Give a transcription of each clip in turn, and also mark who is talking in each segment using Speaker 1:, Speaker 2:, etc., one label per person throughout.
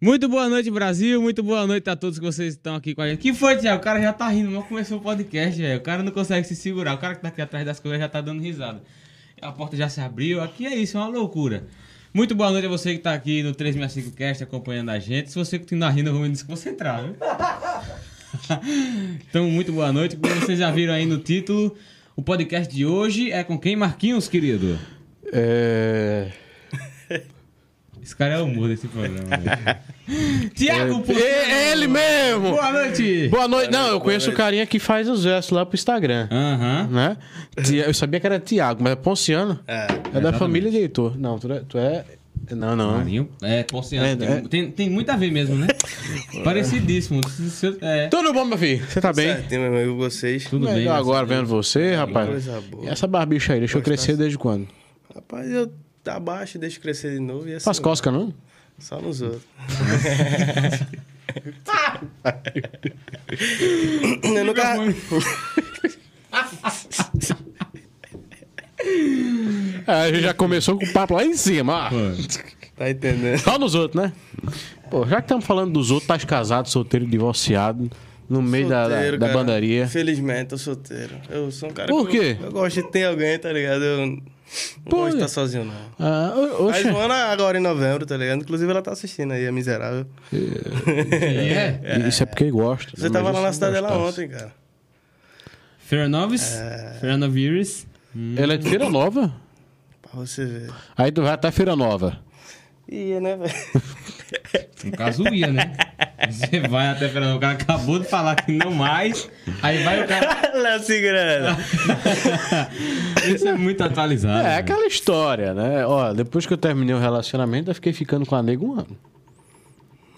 Speaker 1: Muito boa noite, Brasil. Muito boa noite a todos que vocês estão aqui com a gente. Que foi, Tiago? O cara já tá rindo, mal começou o podcast, velho. O cara não consegue se segurar. O cara que tá aqui atrás das coisas já tá dando risada. A porta já se abriu. Aqui é isso, é uma loucura. Muito boa noite a você que tá aqui no 365 Cast acompanhando a gente. Se você continuar rindo, eu vou me desconcentrar, viu? então, muito boa noite. Como vocês já viram aí no título, o podcast de hoje é com quem, Marquinhos, querido?
Speaker 2: É.
Speaker 1: Esse cara é o humor desse programa. velho. Tiago, por
Speaker 2: É ele mesmo!
Speaker 1: Boa noite!
Speaker 2: Boa noite. Não, eu conheço o carinha que faz os gestos lá pro Instagram.
Speaker 1: Aham.
Speaker 2: Né? Ti- Eu sabia que era Tiago, mas é Ponciano. É, da família de Heitor. Não, tu é. Tu é... Não, não.
Speaker 1: Marinho. É, Ponciano.
Speaker 2: É,
Speaker 1: tem,
Speaker 2: é.
Speaker 1: Tem, tem muito a ver mesmo, né? Parecidíssimo. Se- se- É,
Speaker 2: Tudo bom, meu filho? Você tá bem?
Speaker 3: Certinho, meu amigo, vocês.
Speaker 1: tudo
Speaker 2: Melhor
Speaker 1: bem. graças
Speaker 2: agora
Speaker 1: a Deus.
Speaker 2: vendo você, rapaz.
Speaker 3: coisa boa.
Speaker 2: E essa barbicha aí, deixou crescer desde quando?
Speaker 3: Rapaz, eu tá baixo, deixa eu crescer de novo e assim.
Speaker 2: Faz cosca, não?
Speaker 3: Só nos outros. eu nunca.
Speaker 2: É, a gente já começou com o papo lá em cima. ó.
Speaker 1: Pô,
Speaker 3: Tá entendendo?
Speaker 2: Só nos outros, né? Pô, já que estamos falando dos outros, tá casado, solteiro, divorciado, no meio da-
Speaker 3: Solteiro,
Speaker 2: da, da
Speaker 3: cara.
Speaker 2: bandaria.
Speaker 3: Infelizmente, tô solteiro. Eu sou um cara.
Speaker 2: Por
Speaker 3: que eu-
Speaker 2: quê?
Speaker 3: Eu, gosto de ter alguém, tá ligado? Eu não gosto de estar sozinho, não.
Speaker 2: Ah, ô-
Speaker 3: Mas
Speaker 2: oxe.
Speaker 3: Joana agora em novembro, tá ligado? Inclusive ela tá assistindo aí, a miserável.
Speaker 1: é.
Speaker 2: Isso é porque gosta.
Speaker 3: Você
Speaker 2: né?
Speaker 3: tava
Speaker 2: Mas
Speaker 3: lá
Speaker 2: isso
Speaker 3: na
Speaker 2: não
Speaker 3: cidade dela
Speaker 2: gostasse.
Speaker 3: ontem, cara.
Speaker 1: Fernovis? Fernoviris?
Speaker 2: Ela é de Feira Nova?
Speaker 3: Pra você ver.
Speaker 2: Aí tu vai até Feira Nova.
Speaker 3: Ia, né, velho?
Speaker 1: No caso, ia, né? Você vai até Fernovis. O cara acabou de falar que não mais. Aí vai o cara.
Speaker 3: Léo Cigrana.
Speaker 1: Isso é muito atualizado.
Speaker 2: É,
Speaker 1: velho.
Speaker 2: aquela história, né? Ó, depois que eu terminei o relacionamento, eu fiquei ficando com a nega um ano.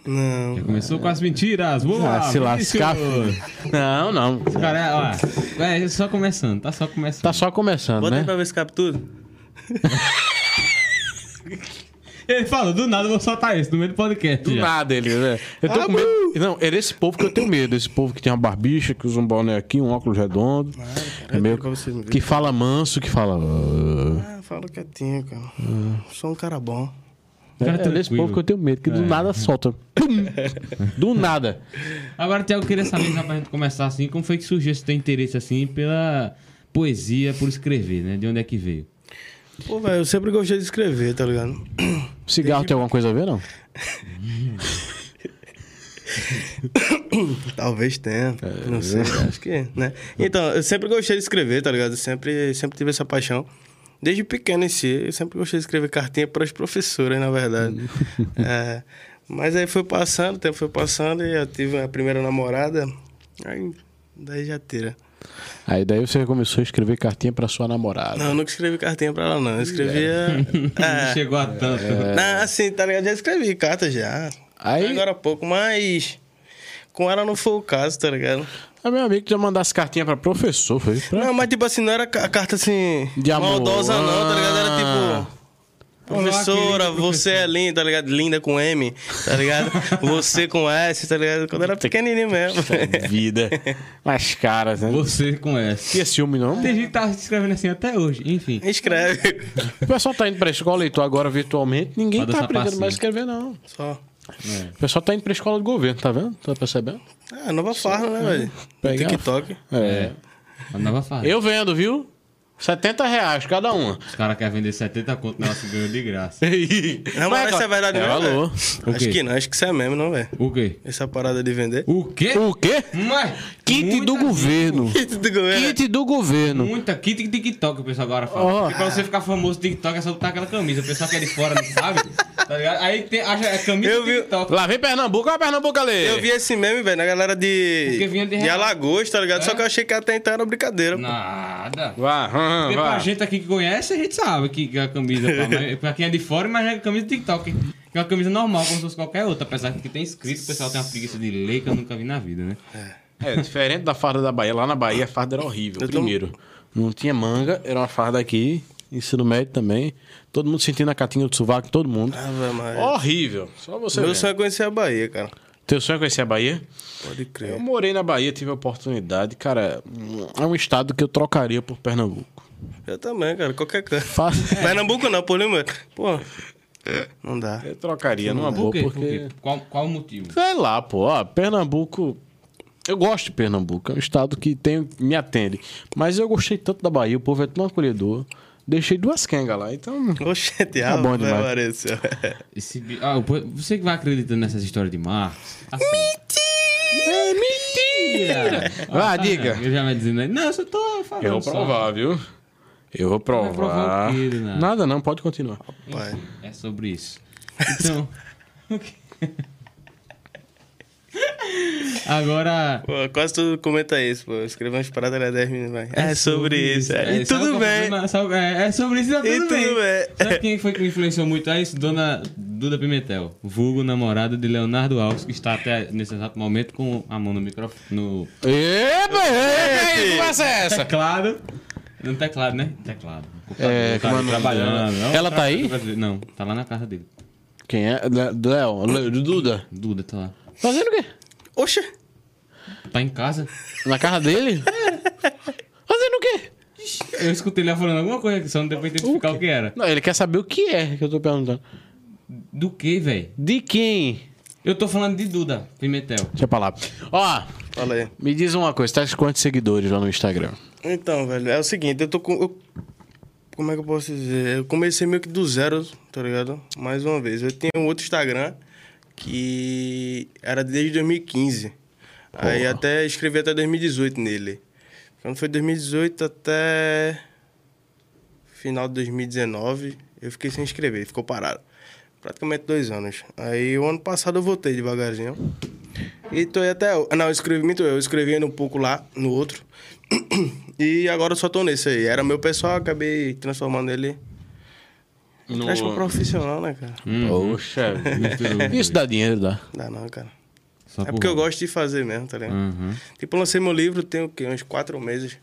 Speaker 3: Não.
Speaker 1: Já começou com as mentiras. Vamos
Speaker 2: Ah,
Speaker 1: lá.
Speaker 2: se
Speaker 1: Vinícius.
Speaker 2: lascar. Não, não.
Speaker 1: Cara, ó. É, só começando. Tá só começando.
Speaker 2: Tá só começando,
Speaker 3: Bota aí
Speaker 2: né?
Speaker 3: pra ver se cabe tudo.
Speaker 1: Ele falou, do nada eu vou soltar isso no meio do podcast.
Speaker 2: Do
Speaker 1: já.
Speaker 2: nada ele, né? Eu tô com medo. Não, é desse povo que eu tenho medo. Esse povo que tem uma barbicha, que usa um boné aqui, um óculos redondo. é meio
Speaker 3: pra você me ver.
Speaker 2: que fala manso, que fala. "Ah".
Speaker 3: Ah, fala quietinho, cara. Sou um cara bom.
Speaker 2: É,
Speaker 1: Cara
Speaker 2: é desse
Speaker 1: tranquilo.
Speaker 2: povo que eu tenho medo, que do nada solta. Pum! do nada.
Speaker 1: Agora, Tiago, eu queria saber, já pra gente começar assim, como foi que surgiu esse teu interesse, assim, pela poesia, por escrever, né? De onde é que veio?
Speaker 3: Pô, velho, eu sempre gostei de escrever, tá ligado?
Speaker 2: Cigarro tem alguma coisa a ver, não?
Speaker 3: Talvez tenha, não sei, acho que, né? Então, eu sempre gostei de escrever, tá ligado? Eu sempre, sempre tive essa paixão. Desde pequeno em si, eu sempre gostei de escrever cartinha para as professoras, na verdade. É, mas aí foi passando, o tempo foi passando e eu tive a primeira namorada. Aí, daí já tira.
Speaker 2: Aí daí você começou a escrever cartinha pra sua namorada.
Speaker 3: Não, eu nunca escrevi cartinha para ela, não. Eu escrevia.
Speaker 1: Não
Speaker 3: É,
Speaker 1: chegou a tanto.
Speaker 3: Não, assim, tá ligado? Já escrevi carta já.
Speaker 2: Aí-
Speaker 3: Agora há pouco, mas. Com ela não foi o caso, tá ligado?
Speaker 2: Ah, meu amigo já mandasse cartinha pra professor, foi? Pra...
Speaker 3: Não, mas tipo assim, não era ca- a carta assim.
Speaker 2: De amor.
Speaker 3: Maldosa não, tá ligado?
Speaker 2: Ah.
Speaker 3: Era tipo. Professora, você é linda, tá ligado? Linda com M, tá ligado? você com S, tá ligado? Quando era pequenininho mesmo.
Speaker 2: Puxa vida. Mas caras, né?
Speaker 1: Você conhece.
Speaker 2: Que é ciúme, não?
Speaker 1: Tem gente que tá se escrevendo assim até hoje, enfim.
Speaker 3: Escreve.
Speaker 2: O pessoal tá indo pra escola e tu agora virtualmente,
Speaker 1: Pra
Speaker 2: ninguém tá
Speaker 1: dançar
Speaker 2: aprendendo
Speaker 1: passinho.
Speaker 2: mais a escrever, não.
Speaker 3: Só.
Speaker 1: É,
Speaker 2: O pessoal tá indo pra escola do governo, tá vendo? Tá percebendo?
Speaker 3: Ah, nova farra, né, velho?
Speaker 2: Pegar.
Speaker 3: TikTok.
Speaker 2: É.
Speaker 1: É. A nova fase.
Speaker 2: Eu vendo, viu? 70 reais cada uma.
Speaker 1: Os caras querem vender 70 conto, nossa, ganhou de graça.
Speaker 3: Não, mas essa é verdade
Speaker 2: é,
Speaker 3: mesmo,
Speaker 2: alô.
Speaker 3: velho.
Speaker 1: O
Speaker 3: Acho
Speaker 1: quê?
Speaker 3: que não, acho que isso é mesmo, não, velho.
Speaker 1: O quê?
Speaker 3: Essa parada de vender.
Speaker 1: O quê?
Speaker 2: O quê?
Speaker 1: Mas...
Speaker 2: Um Kit
Speaker 1: muita
Speaker 2: do
Speaker 1: gente-
Speaker 2: governo.
Speaker 3: Kit do governo.
Speaker 2: Kit do governo.
Speaker 1: Muita kit de TikTok, o pessoal agora fala.
Speaker 2: Ó.
Speaker 1: Porque pra você ficar famoso no TikTok é só botar aquela camisa. O pessoal que é de fora não sabe, tá ligado? Aí tem, acha, é camisa
Speaker 3: Eu
Speaker 1: do
Speaker 3: vi-
Speaker 1: TikTok.
Speaker 2: Lá vem Pernambuco, olha Pernambuco ali.
Speaker 3: Eu vi esse meme, velho, na galera
Speaker 1: Porque
Speaker 3: de.
Speaker 1: vinha de
Speaker 3: de
Speaker 1: real. É.
Speaker 3: Alagoas, tá ligado? Só que eu achei que até então era brincadeira. pô.
Speaker 1: Nada.
Speaker 2: Vá, vá,
Speaker 1: Porque
Speaker 2: vá.
Speaker 1: pra gente aqui que conhece, a gente sabe que que é a camisa. pá, mas pra quem é de fora, imagina a camisa do TikTok. Que é uma camisa normal, como se fosse qualquer outra. Apesar de que tem escrito, o pessoal tem uma preguiça de ler que eu nunca vi na vida, né?
Speaker 2: É, diferente da farda da Bahia. Lá na Bahia a farda era horrível,
Speaker 3: Eu tô-
Speaker 2: primeiro. Não tinha manga, era uma farda aqui, ensino médio também. Todo mundo sentindo a catinha do sovaco, todo mundo.
Speaker 3: Ave Maria.
Speaker 2: horrível. Só você
Speaker 3: Meu
Speaker 2: vendo.
Speaker 3: sonho é conhecer a Bahia, cara.
Speaker 2: Teu sonho é conhecer a Bahia?
Speaker 3: Pode
Speaker 2: Eu
Speaker 3: crer.
Speaker 2: morei na Bahia, tive a oportunidade. Cara, é um estado que eu trocaria por Pernambuco.
Speaker 3: Eu também, cara. Qualquer canto.
Speaker 2: Fácil.
Speaker 3: Pernambuco não, Polímero. Pô, Não dá.
Speaker 2: Eu trocaria numa
Speaker 1: Por
Speaker 2: boa,
Speaker 1: quê? Por
Speaker 2: É porque.
Speaker 1: quê? Qual, qual o motivo?
Speaker 2: Sei lá, pô. ó, Pernambuco. Eu gosto de Pernambuco, é um estado que tem, me atende. Mas eu gostei tanto da Bahia, o povo é tão acolhedor. Deixei duas quengas lá, então.
Speaker 3: Oxente,
Speaker 2: Tá bom demais.
Speaker 3: apareceu.
Speaker 1: Esse bi- ah, o po- você que vai acreditando nessas histórias de Marx. Assim,
Speaker 2: É mentira! Vá, diga.
Speaker 1: é, ah, Eu já me dizendo. Não, eu só tô falando.
Speaker 2: Eu vou
Speaker 1: só.
Speaker 2: provar, viu? Eu vou
Speaker 1: Vai provar
Speaker 2: provar. né?
Speaker 1: o quê, Leonardo?
Speaker 2: Nada não, pode continuar.
Speaker 3: Pai.
Speaker 1: É sobre isso. Então. Agora.
Speaker 3: Pô, quase tudo comenta isso, pô. Escrever umas paradas era 10 minutos, vai. É, sobre isso. é.
Speaker 1: É, sabe
Speaker 3: e tudo
Speaker 1: qual
Speaker 3: bem.
Speaker 1: foi- não, sabe- é, é sobre isso, é tudo,
Speaker 3: E tudo
Speaker 1: bem.
Speaker 3: bem.
Speaker 1: Sabe quem foi que me influenciou muito a isso? Dona Duda Pimentel, vulgo namorada de Leonardo Alves, que está até nesse exato momento com a mão no microfone. No
Speaker 2: Epa, epa, que conversa é essa?
Speaker 1: teclado. No teclado, né? Teclado.
Speaker 2: É, como é o nome
Speaker 1: trabalhando.
Speaker 2: dela?
Speaker 1: não,
Speaker 2: Ela tá aí?
Speaker 1: Não, tá lá na casa dele.
Speaker 2: Quem é? Le- Léo, Le- Duda.
Speaker 1: Duda tá lá.
Speaker 2: Fazendo o quê?
Speaker 3: Oxe,
Speaker 1: Tá em casa?
Speaker 2: Na casa dele? Fazendo o quê?
Speaker 1: Eu escutei ele falando alguma coisa que só não deu pra identificar o, que era.
Speaker 2: Não, ele quer saber o que é que eu tô perguntando.
Speaker 1: Do que, velho?
Speaker 2: De quem?
Speaker 1: Eu tô falando de Duda Pimentel.
Speaker 2: Deixa pra lá. Ó,
Speaker 3: fala aí.
Speaker 2: me diz uma coisa, tá com quantos seguidores lá no Instagram?
Speaker 3: Então, velho, é o seguinte, eu tô com. eu- como é que eu posso dizer? Eu comecei meio que do zero, tá ligado? Mais uma vez. Eu tinha um outro Instagram que era desde 2015. Aí até escrevi até 2018 nele. Quando foi 2018 até final de 2019, eu fiquei sem escrever, ficou parado. Praticamente dois anos. Aí o ano passado eu voltei devagarzinho. E tô aí até. ah, Não, eu escrevi muito eu, escrevi ainda um pouco lá, no outro. E agora eu só tô nesse aí. Era meu pessoal, acabei transformando ele.
Speaker 2: No... Hum.
Speaker 3: Acho um profissional, né, cara?
Speaker 2: Uhum. Poxa,
Speaker 1: Misturou.
Speaker 2: isso dá dinheiro, dá.
Speaker 3: Não dá não, cara.
Speaker 1: Só
Speaker 3: É porque eu gosto de fazer mesmo, tá ligado?
Speaker 1: Tá Uhum.
Speaker 3: Tipo, eu lancei meu livro tem o quê? Uns quatro meses.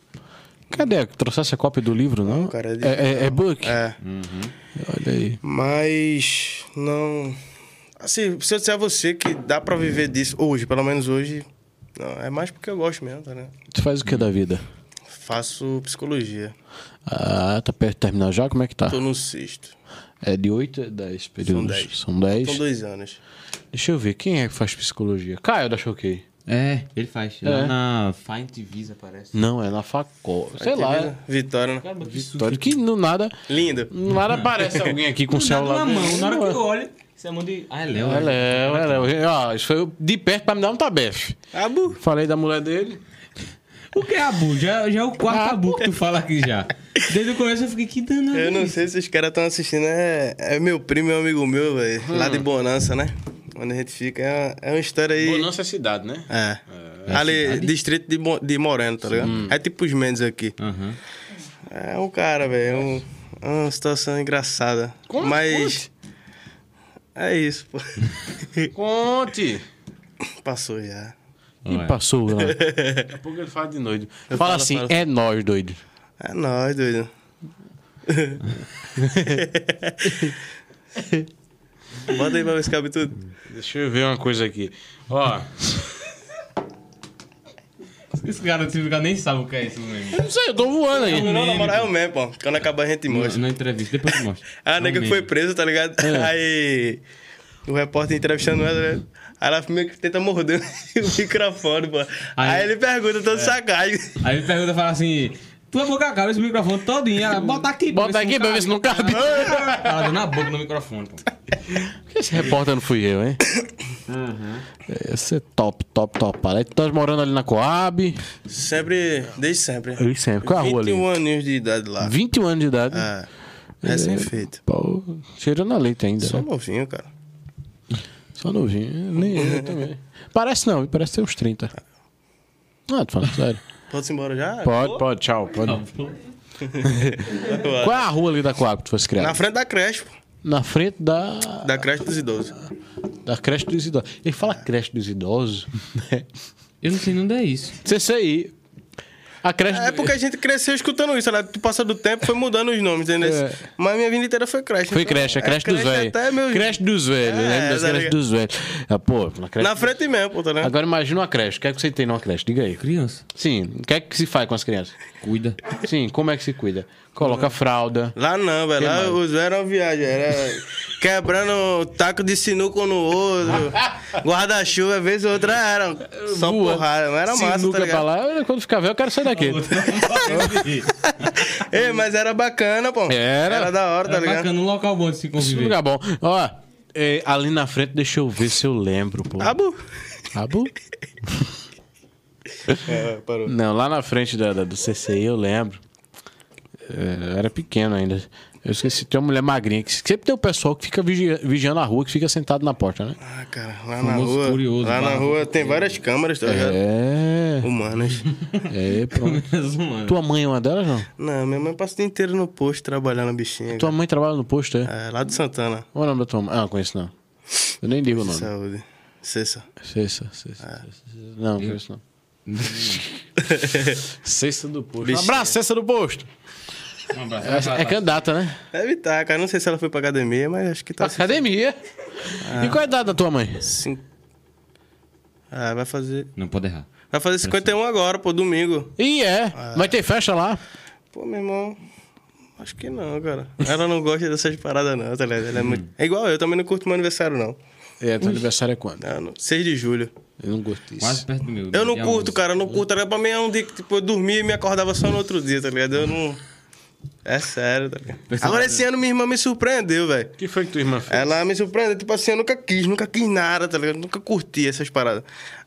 Speaker 2: Cadê? Trouxesse a cópia do livro, não?
Speaker 3: Não, cara, é de-
Speaker 2: é, é, é book?
Speaker 3: É.
Speaker 2: Olha aí.
Speaker 3: Mas não. Assim, se eu disser a você que dá pra viver disso hoje, pelo menos hoje, não, é mais porque eu gosto mesmo, tá ligado?
Speaker 2: Tu faz o que da vida?
Speaker 3: Faço psicologia.
Speaker 2: Ah, tá perto de terminar já? Como é que tá?
Speaker 3: Tô no sexto.
Speaker 2: É de 8 a 10 períodos?
Speaker 3: dez.
Speaker 2: São 10.
Speaker 3: São dois anos.
Speaker 2: Deixa eu ver, quem é que faz psicologia? Caio da Choquei.
Speaker 1: É, ele faz.
Speaker 2: É.
Speaker 1: Lá na Find Visa, parece.
Speaker 2: Não, é na facol. Sei lá. é-
Speaker 3: Vitória, né?
Speaker 1: Caramba, que susto.
Speaker 2: Vitória, que no nada,
Speaker 3: Lindo.
Speaker 2: no nada aparece alguém aqui com o um celular.
Speaker 1: na mão,
Speaker 2: desse.
Speaker 1: na hora que eu olho, isso é mão de... Ah, é Léo.
Speaker 2: É
Speaker 1: né?
Speaker 2: Léo, é Léo. Ó, isso foi de perto pra me dar um tabefe.
Speaker 3: Abu.
Speaker 2: Falei da mulher dele.
Speaker 1: O que é abu? Já, já é o
Speaker 2: Ah,
Speaker 1: quarto abu que tu fala aqui já. Desde o começo eu fiquei, que danado.
Speaker 3: Eu não
Speaker 1: isso.
Speaker 3: sei se os caras estão assistindo. É, é meu primo, é um amigo meu, velho. Lá de Bonança, né? Onde a gente fica. É uma, é uma história aí.
Speaker 2: é cidade, né?
Speaker 3: É. Ali, distrito de, Mo- de Moreno, tá ligado? É tipo os Mendes aqui.
Speaker 1: Aham.
Speaker 3: É um cara, velho. é Um, é uma situação engraçada.
Speaker 2: Conte,
Speaker 3: Mas. É isso, pô.
Speaker 2: Conte!
Speaker 3: Passou já.
Speaker 1: Olha.
Speaker 2: E passou lá. Daqui a pouco ele fala de noite. Fala
Speaker 3: falo,
Speaker 2: assim,
Speaker 3: falo.
Speaker 2: é nós, doido.
Speaker 3: É nóis, doido. Bota aí pra ver se cabe tudo.
Speaker 2: Deixa eu ver uma coisa aqui. Ó,
Speaker 1: Esse cara desse lugar nem sabe o que é isso mesmo.
Speaker 2: eu não sei, eu tô voando aí.
Speaker 3: Não, na moral, é o mesmo, pô. Quando acabar a gente
Speaker 1: Na,
Speaker 3: mostra.
Speaker 1: na entrevista, depois eu te mostro.
Speaker 2: Ah,
Speaker 3: A
Speaker 2: É
Speaker 3: nega que foi presa, tá ligado? Aí o repórter entrevistando ela, né? Aí ela meio que tenta morder o microfone, pô. Aí,
Speaker 1: Aí-
Speaker 3: ele pergunta,
Speaker 2: É.
Speaker 3: todo sacagem.
Speaker 1: Aí ele pergunta, fala assim... Tua boca acaba esse microfone todinho. Ela, bota aqui. pra
Speaker 2: Bota
Speaker 1: se não
Speaker 2: aqui pra ver se não
Speaker 1: cabe."
Speaker 2: cabe.
Speaker 1: Ela deu na boca no microfone, pô.
Speaker 2: Por que esse repórter não fui eu, hein? Esse é top, top, top. Aí tu tá morando ali na Coab.
Speaker 3: Sempre, desde sempre.
Speaker 2: Desde sempre. Qual é a rua ali?
Speaker 3: 21 aninhos de idade lá.
Speaker 2: 21 anos de idade.
Speaker 3: Ah,
Speaker 2: É.
Speaker 3: recém-feito.
Speaker 2: Pô, cheirando a leite ainda. Só,
Speaker 3: Sou
Speaker 2: né?
Speaker 3: novinho, cara.
Speaker 2: Só novinho. né? Nem eu também. Parece não, parece ter uns 30. Ah, tô falando sério.
Speaker 3: Pode ir embora já?
Speaker 2: Pode, pode, tchau. Pode. Qual é a rua ali da Coab que tu fosse criado?
Speaker 3: Na frente da creche, pô.
Speaker 2: Na frente da,
Speaker 3: Da creche dos idosos.
Speaker 2: da creche dos idosos. Ele fala creche dos idosos, né?
Speaker 1: Eu não sei onde é isso.
Speaker 2: CCI. A creche
Speaker 3: É
Speaker 2: do-
Speaker 3: porque a gente cresceu escutando isso, né? Tu passa do tempo, foi mudando os nomes, entendeu?
Speaker 2: É.
Speaker 3: Mas minha vida inteira foi creche.
Speaker 2: Foi
Speaker 3: então,
Speaker 2: creche, a
Speaker 3: é
Speaker 2: creche dos velhos.
Speaker 3: até meus-
Speaker 2: Creche dos velhos,
Speaker 3: É,
Speaker 2: né? Das
Speaker 3: tá
Speaker 2: creches
Speaker 3: ligado.
Speaker 2: dos velhos. Ah, pô, na creche.
Speaker 3: Na frente mesmo, pô, tá ligado?
Speaker 2: Agora imagina uma creche. O que é que você tem numa creche? Diga aí.
Speaker 1: Criança,
Speaker 2: Sim, o que é que se faz com as crianças?
Speaker 1: cuida.
Speaker 2: Sim, como é que se cuida? Coloca fralda.
Speaker 3: Lá não, velho. Lá os velhos eram viagem. Era quebrando taco de sinuca um no outro, guarda-chuva, vez ou outra era. Só
Speaker 2: Voa.
Speaker 3: porrada, mas era massa, tá
Speaker 2: Sinuca pra
Speaker 3: ligado?
Speaker 2: lá, eu- quando ficar velho, eu quero sair daqui.
Speaker 3: Ei, mas era bacana, pô.
Speaker 2: Era.
Speaker 3: Era da hora, tá
Speaker 1: Era
Speaker 3: ligado?
Speaker 1: bacana, um local bom de se
Speaker 2: Esse
Speaker 1: conviver.
Speaker 2: lugar bom. Ó, é, ali na frente, deixa eu ver se eu lembro, pô.
Speaker 3: Abu.
Speaker 2: Abu?
Speaker 3: É, parou.
Speaker 2: Não, lá na frente da, da- do CCI eu lembro. É, eu era pequeno ainda. Eu esqueci, tem uma mulher magrinha que sempre tem o pessoal que fica vigia- vigiando a rua, que fica sentado na porta, né?
Speaker 3: Ah, cara, lá na
Speaker 1: Famoso
Speaker 3: rua.
Speaker 1: curioso,
Speaker 3: lá na
Speaker 1: barra.
Speaker 3: rua tem várias câmeras, tá ligado?
Speaker 2: É.
Speaker 3: Humanas.
Speaker 2: É, pronto.
Speaker 1: Mas, mano,
Speaker 2: Tua mãe é uma delas, não?
Speaker 3: Não, minha mãe passa o dia inteiro no posto trabalhando a bichinha.
Speaker 2: Tua mãe trabalha no posto, é?
Speaker 3: É, lá de Santana.
Speaker 2: Qual é o nome da tua mãe? Ah, conheço não. Eu nem digo o nome.
Speaker 3: Saúde. Cessa.
Speaker 2: Sexta, sexta. sexta, sexta. Não, não conheço não. Sexta do posto.
Speaker 3: Bichinha.
Speaker 2: Um abraço, sexta do posto.
Speaker 1: um abraço.
Speaker 2: É, é candidata, né?
Speaker 3: Deve estar, cara. Não sei se ela foi pra academia, mas acho que tá.
Speaker 2: Academia. E qual é a idade da tua mãe?
Speaker 3: Cin- Ah, vai fazer.
Speaker 1: Não pode errar.
Speaker 3: Vai fazer 51 agora, pô, domingo.
Speaker 2: E é. Mas tem festa lá.
Speaker 3: Pô, meu irmão. Acho que não, cara. Ela não gosta dessas paradas, não, tá ligado? Ela é, muito... é igual eu, também não curto meu aniversário, não.
Speaker 2: É, teu aniversário é quando?
Speaker 3: não, não. 6 de julho.
Speaker 2: Eu não gosto disso.
Speaker 1: Quase perto do meu.
Speaker 3: Eu não
Speaker 1: Dia
Speaker 3: curto,
Speaker 1: 11.
Speaker 3: cara, eu não curto. Era pra mim é um dia que tipo, eu dormia e me acordava só no outro dia, tá ligado? Eu não. É sério, tá ligado? Agora
Speaker 2: né?
Speaker 3: esse ano minha irmã me surpreendeu, velho.
Speaker 2: O que foi que tua irmã fez?
Speaker 3: Ela me surpreendeu, tipo assim, eu nunca quis, nunca quis nada, tá ligado? Nunca curti essas paradas.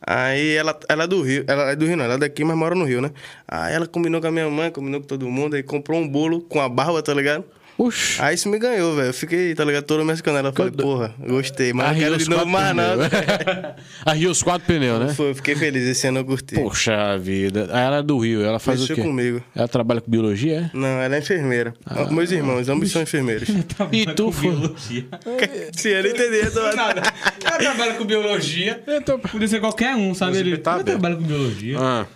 Speaker 3: Aí ela, ela é do Rio, ela é do Rio não, ela é daqui, mas mora no Rio, né? Aí ela combinou com a minha mãe, combinou com todo mundo, aí comprou um bolo com a barba, tá ligado?
Speaker 2: Oxi.
Speaker 3: Aí isso me ganhou, velho. Eu fiquei, tá ligado, todo mês com ela. Eu falei, porra, gostei, mas não
Speaker 2: Arriou
Speaker 3: quero
Speaker 2: os
Speaker 3: de novo
Speaker 2: quatro né?
Speaker 3: mais não.
Speaker 2: pneus. Arriou os quatro pneus, né?
Speaker 3: Foi, eu fiquei feliz, esse ano eu curti.
Speaker 2: Poxa vida. Aí Ela é do Rio, ela faz
Speaker 3: Mexeu
Speaker 2: o quê?
Speaker 3: comigo.
Speaker 2: Ela trabalha com biologia, é?
Speaker 3: Não, ela é enfermeira.
Speaker 2: Ah.
Speaker 3: Meus irmãos, ambos são enfermeiros.
Speaker 1: Trabalho
Speaker 2: E tu
Speaker 1: com
Speaker 2: foi-
Speaker 1: biologia.
Speaker 3: Se ele entender, eu tô...
Speaker 1: Nada. Eu trabalho com biologia.
Speaker 2: Então,
Speaker 1: Podia ser qualquer um, sabe? Ele,
Speaker 2: tá
Speaker 1: eu
Speaker 2: aberto.
Speaker 1: trabalho com biologia.
Speaker 2: Ah,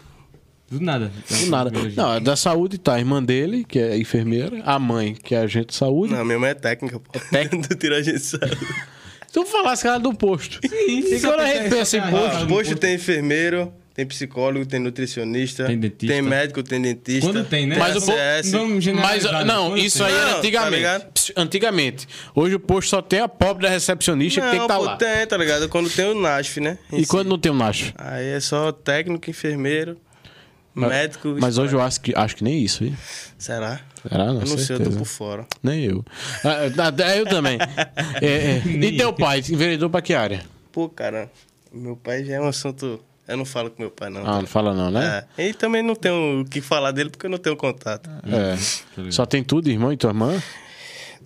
Speaker 1: Do nada.
Speaker 2: do nada.
Speaker 1: Biologia.
Speaker 2: Não, é da saúde tá. A irmã dele, que é enfermeira, a mãe, que é agente de saúde.
Speaker 3: Não, minha mãe é técnica, pô. É técnica? do tiragençado.
Speaker 2: Se tu falasse que ela é do posto.
Speaker 1: Sim,
Speaker 2: E
Speaker 1: só
Speaker 2: quando a
Speaker 1: tem-
Speaker 2: gente pensa em
Speaker 1: só tem-
Speaker 2: posto,
Speaker 1: Ah,
Speaker 3: Posto, posto tem enfermeiro, tem psicólogo, tem nutricionista,
Speaker 1: Tem dentista.
Speaker 3: tem médico, tem dentista.
Speaker 1: Quando tem, né?
Speaker 2: Mas o povo-
Speaker 3: ACS.
Speaker 1: Vamos
Speaker 2: Mas ah,
Speaker 1: generalizar, né?
Speaker 2: não,
Speaker 1: Quando
Speaker 2: isso
Speaker 1: tem-
Speaker 2: aí
Speaker 3: Não,
Speaker 2: era
Speaker 3: tá
Speaker 2: antigamente.
Speaker 3: ligado?
Speaker 2: Pss, antigamente. Hoje o posto só tem a pobre da recepcionista que tem que
Speaker 3: Não,
Speaker 2: estar
Speaker 3: pô,
Speaker 2: lá.
Speaker 3: tem, tá ligado? Quando tem o NASF, né? Em
Speaker 2: E
Speaker 3: si.
Speaker 2: quando não tem um o Nacho?
Speaker 3: Aí é só técnico, enfermeiro, médico...
Speaker 2: Mas hoje eu acho que, acho que nem isso, hein?
Speaker 3: Será?
Speaker 2: Será? Não,
Speaker 3: Eu não sei, eu tô
Speaker 2: certeza.
Speaker 3: por fora.
Speaker 2: Nem eu. Ah, ah, ah, eu também. É, é. E teu pai, vereador pra que área?
Speaker 3: Pô, cara, meu pai já é um assunto... Eu não falo com meu pai, não.
Speaker 2: Ah, não fala não, né?
Speaker 3: É. E também não tenho o que falar dele porque eu não tenho contato.
Speaker 2: É.
Speaker 1: tá
Speaker 2: Só tem tudo, irmão e tua irmã?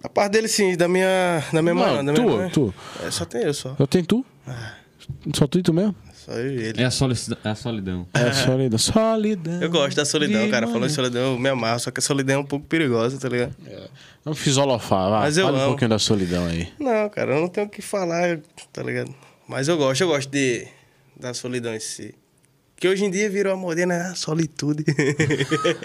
Speaker 3: A parte dele sim, da minha, da minha mãe, da
Speaker 2: Não,
Speaker 3: minha
Speaker 2: tu,
Speaker 3: mãe.
Speaker 2: tu.
Speaker 3: É, só tem eu só.
Speaker 2: Só tem tu?
Speaker 3: É.
Speaker 2: Só tu e tu mesmo?
Speaker 3: Só eu e ele.
Speaker 1: É a solidão. É a solidão.
Speaker 2: É, solidão. Solidão.
Speaker 3: Eu gosto da solidão, cara. Falando em solidão, eu me amarro, só que a solidão é um pouco perigosa, tá ligado?
Speaker 2: Vamos fisolofar, vai.
Speaker 3: Mas eu
Speaker 2: Fala um
Speaker 3: amo.
Speaker 2: pouquinho da solidão aí.
Speaker 3: Não, cara, eu não tenho o que falar, tá ligado? Mas eu gosto, eu gosto de da solidão em si. Que hoje em dia virou a morena a solitude.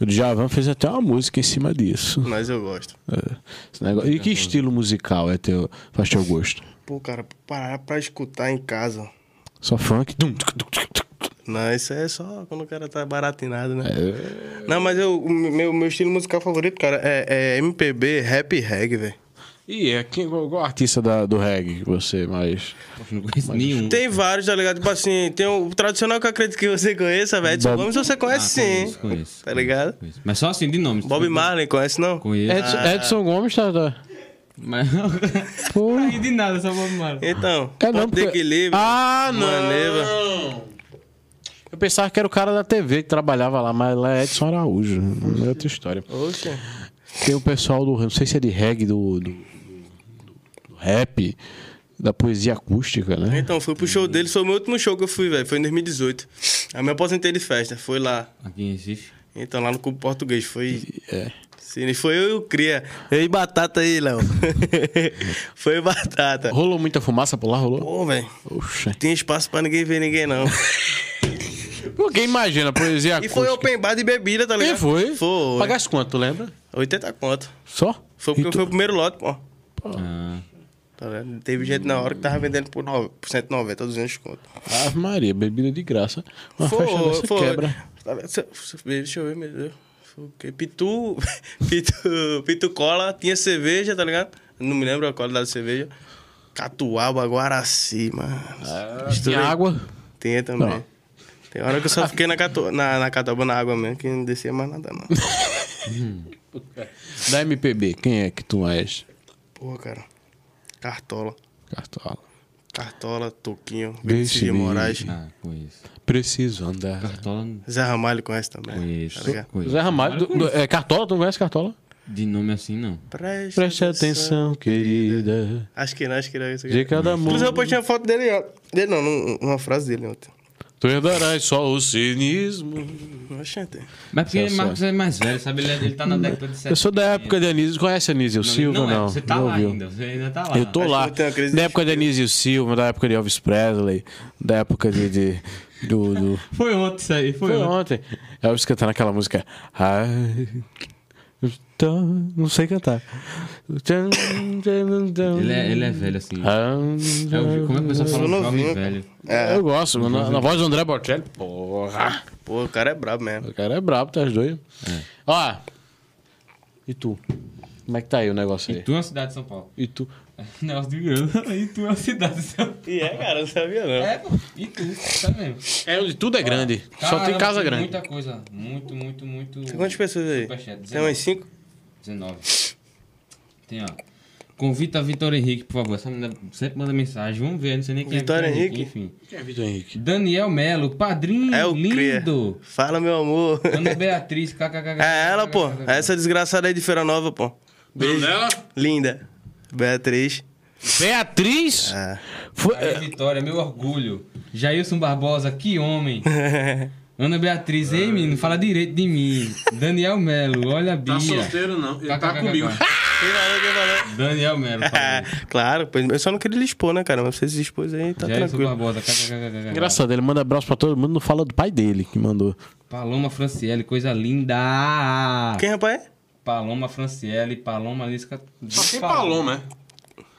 Speaker 2: O Djavan fez até uma música em cima disso.
Speaker 3: Mas eu gosto.
Speaker 2: É, esse negócio- E que estilo musical é teu, faz teu gosto?
Speaker 3: Pô, cara, parar pra escutar em casa.
Speaker 2: Só funk? Dum, tuc, tuc, tuc, tuc.
Speaker 3: Não, isso aí é só quando o cara tá baratinado, né?
Speaker 2: É.
Speaker 3: Não, mas eu, o meu, meu estilo musical favorito, cara, é, é MPB, rap e reggae, velho.
Speaker 2: E é quem, qual, qual artista da- do reggae que você mais...
Speaker 1: Não conheço nenhum.
Speaker 3: Tem vários, tá ligado? Tipo assim, tem o tradicional que eu acredito que você conheça, velho. Edson
Speaker 2: Bob-
Speaker 3: Gomes você
Speaker 1: Ah,
Speaker 3: conhece
Speaker 1: Conheço,
Speaker 3: sim.
Speaker 1: conheço.
Speaker 3: assim, Tá ligado?
Speaker 1: Conheço. Mas só assim, de nome.
Speaker 3: Bob Marley, conhece não?
Speaker 1: Conheço.
Speaker 2: Edson,
Speaker 3: Ah.
Speaker 2: Edson Gomes tá... tá-
Speaker 1: Ah, Mas.
Speaker 2: Pô.
Speaker 1: Aí de nada, só Bob Marley.
Speaker 3: Então,
Speaker 2: É,
Speaker 3: é,
Speaker 2: não, porque-
Speaker 3: equilíbrio.
Speaker 2: Ah, não!
Speaker 3: Maneva.
Speaker 2: Eu pensava que era o cara da TV que trabalhava lá, mas lá é Edson Araújo. É outra história.
Speaker 3: Oxe.
Speaker 2: Tem o pessoal do... Não sei se é de reggae, do, do, do- do rap, da poesia acústica, né?
Speaker 3: Então, fui pro show dele, foi o meu último show que eu fui, velho. Foi em 2018. Aí me aposentei de festa, foi lá.
Speaker 1: Aqui em Recife.
Speaker 3: Então, lá no Clube Português, foi.
Speaker 2: É.
Speaker 3: Sim, foi eu e o Cria. Eu e Batata aí, Léo. foi Batata.
Speaker 2: Rolou muita fumaça por lá? Rolou?
Speaker 3: Pô, velho,
Speaker 2: Oxa.
Speaker 3: tem espaço pra ninguém ver ninguém, não.
Speaker 2: Porque imagina, poesia
Speaker 3: E
Speaker 2: acústica.
Speaker 3: foi open bar de bebida, tá ligado?
Speaker 2: E foi?
Speaker 3: Foi.
Speaker 2: Pagaste quanto, tu lembra?
Speaker 3: 80 conto.
Speaker 2: Só?
Speaker 3: Foi porque
Speaker 2: E tu-
Speaker 3: foi o primeiro lote, pô.
Speaker 1: Ah,
Speaker 3: Tá ligado? Teve gente na hora que tava vendendo por, 9, por 190, 200 conto.
Speaker 2: Ave Maria, bebida de graça. Uma
Speaker 3: Foi,
Speaker 2: festa dessa
Speaker 3: foi.
Speaker 2: quebra.
Speaker 3: Tá ligado? Se- se- Deixa eu ver, meu Deus. Foi o quê? Pitu, Pitu, Pitu Cola, tinha cerveja, tá ligado? Não me lembro a qualidade da cerveja. Catuaba, Guaraci, mano. Ah,
Speaker 2: Tem água.
Speaker 3: Tinha também. Tem hora que eu só fiquei na, catu, na, na catuaba, na água mesmo, que não descia mais nada, não.
Speaker 2: Da MPB, quem é que tu és?
Speaker 3: Porra, cara. Cartola.
Speaker 2: Cartola.
Speaker 3: Cartola, Toquinho,
Speaker 2: Deixe
Speaker 3: Vinícius de
Speaker 2: me-
Speaker 3: Moraes.
Speaker 1: Ah, conheço.
Speaker 2: Preciso andar.
Speaker 1: Cartola,
Speaker 3: Zé Ramalho conhece também.
Speaker 1: conheço.
Speaker 3: Tá ligado?
Speaker 1: conheço.
Speaker 2: Zé Ramalho. do- do- é Cartola? Tu não conhece Cartola?
Speaker 1: De nome assim, não.
Speaker 3: Preste,
Speaker 2: Preste atenção, querida.
Speaker 3: Acho que não, acho que não. Isso
Speaker 2: De
Speaker 3: aqui.
Speaker 2: cada mundo.
Speaker 3: Inclusive, eu postei uma foto dele ontem. Dele não, num- uma frase dele ontem.
Speaker 2: Tu herdarás só o cinismo.
Speaker 3: Hum, Oxente.
Speaker 1: Mas porque
Speaker 2: Celso. Hum,
Speaker 1: Marcos é mais velho, sabe? Ele, é- ele tá na década de 70.
Speaker 2: Eu sou da época de Anísio. Conhece Anísio Silva? Não.
Speaker 1: é, você tá
Speaker 2: não
Speaker 1: lá
Speaker 2: ouviu.
Speaker 1: ainda. Você ainda tá lá.
Speaker 2: Eu tô
Speaker 3: Acho
Speaker 2: lá.
Speaker 3: que eu tenho uma crise
Speaker 2: Da
Speaker 3: de
Speaker 2: época de Anísio Silva, da época de Elvis Presley, da época de. de- do, do-
Speaker 1: Foi ontem isso aí, foi,
Speaker 2: Foi
Speaker 1: ontem.
Speaker 2: ontem. Elvis cantando aquela música. Ai. eu tô- Não sei cantar.
Speaker 1: Ele
Speaker 2: Ele
Speaker 1: é, ele é velho assim.
Speaker 2: Ah,
Speaker 1: É o- como é que a pessoa
Speaker 3: Eu
Speaker 1: fala
Speaker 3: não
Speaker 1: jovem
Speaker 3: vi.
Speaker 1: velho?
Speaker 3: É,
Speaker 2: Eu gosto, mano. Na, na voz do André Bocelli. Porra!
Speaker 3: pô, o cara é brabo mesmo.
Speaker 2: O cara é brabo, tá as doido.
Speaker 1: É.
Speaker 2: Ó. E tu? Como é que tá aí o negócio aí?
Speaker 1: Tu é uma cidade de São Paulo.
Speaker 2: E tu?
Speaker 1: Negócio de grana. E tu é uma cidade de São Paulo.
Speaker 3: E é, cara, não sabia não.
Speaker 1: É, pô. E tu, tá mesmo.
Speaker 2: É, onde tudo é grande. Só tem
Speaker 1: Caramba,
Speaker 2: casa grande.
Speaker 1: Muita coisa. Muito, muito, muito.
Speaker 3: Tem quantas pessoas aí?
Speaker 1: Superchat,
Speaker 3: Tem umas cinco?
Speaker 1: 19. Tem, ó. Convita a Vitória Henrique, por favor. Essa menina sempre manda mensagem. Vamos ver, não sei nem quem
Speaker 3: Vitória
Speaker 1: é
Speaker 3: Henrique?
Speaker 1: Enfim.
Speaker 2: Quem é Vitor Henrique?
Speaker 1: Daniel Melo, padrinho
Speaker 3: É o Cria.
Speaker 1: lindo.
Speaker 3: Fala, meu amor.
Speaker 1: Ana Beatriz, kkkk.
Speaker 3: É ela, pô. É Essa desgraçada aí de Feira Nova, pô. Beijo. Linda. Beatriz.
Speaker 2: Beatriz?
Speaker 3: Ah.
Speaker 2: Foi- é.
Speaker 1: Aí, Vitória, meu orgulho. Jailson Barbosa, que homem. Ana Beatriz, ei, menino, fala direito de mim. Daniel Melo, olha a Bia.
Speaker 2: não.
Speaker 1: KKKK.
Speaker 3: Quem falou, quem falou?
Speaker 1: Daniel Melo,
Speaker 3: Ah,
Speaker 1: falou.
Speaker 3: claro, pois- eu só não queria lhe expor, né, cara? Mas você se expôs aí, tá
Speaker 2: é
Speaker 1: Jailson
Speaker 3: tranquilo.
Speaker 1: Barbosa, kkkk.
Speaker 2: Engraçado, ele manda abraço pra todo mundo, não fala do pai dele que mandou.
Speaker 1: Paloma Franciele, coisa linda.
Speaker 3: Quem, rapaz?
Speaker 1: Paloma Franciele, Paloma Lisca.
Speaker 2: né?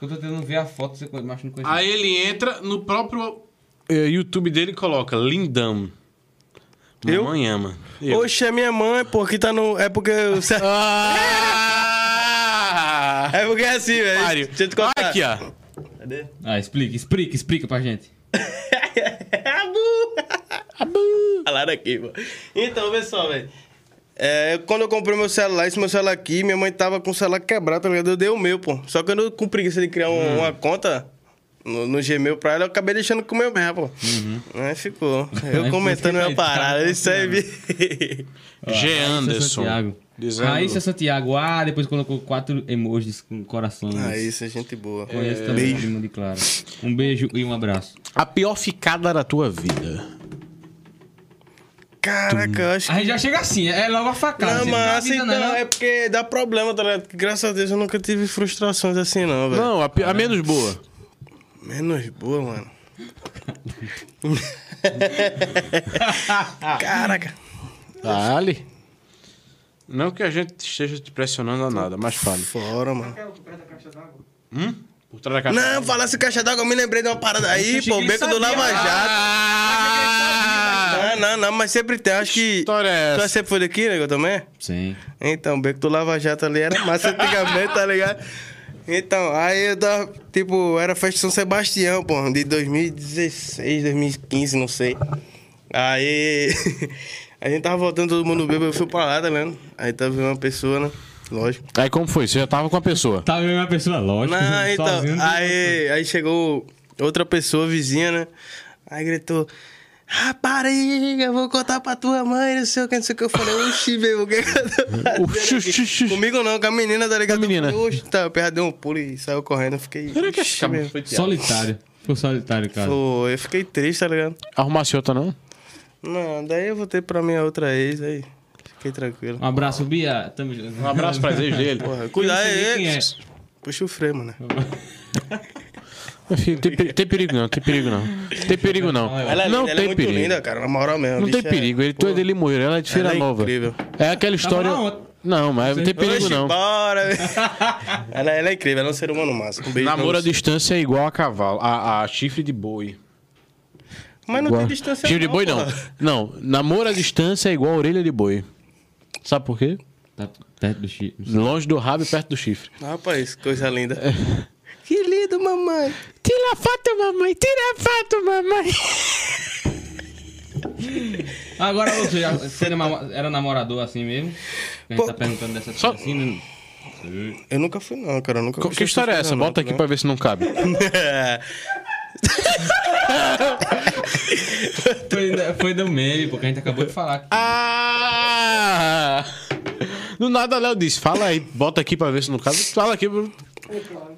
Speaker 1: Eu tô tentando ver a foto, você conhece, mas não conheço.
Speaker 2: ele entra no próprio eh, YouTube dele e coloca Lindão.
Speaker 3: Eu?
Speaker 2: Mamãe ama.
Speaker 3: Oxe, é minha mãe, pô, que tá no. É porque. eu-
Speaker 2: Ah!
Speaker 3: É porque é assim, velho.
Speaker 2: Mário.
Speaker 3: Deixa eu te contar.
Speaker 2: Aqui, ó.
Speaker 3: Cadê?
Speaker 1: Ah, explica, explica, explica pra gente.
Speaker 3: Falaram aqui, pô. Então, pessoal, velho. É, quando eu comprei meu celular, esse meu celular aqui, minha mãe tava com o celular quebrado, tá ligado? Eu dei o meu, pô. Só que eu não com preguiça de criar um-
Speaker 1: Hum.
Speaker 3: uma conta no, no Gmail pra ela, eu acabei deixando com o meu mesmo, pô.
Speaker 1: Uhum.
Speaker 3: Aí ficou. Eu
Speaker 1: Aí
Speaker 3: comentando
Speaker 1: você
Speaker 3: minha
Speaker 1: tá
Speaker 3: parada,
Speaker 1: aí,
Speaker 3: isso aí. vi.
Speaker 2: G.
Speaker 1: Raíssa
Speaker 2: Anderson.
Speaker 1: Santiago.
Speaker 2: Dizendo-
Speaker 1: Raíssa Santiago. Ah, depois colocou quatro emojis com corações.
Speaker 3: ah, isso é gente boa.
Speaker 1: Conheço também a prima de Clara. Um beijo e um abraço.
Speaker 2: A pior ficada da tua vida.
Speaker 3: Caraca, eu acho
Speaker 1: A gente já chega assim, é logo a facada. né, você
Speaker 3: Não, mas
Speaker 1: avisa,
Speaker 3: assim, então, é porque dá problema, tá ligado? Graças a Deus eu nunca tive frustrações assim, não, velho.
Speaker 2: Não, a, pi- a menos boa.
Speaker 3: Menos boa, mano. Caraca.
Speaker 2: Vale. Não que a gente esteja te pressionando a nada, mas fale.
Speaker 3: Fora, mano.
Speaker 2: Por trás da caixa.
Speaker 3: Não, falasse caixa d'água, eu me lembrei de uma parada aí,
Speaker 1: achei
Speaker 3: pô.
Speaker 1: que ele
Speaker 3: Beco do
Speaker 1: sabia,
Speaker 3: Lava
Speaker 1: mas-
Speaker 3: Jato.
Speaker 2: Ah!
Speaker 3: Não, não, não, mas sempre tem. Acho que.
Speaker 2: história é
Speaker 3: Tu
Speaker 2: essa?
Speaker 3: sempre foi daqui, nego, também?
Speaker 1: Sim.
Speaker 3: Então, o beco do Lava Jato ali era massa antigamente, tá ligado? Então, aí eu tava, tipo, era festa São Sebastião, pô, de 2016, 2015, não sei. Aí a gente tava voltando, todo mundo bêbado, eu fui pra lá, tá vendo? Aí tava vendo uma pessoa, né? Lógico.
Speaker 2: Aí como foi? Você já tava com a pessoa.
Speaker 1: Tá vendo uma pessoa, lógico. né?
Speaker 3: Não,
Speaker 1: sozinho,
Speaker 3: então,
Speaker 1: não tem
Speaker 3: aí, aí chegou outra pessoa, vizinha, né? Aí gritou, rapariga, eu vou contar pra tua mãe, não sei o que, não sei o que. Eu falei, oxi, meu, o que que eu tô fazendo
Speaker 2: O xux, xux, xux.
Speaker 3: Comigo não, com a menina, tá ligado?
Speaker 2: Com a menina.
Speaker 3: Eu falei, "Oxe", tá, o PH deu um pulo e saiu correndo. Eu fiquei.
Speaker 2: Será que
Speaker 3: "Oxi,
Speaker 2: esse cabra
Speaker 3: meu."
Speaker 2: foi teatro?
Speaker 1: Solitário. Ficou solitário, cara.
Speaker 3: Pô, eu fiquei triste, tá ligado?
Speaker 2: Arrumasse outra, não?
Speaker 3: Não, daí eu voltei pra minha outra ex, aí fiquei tranquilo.
Speaker 2: Ah,
Speaker 1: Um abraço, Bia. Tamo junto.
Speaker 2: Um abraço pra ex dele.
Speaker 3: Porra,
Speaker 1: Eu
Speaker 3: cuidado
Speaker 1: não sei nem
Speaker 3: aí.
Speaker 1: quem é.
Speaker 3: Puxa o freio, mano.
Speaker 2: Meu filho, tem, peri- tem perigo não, tem perigo não. Tem perigo não.
Speaker 3: Ela é
Speaker 2: não
Speaker 3: linda, ela é
Speaker 2: tem
Speaker 3: muito
Speaker 2: perigo.
Speaker 3: linda, cara, na moral mesmo.
Speaker 2: Não
Speaker 3: bicha
Speaker 2: tem
Speaker 3: é-
Speaker 2: perigo. Ele, tu é dele morrer, ela é de Feira
Speaker 3: Ela é
Speaker 2: Nova.
Speaker 3: incrível.
Speaker 2: É aquela história.
Speaker 1: lá ontem.
Speaker 2: Não, mas não tem perigo
Speaker 3: Oxe,
Speaker 2: não.
Speaker 3: bora, velho. ela, ela é incrível, ela é um ser humano massa. Um beijo pra
Speaker 2: Namoro à
Speaker 3: você.
Speaker 2: distância é igual a cavalo, a, a chifre de boi.
Speaker 3: Mas não
Speaker 2: Igual-
Speaker 3: tem distância. é
Speaker 2: Chifre de boi não.
Speaker 3: porra.
Speaker 2: Não, namoro à distância é igual a orelha de boi. Sabe por quê?
Speaker 1: Tá perto do Chico.
Speaker 2: Longe do rabo e perto do chifre.
Speaker 3: Rapaz, coisa linda.
Speaker 2: É.
Speaker 3: Que lindo, mamãe.
Speaker 2: Tira a foto, mamãe! Tira a foto, mamãe!
Speaker 1: Agora você já você era namo- era namorador assim mesmo? A gente
Speaker 3: Pô.
Speaker 1: tá perguntando dessa
Speaker 2: Só-
Speaker 1: coisa assim. né? Sim.
Speaker 3: Eu nunca fui, não, cara. Eu nunca
Speaker 2: Que história é essa? Bota aqui pra ver se não cabe.
Speaker 3: né?
Speaker 1: Foi, da- foi do meme, porque a gente acabou de falar. aqui.
Speaker 2: Ah! Do nada, Léo disse: fala aí, bota aqui pra ver se no caso. Fala aqui. pro-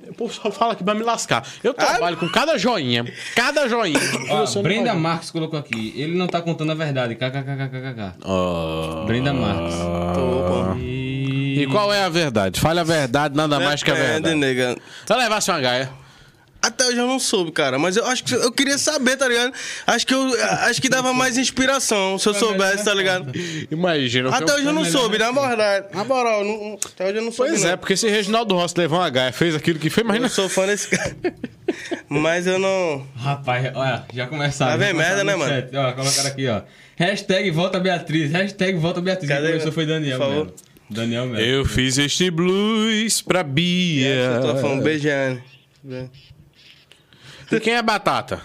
Speaker 2: O povo só fala aqui pra me lascar. Eu
Speaker 3: Ah?
Speaker 2: trabalho com cada joinha. Cada joinha.
Speaker 1: Ó,
Speaker 2: Você não
Speaker 1: Brenda
Speaker 2: pode-
Speaker 1: Marques colocou aqui. Ele não tá contando a verdade. KKKKKK.
Speaker 3: Oh.
Speaker 2: Ah.
Speaker 1: Brenda Marques.
Speaker 3: Opa.
Speaker 2: E qual é a verdade? Fale a verdade, nada mais que a
Speaker 3: Depende,
Speaker 2: verdade.
Speaker 3: É, nega.
Speaker 2: Se eu levasse uma gaia.
Speaker 3: Até hoje eu não soube, cara. Mas eu acho que eu queria saber, tá ligado? Acho que eu acho que dava mais inspiração se eu soubesse, tá ligado?
Speaker 2: Imagina. um- o que
Speaker 3: Até
Speaker 2: eu-
Speaker 3: hoje eu não soube, na verdade. Na moral, não- até hoje eu não soube.
Speaker 2: Pois
Speaker 3: não.
Speaker 2: é, porque se Reginaldo Rossi levou uma gaia, fez aquilo que fez, mas
Speaker 3: Eu
Speaker 2: não.
Speaker 3: sou fã desse cara. Mas eu não.
Speaker 1: Rapaz, olha, já começaram.
Speaker 3: Tá
Speaker 1: já
Speaker 3: bem merda,
Speaker 1: começaram
Speaker 3: né,
Speaker 1: no chat. Ó, colocaram aqui, ó. Hashtag volta Beatriz. Hashtag volta Beatriz. Quem
Speaker 3: Cadê,
Speaker 1: começou foi Daniel,
Speaker 3: por favor?
Speaker 1: mano. Daniel mesmo.
Speaker 2: Eu fiz este blues pra Bia.
Speaker 3: Eu tô É, tá falando beijando.
Speaker 2: E quem é Batata?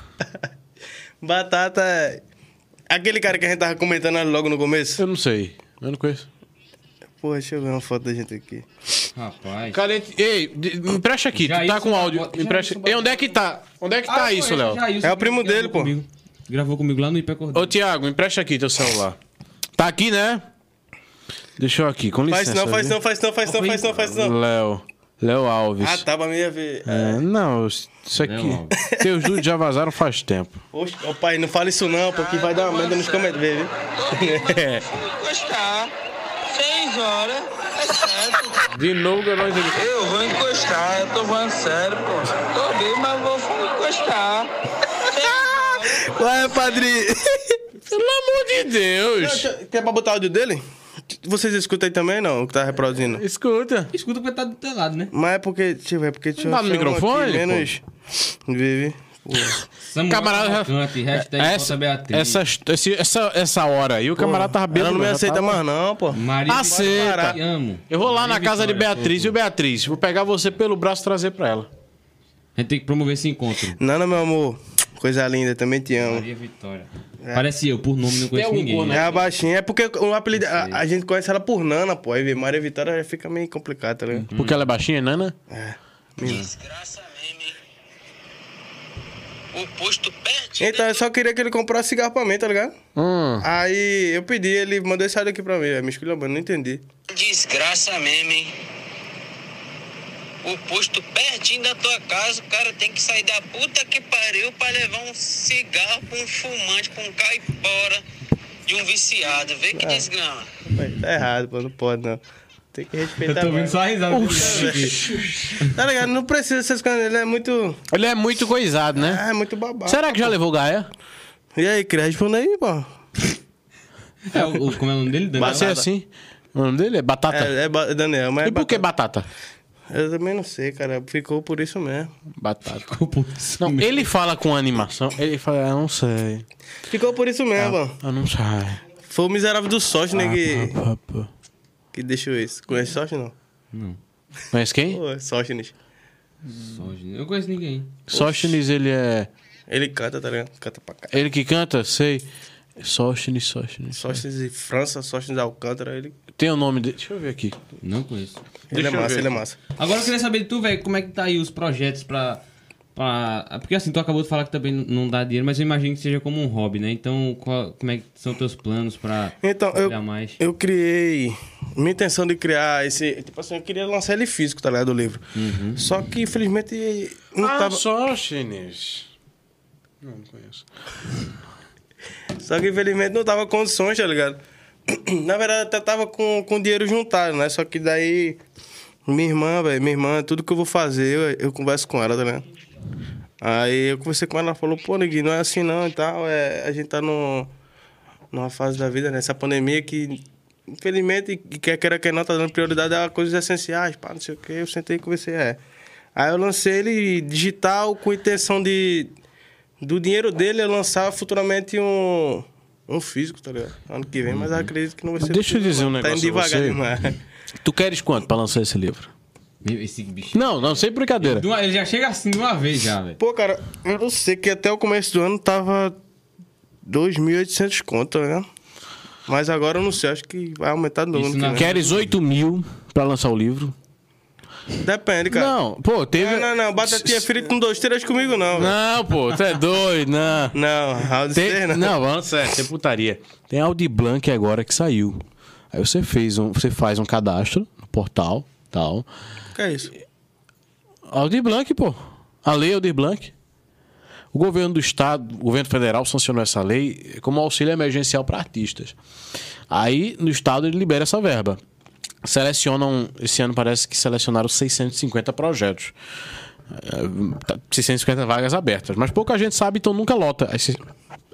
Speaker 3: Batata. é- Aquele cara que a gente tava comentando logo no começo.
Speaker 2: Eu não sei. Eu não conheço.
Speaker 3: Porra, deixa eu ver uma foto da gente aqui.
Speaker 1: Rapaz.
Speaker 2: Cara, ent- ei, de- me empresta aqui. tu tá
Speaker 1: Jailson
Speaker 2: com áudio.
Speaker 1: Barbosa-
Speaker 2: Me empresta.
Speaker 1: Jailson
Speaker 2: Ei, onde é que tá? Onde é que tá
Speaker 1: Ah,
Speaker 2: isso,
Speaker 1: conheço
Speaker 2: Léo?
Speaker 1: o Jailson,
Speaker 3: É o primo
Speaker 1: que gravou
Speaker 3: dele, pô.
Speaker 1: comigo. Gravou comigo lá no IP Cordeiro.
Speaker 2: Ô, Tiago, me empresta aqui teu celular. Tá aqui, né? Deixa eu aqui, com
Speaker 3: Faz
Speaker 2: licença.
Speaker 3: não, faz
Speaker 2: viu?
Speaker 3: não, faz não, faz não, faz não, faz não.
Speaker 2: Léo. Léo Alves.
Speaker 3: Ah, tá, pra mim ia ver.
Speaker 2: É, não, isso aqui.
Speaker 1: Léo Alves.
Speaker 2: Teus nudes já vazaram faz tempo.
Speaker 3: Oxe, ô pai, não fala isso não, porque vai dar uma merda nos comentários, viu?
Speaker 2: É.
Speaker 4: Fui encostar. Seis horas. É certo.
Speaker 2: De novo, eu não entendi.
Speaker 4: Eu vou encostar. Eu tô falando sério, pô. Tô bem, mas vou fui encostar. Seis horas.
Speaker 3: Ué, padre.
Speaker 2: Pelo amor de Deus.
Speaker 3: Ah, Quer pra botar áudio dele? Vocês escutam aí também não, o que tá reproduzindo?
Speaker 2: Escuta.
Speaker 1: Escuta porque tá do teu lado, né?
Speaker 3: Mas é porque, deixa eu ver, porque deixa eu
Speaker 2: Tá no
Speaker 3: achar um
Speaker 2: microfone,
Speaker 3: aqui
Speaker 2: pô?
Speaker 3: menos. Vive. Porra.
Speaker 1: Samuel
Speaker 2: Camarada já-
Speaker 1: Cavalcante, hashtag
Speaker 2: É,
Speaker 1: volta
Speaker 2: Essa,
Speaker 1: Beatriz.
Speaker 2: essa, esse- essa, essa hora aí, o camarada tava Tá bêbado.
Speaker 3: Ela não me
Speaker 2: já
Speaker 3: aceita
Speaker 2: tava-
Speaker 3: mais não, pô.
Speaker 1: Maria
Speaker 2: Aceita.
Speaker 1: Vitória, te amo.
Speaker 2: Ah, Tá. Eu vou lá
Speaker 1: Maria
Speaker 2: na casa de
Speaker 1: Vitória,
Speaker 2: Beatriz, viu,
Speaker 1: pô.
Speaker 2: Beatriz? Vou pegar você pelo braço e trazer pra ela.
Speaker 1: A gente tem que promover esse encontro.
Speaker 3: Nana, meu amor. Coisa linda, também te amo.
Speaker 1: Maria Vitória. Parece eu, por nome não conheço
Speaker 2: É. algum
Speaker 1: ninguém.
Speaker 2: corno,
Speaker 1: né?
Speaker 3: É a baixinha, é porque o apelido. A, a gente conhece ela por Nana, pô. Aí vê, Maria Vitória já fica meio complicado, tá ligado?
Speaker 1: Hum.
Speaker 2: Porque ela é baixinha, Nana?
Speaker 4: Desgraça mesmo, hein? O posto pertinho.
Speaker 3: Então, eu só queria que ele comprasse cigarro pra mim, tá ligado?
Speaker 2: Hum.
Speaker 3: Aí eu pedi, ele mandou esse áudio aqui pra mim. Aí me escolheu, mano, não entendi.
Speaker 4: Desgraça mesmo, hein? O posto pertinho da tua casa, o cara tem que sair da puta que pariu pra levar um cigarro pra um fumante, pra um caipora de um viciado. Vê que desgrama.
Speaker 3: Mas tá errado, pô, não pode não. Tem que
Speaker 1: Eu
Speaker 3: respeitar.
Speaker 1: tô ouvindo
Speaker 3: mano.
Speaker 1: só a risada.
Speaker 3: Tá ligado? Não precisa dessas coisas, ele é muito.
Speaker 2: Ele é muito coisado, né?
Speaker 3: Ah, é muito babado.
Speaker 2: Será que já levou Gaia?
Speaker 3: E aí, Cris, responde aí, pô.
Speaker 1: É, o, o- como é o nome dele? Daniel?
Speaker 2: Vai ser assim. O nome dele é Batata.
Speaker 3: É, é ba- Daniel, mas.
Speaker 2: e por que Batata?
Speaker 3: Eu também não sei, cara. Ficou por isso mesmo.
Speaker 2: Batata.
Speaker 1: Desculpa, isso
Speaker 2: Não,
Speaker 1: mesmo.
Speaker 2: ele fala com animação. Ele fala, eu não sei.
Speaker 3: Ficou por isso mesmo, ó.
Speaker 2: Eu não sei.
Speaker 3: Foi o miserável do sorte,
Speaker 2: Ah,
Speaker 3: né? Que,
Speaker 2: Pá, pá, pá.
Speaker 3: que deixou isso. Conhece sorte, não?
Speaker 2: Conhece quem?
Speaker 3: Pô, é Sóstenes.
Speaker 1: Só, gente. Eu conheço ninguém.
Speaker 2: Sóstenes, ele é.
Speaker 3: Ele canta, tá ligado? Canta pra cá.
Speaker 2: Ele que canta? Sei. Sóstenes, Sóstenes.
Speaker 3: Sóstenes de França, Sóstenes de Alcântara. Ele,
Speaker 2: Tem o nome dele. Deixa eu ver aqui.
Speaker 1: Não conheço.
Speaker 3: ele
Speaker 2: Deixa
Speaker 3: é
Speaker 2: eu
Speaker 3: massa,
Speaker 2: ver.
Speaker 3: ele é massa.
Speaker 1: Agora eu queria saber de tu, velho, como é que tá aí os projetos pra, pra- Porque assim, tu acabou de falar que também não dá dinheiro, mas eu imagino que seja como um hobby, né? Então, qual- como é que são teus planos pra
Speaker 3: Então, eu,
Speaker 2: é
Speaker 1: trabalhar mais?
Speaker 3: eu criei. Minha intenção de criar esse. Tipo assim, eu queria lançar ele físico, tá ligado? O livro. Só que, infelizmente, não
Speaker 2: ah,
Speaker 3: tava.
Speaker 2: Sóstenes. Não, não conheço.
Speaker 3: Só que, infelizmente, não tava condições, tá ligado? Na verdade, até tava com, com dinheiro juntado, né? Só que daí. Minha irmã, velho, minha irmã, tudo que eu vou fazer, eu, eu converso com ela, tá ligado? Aí eu conversei com ela, ela falou, pô, Neguinho, não é assim não e tal. É, a gente tá no, numa fase da vida, né? Essa pandemia que, infelizmente, e quer queira que não, tá dando prioridade a coisas essenciais, pá, não sei o quê. Eu sentei e conversei, é. Aí eu lancei ele digital com intenção de... Do dinheiro dele eu lançar futuramente um... Um físico, tá ligado? Ano que vem, mas acredito que não vai ser.
Speaker 2: Uhum. Deixa eu
Speaker 3: possível,
Speaker 2: dizer um
Speaker 3: não.
Speaker 2: negócio
Speaker 3: Tá indo
Speaker 2: a
Speaker 3: devagar
Speaker 2: você.
Speaker 3: demais.
Speaker 2: Tu queres quanto pra lançar esse livro?
Speaker 1: Meu, Esse bicho.
Speaker 2: Não, não, sem brincadeira.
Speaker 1: De uma- Ele já chega assim de uma vez já, velho.
Speaker 3: Pô, cara, eu não sei que até o começo do ano tava 2.800 conto, né? Mas agora eu não sei, acho que vai aumentar né? no
Speaker 1: Isso
Speaker 3: ano. que
Speaker 1: na-
Speaker 3: vem.
Speaker 2: Queres 8 mil pra lançar o livro?
Speaker 3: Depende, cara. Não,
Speaker 2: Não, pô, teve.
Speaker 3: Tá. não, não, batatinha frita com dois tiras comigo, não. velho.
Speaker 2: Não, pô, tu é doido, não.
Speaker 3: Não, round
Speaker 2: Tem,
Speaker 3: não.
Speaker 2: não, vamos sério, tem putaria. Tem Audi Blanc agora que saiu. Aí você fez um, você faz um cadastro no portal, tal.
Speaker 3: Que é isso?
Speaker 2: Aldir Blanc, pô. A lei Aldir Blanc. O governo do estado, o governo federal sancionou essa lei como auxílio emergencial para artistas. Aí, no estado, ele libera essa verba. Selecionam, esse ano parece que selecionaram 650 projetos. Eh, tá- 650 vagas abertas. Mas pouca gente sabe, então nunca lota as se-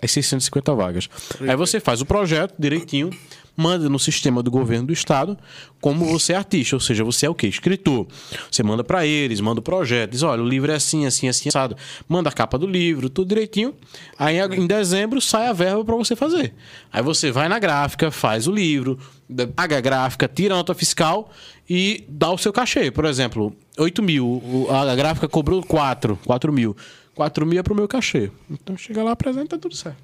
Speaker 2: as 650 vagas. Aí você faz o projeto direitinho, manda no sistema do governo do estado como você é artista, ou seja, você é o quê? Escritor. Você manda pra eles, manda o projeto, diz: olha, o livro é assim, assim, assim, assado. Manda a capa do livro, tudo direitinho. Aí em dezembro sai a verba pra você fazer. Aí você vai na gráfica, faz o livro, da- paga a gráfica, tira a nota fiscal e dá o seu cachê. Por exemplo, 8 mil, o- a gráfica cobrou 4, 4 mil. 4 mil é pro meu cachê. Então chega lá, apresenta, tudo certo.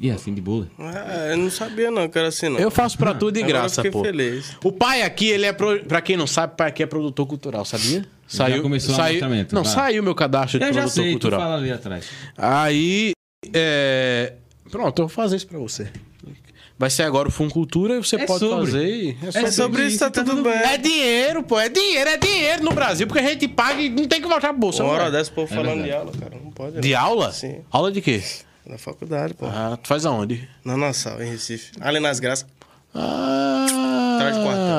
Speaker 1: E assim de boa.
Speaker 3: Ah, eu não sabia, não, cara, assim não.
Speaker 2: Eu faço pra tu de
Speaker 3: agora eu
Speaker 2: graça,
Speaker 3: fiquei
Speaker 2: pô.
Speaker 3: feliz.
Speaker 2: O pai aqui, ele é. Pro... Pra quem não sabe, o pai aqui é produtor cultural, sabia? Saiu.
Speaker 1: começou o
Speaker 2: saiu...
Speaker 1: lançamento,
Speaker 2: Não,
Speaker 1: vai.
Speaker 2: saiu meu cadastro de
Speaker 1: tá? Eu já
Speaker 2: produtor
Speaker 1: sei, tu
Speaker 2: cultural.
Speaker 1: fala ali atrás.
Speaker 2: Aí. é, Pronto, eu vou fazer isso pra você. Vai ser agora o Fundo Cultura e você
Speaker 1: É
Speaker 2: pode
Speaker 1: sobre.
Speaker 2: fazer. e- É
Speaker 1: É
Speaker 2: sobre.
Speaker 3: Sobre isso tá tudo bem.
Speaker 2: É dinheiro, pô. É dinheiro, é dinheiro no Brasil, porque a gente paga e não tem que voltar pro bolso.
Speaker 3: Uma hora
Speaker 2: né?
Speaker 3: dessa, o povo
Speaker 1: É
Speaker 3: falando de
Speaker 1: verdade.
Speaker 3: aula, cara. Não pode.
Speaker 2: De
Speaker 3: não.
Speaker 2: aula?
Speaker 3: Sim.
Speaker 2: Aula de quê?
Speaker 3: Na faculdade, pô.
Speaker 2: Ah, tu faz aonde?
Speaker 3: Na nossa sala, em Recife. Ali nas graças.
Speaker 2: Ah.
Speaker 3: Atrás de quartel.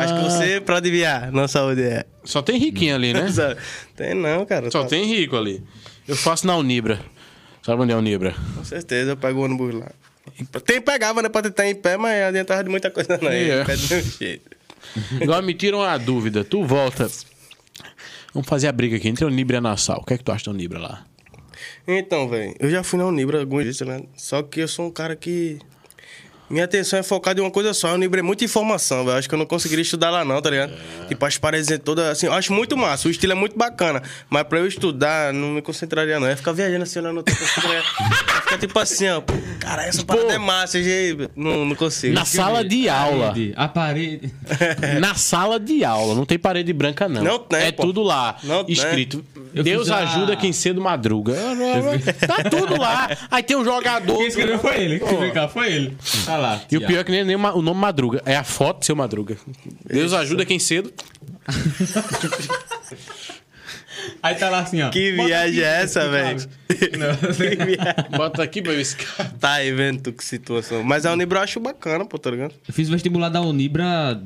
Speaker 3: Acho que você, pra adivinhar, na saúde é.
Speaker 2: Só tem riquinho ali, né?
Speaker 3: Sabe? Tem não, cara.
Speaker 2: Só
Speaker 3: tá-
Speaker 2: tem rico ali. Eu faço na Unibra. Sabe onde é a Unibra?
Speaker 3: Com certeza, eu pego o ônibus lá. Tem pegava, né, pra tentar ir em pé, mas adiantava de muita coisa não.
Speaker 2: É.
Speaker 3: É. Pé de um jeito.
Speaker 2: Agora me tiram a dúvida. Tu volta. Vamos fazer a briga aqui entre a Unibra e a Nassau. O que é que tu acha da Unibra lá?
Speaker 3: Então, velho, eu já fui na Unibra algumas vezes, né? Só que eu sou um cara que. Minha atenção é focada em uma coisa só. A Unibra é muita informação, velho. Acho que eu não conseguiria estudar lá, não, tá ligado? Tipo, as paredes todas, assim, eu acho muito massa. O estilo é muito bacana. Mas pra eu estudar, não me concentraria, não. Eu ia ficar viajando assim, olhando outra coisa, tá ligado? Eu ia ficar tipo assim, ó. Caralho, essa parada é massa, eu já... não, não consigo.
Speaker 2: Na sala
Speaker 3: É,
Speaker 2: de aula.
Speaker 1: Parede, A parede.
Speaker 2: Na sala de aula. Não tem parede branca, não.
Speaker 3: Não tem,
Speaker 2: É
Speaker 3: pô.
Speaker 2: tudo lá.
Speaker 3: Não tem.
Speaker 2: escrito.
Speaker 1: Eu
Speaker 2: Deus
Speaker 1: fiz a-
Speaker 2: ajuda quem cedo madruga. Tá tudo lá. Aí tem um jogador.
Speaker 1: Quem escreveu foi ele. Quem veio cá foi ele. Tá lá.
Speaker 2: E o pior é que nem, nem o ma- o nome Madruga. É a foto do seu Madruga. Deus ajuda quem cedo.
Speaker 1: Aí tá lá assim, ó.
Speaker 3: Que
Speaker 1: Bota
Speaker 3: viagem
Speaker 1: aqui,
Speaker 3: é essa,
Speaker 1: aqui,
Speaker 3: velho? Que
Speaker 1: Não.
Speaker 3: viagem.
Speaker 2: Bota aqui pra eu ver esse cara.
Speaker 3: Tá aí vendo tu que situação. Mas a Unibra eu acho bacana, pô, tá ligado?
Speaker 1: Eu fiz o vestibular da Unibra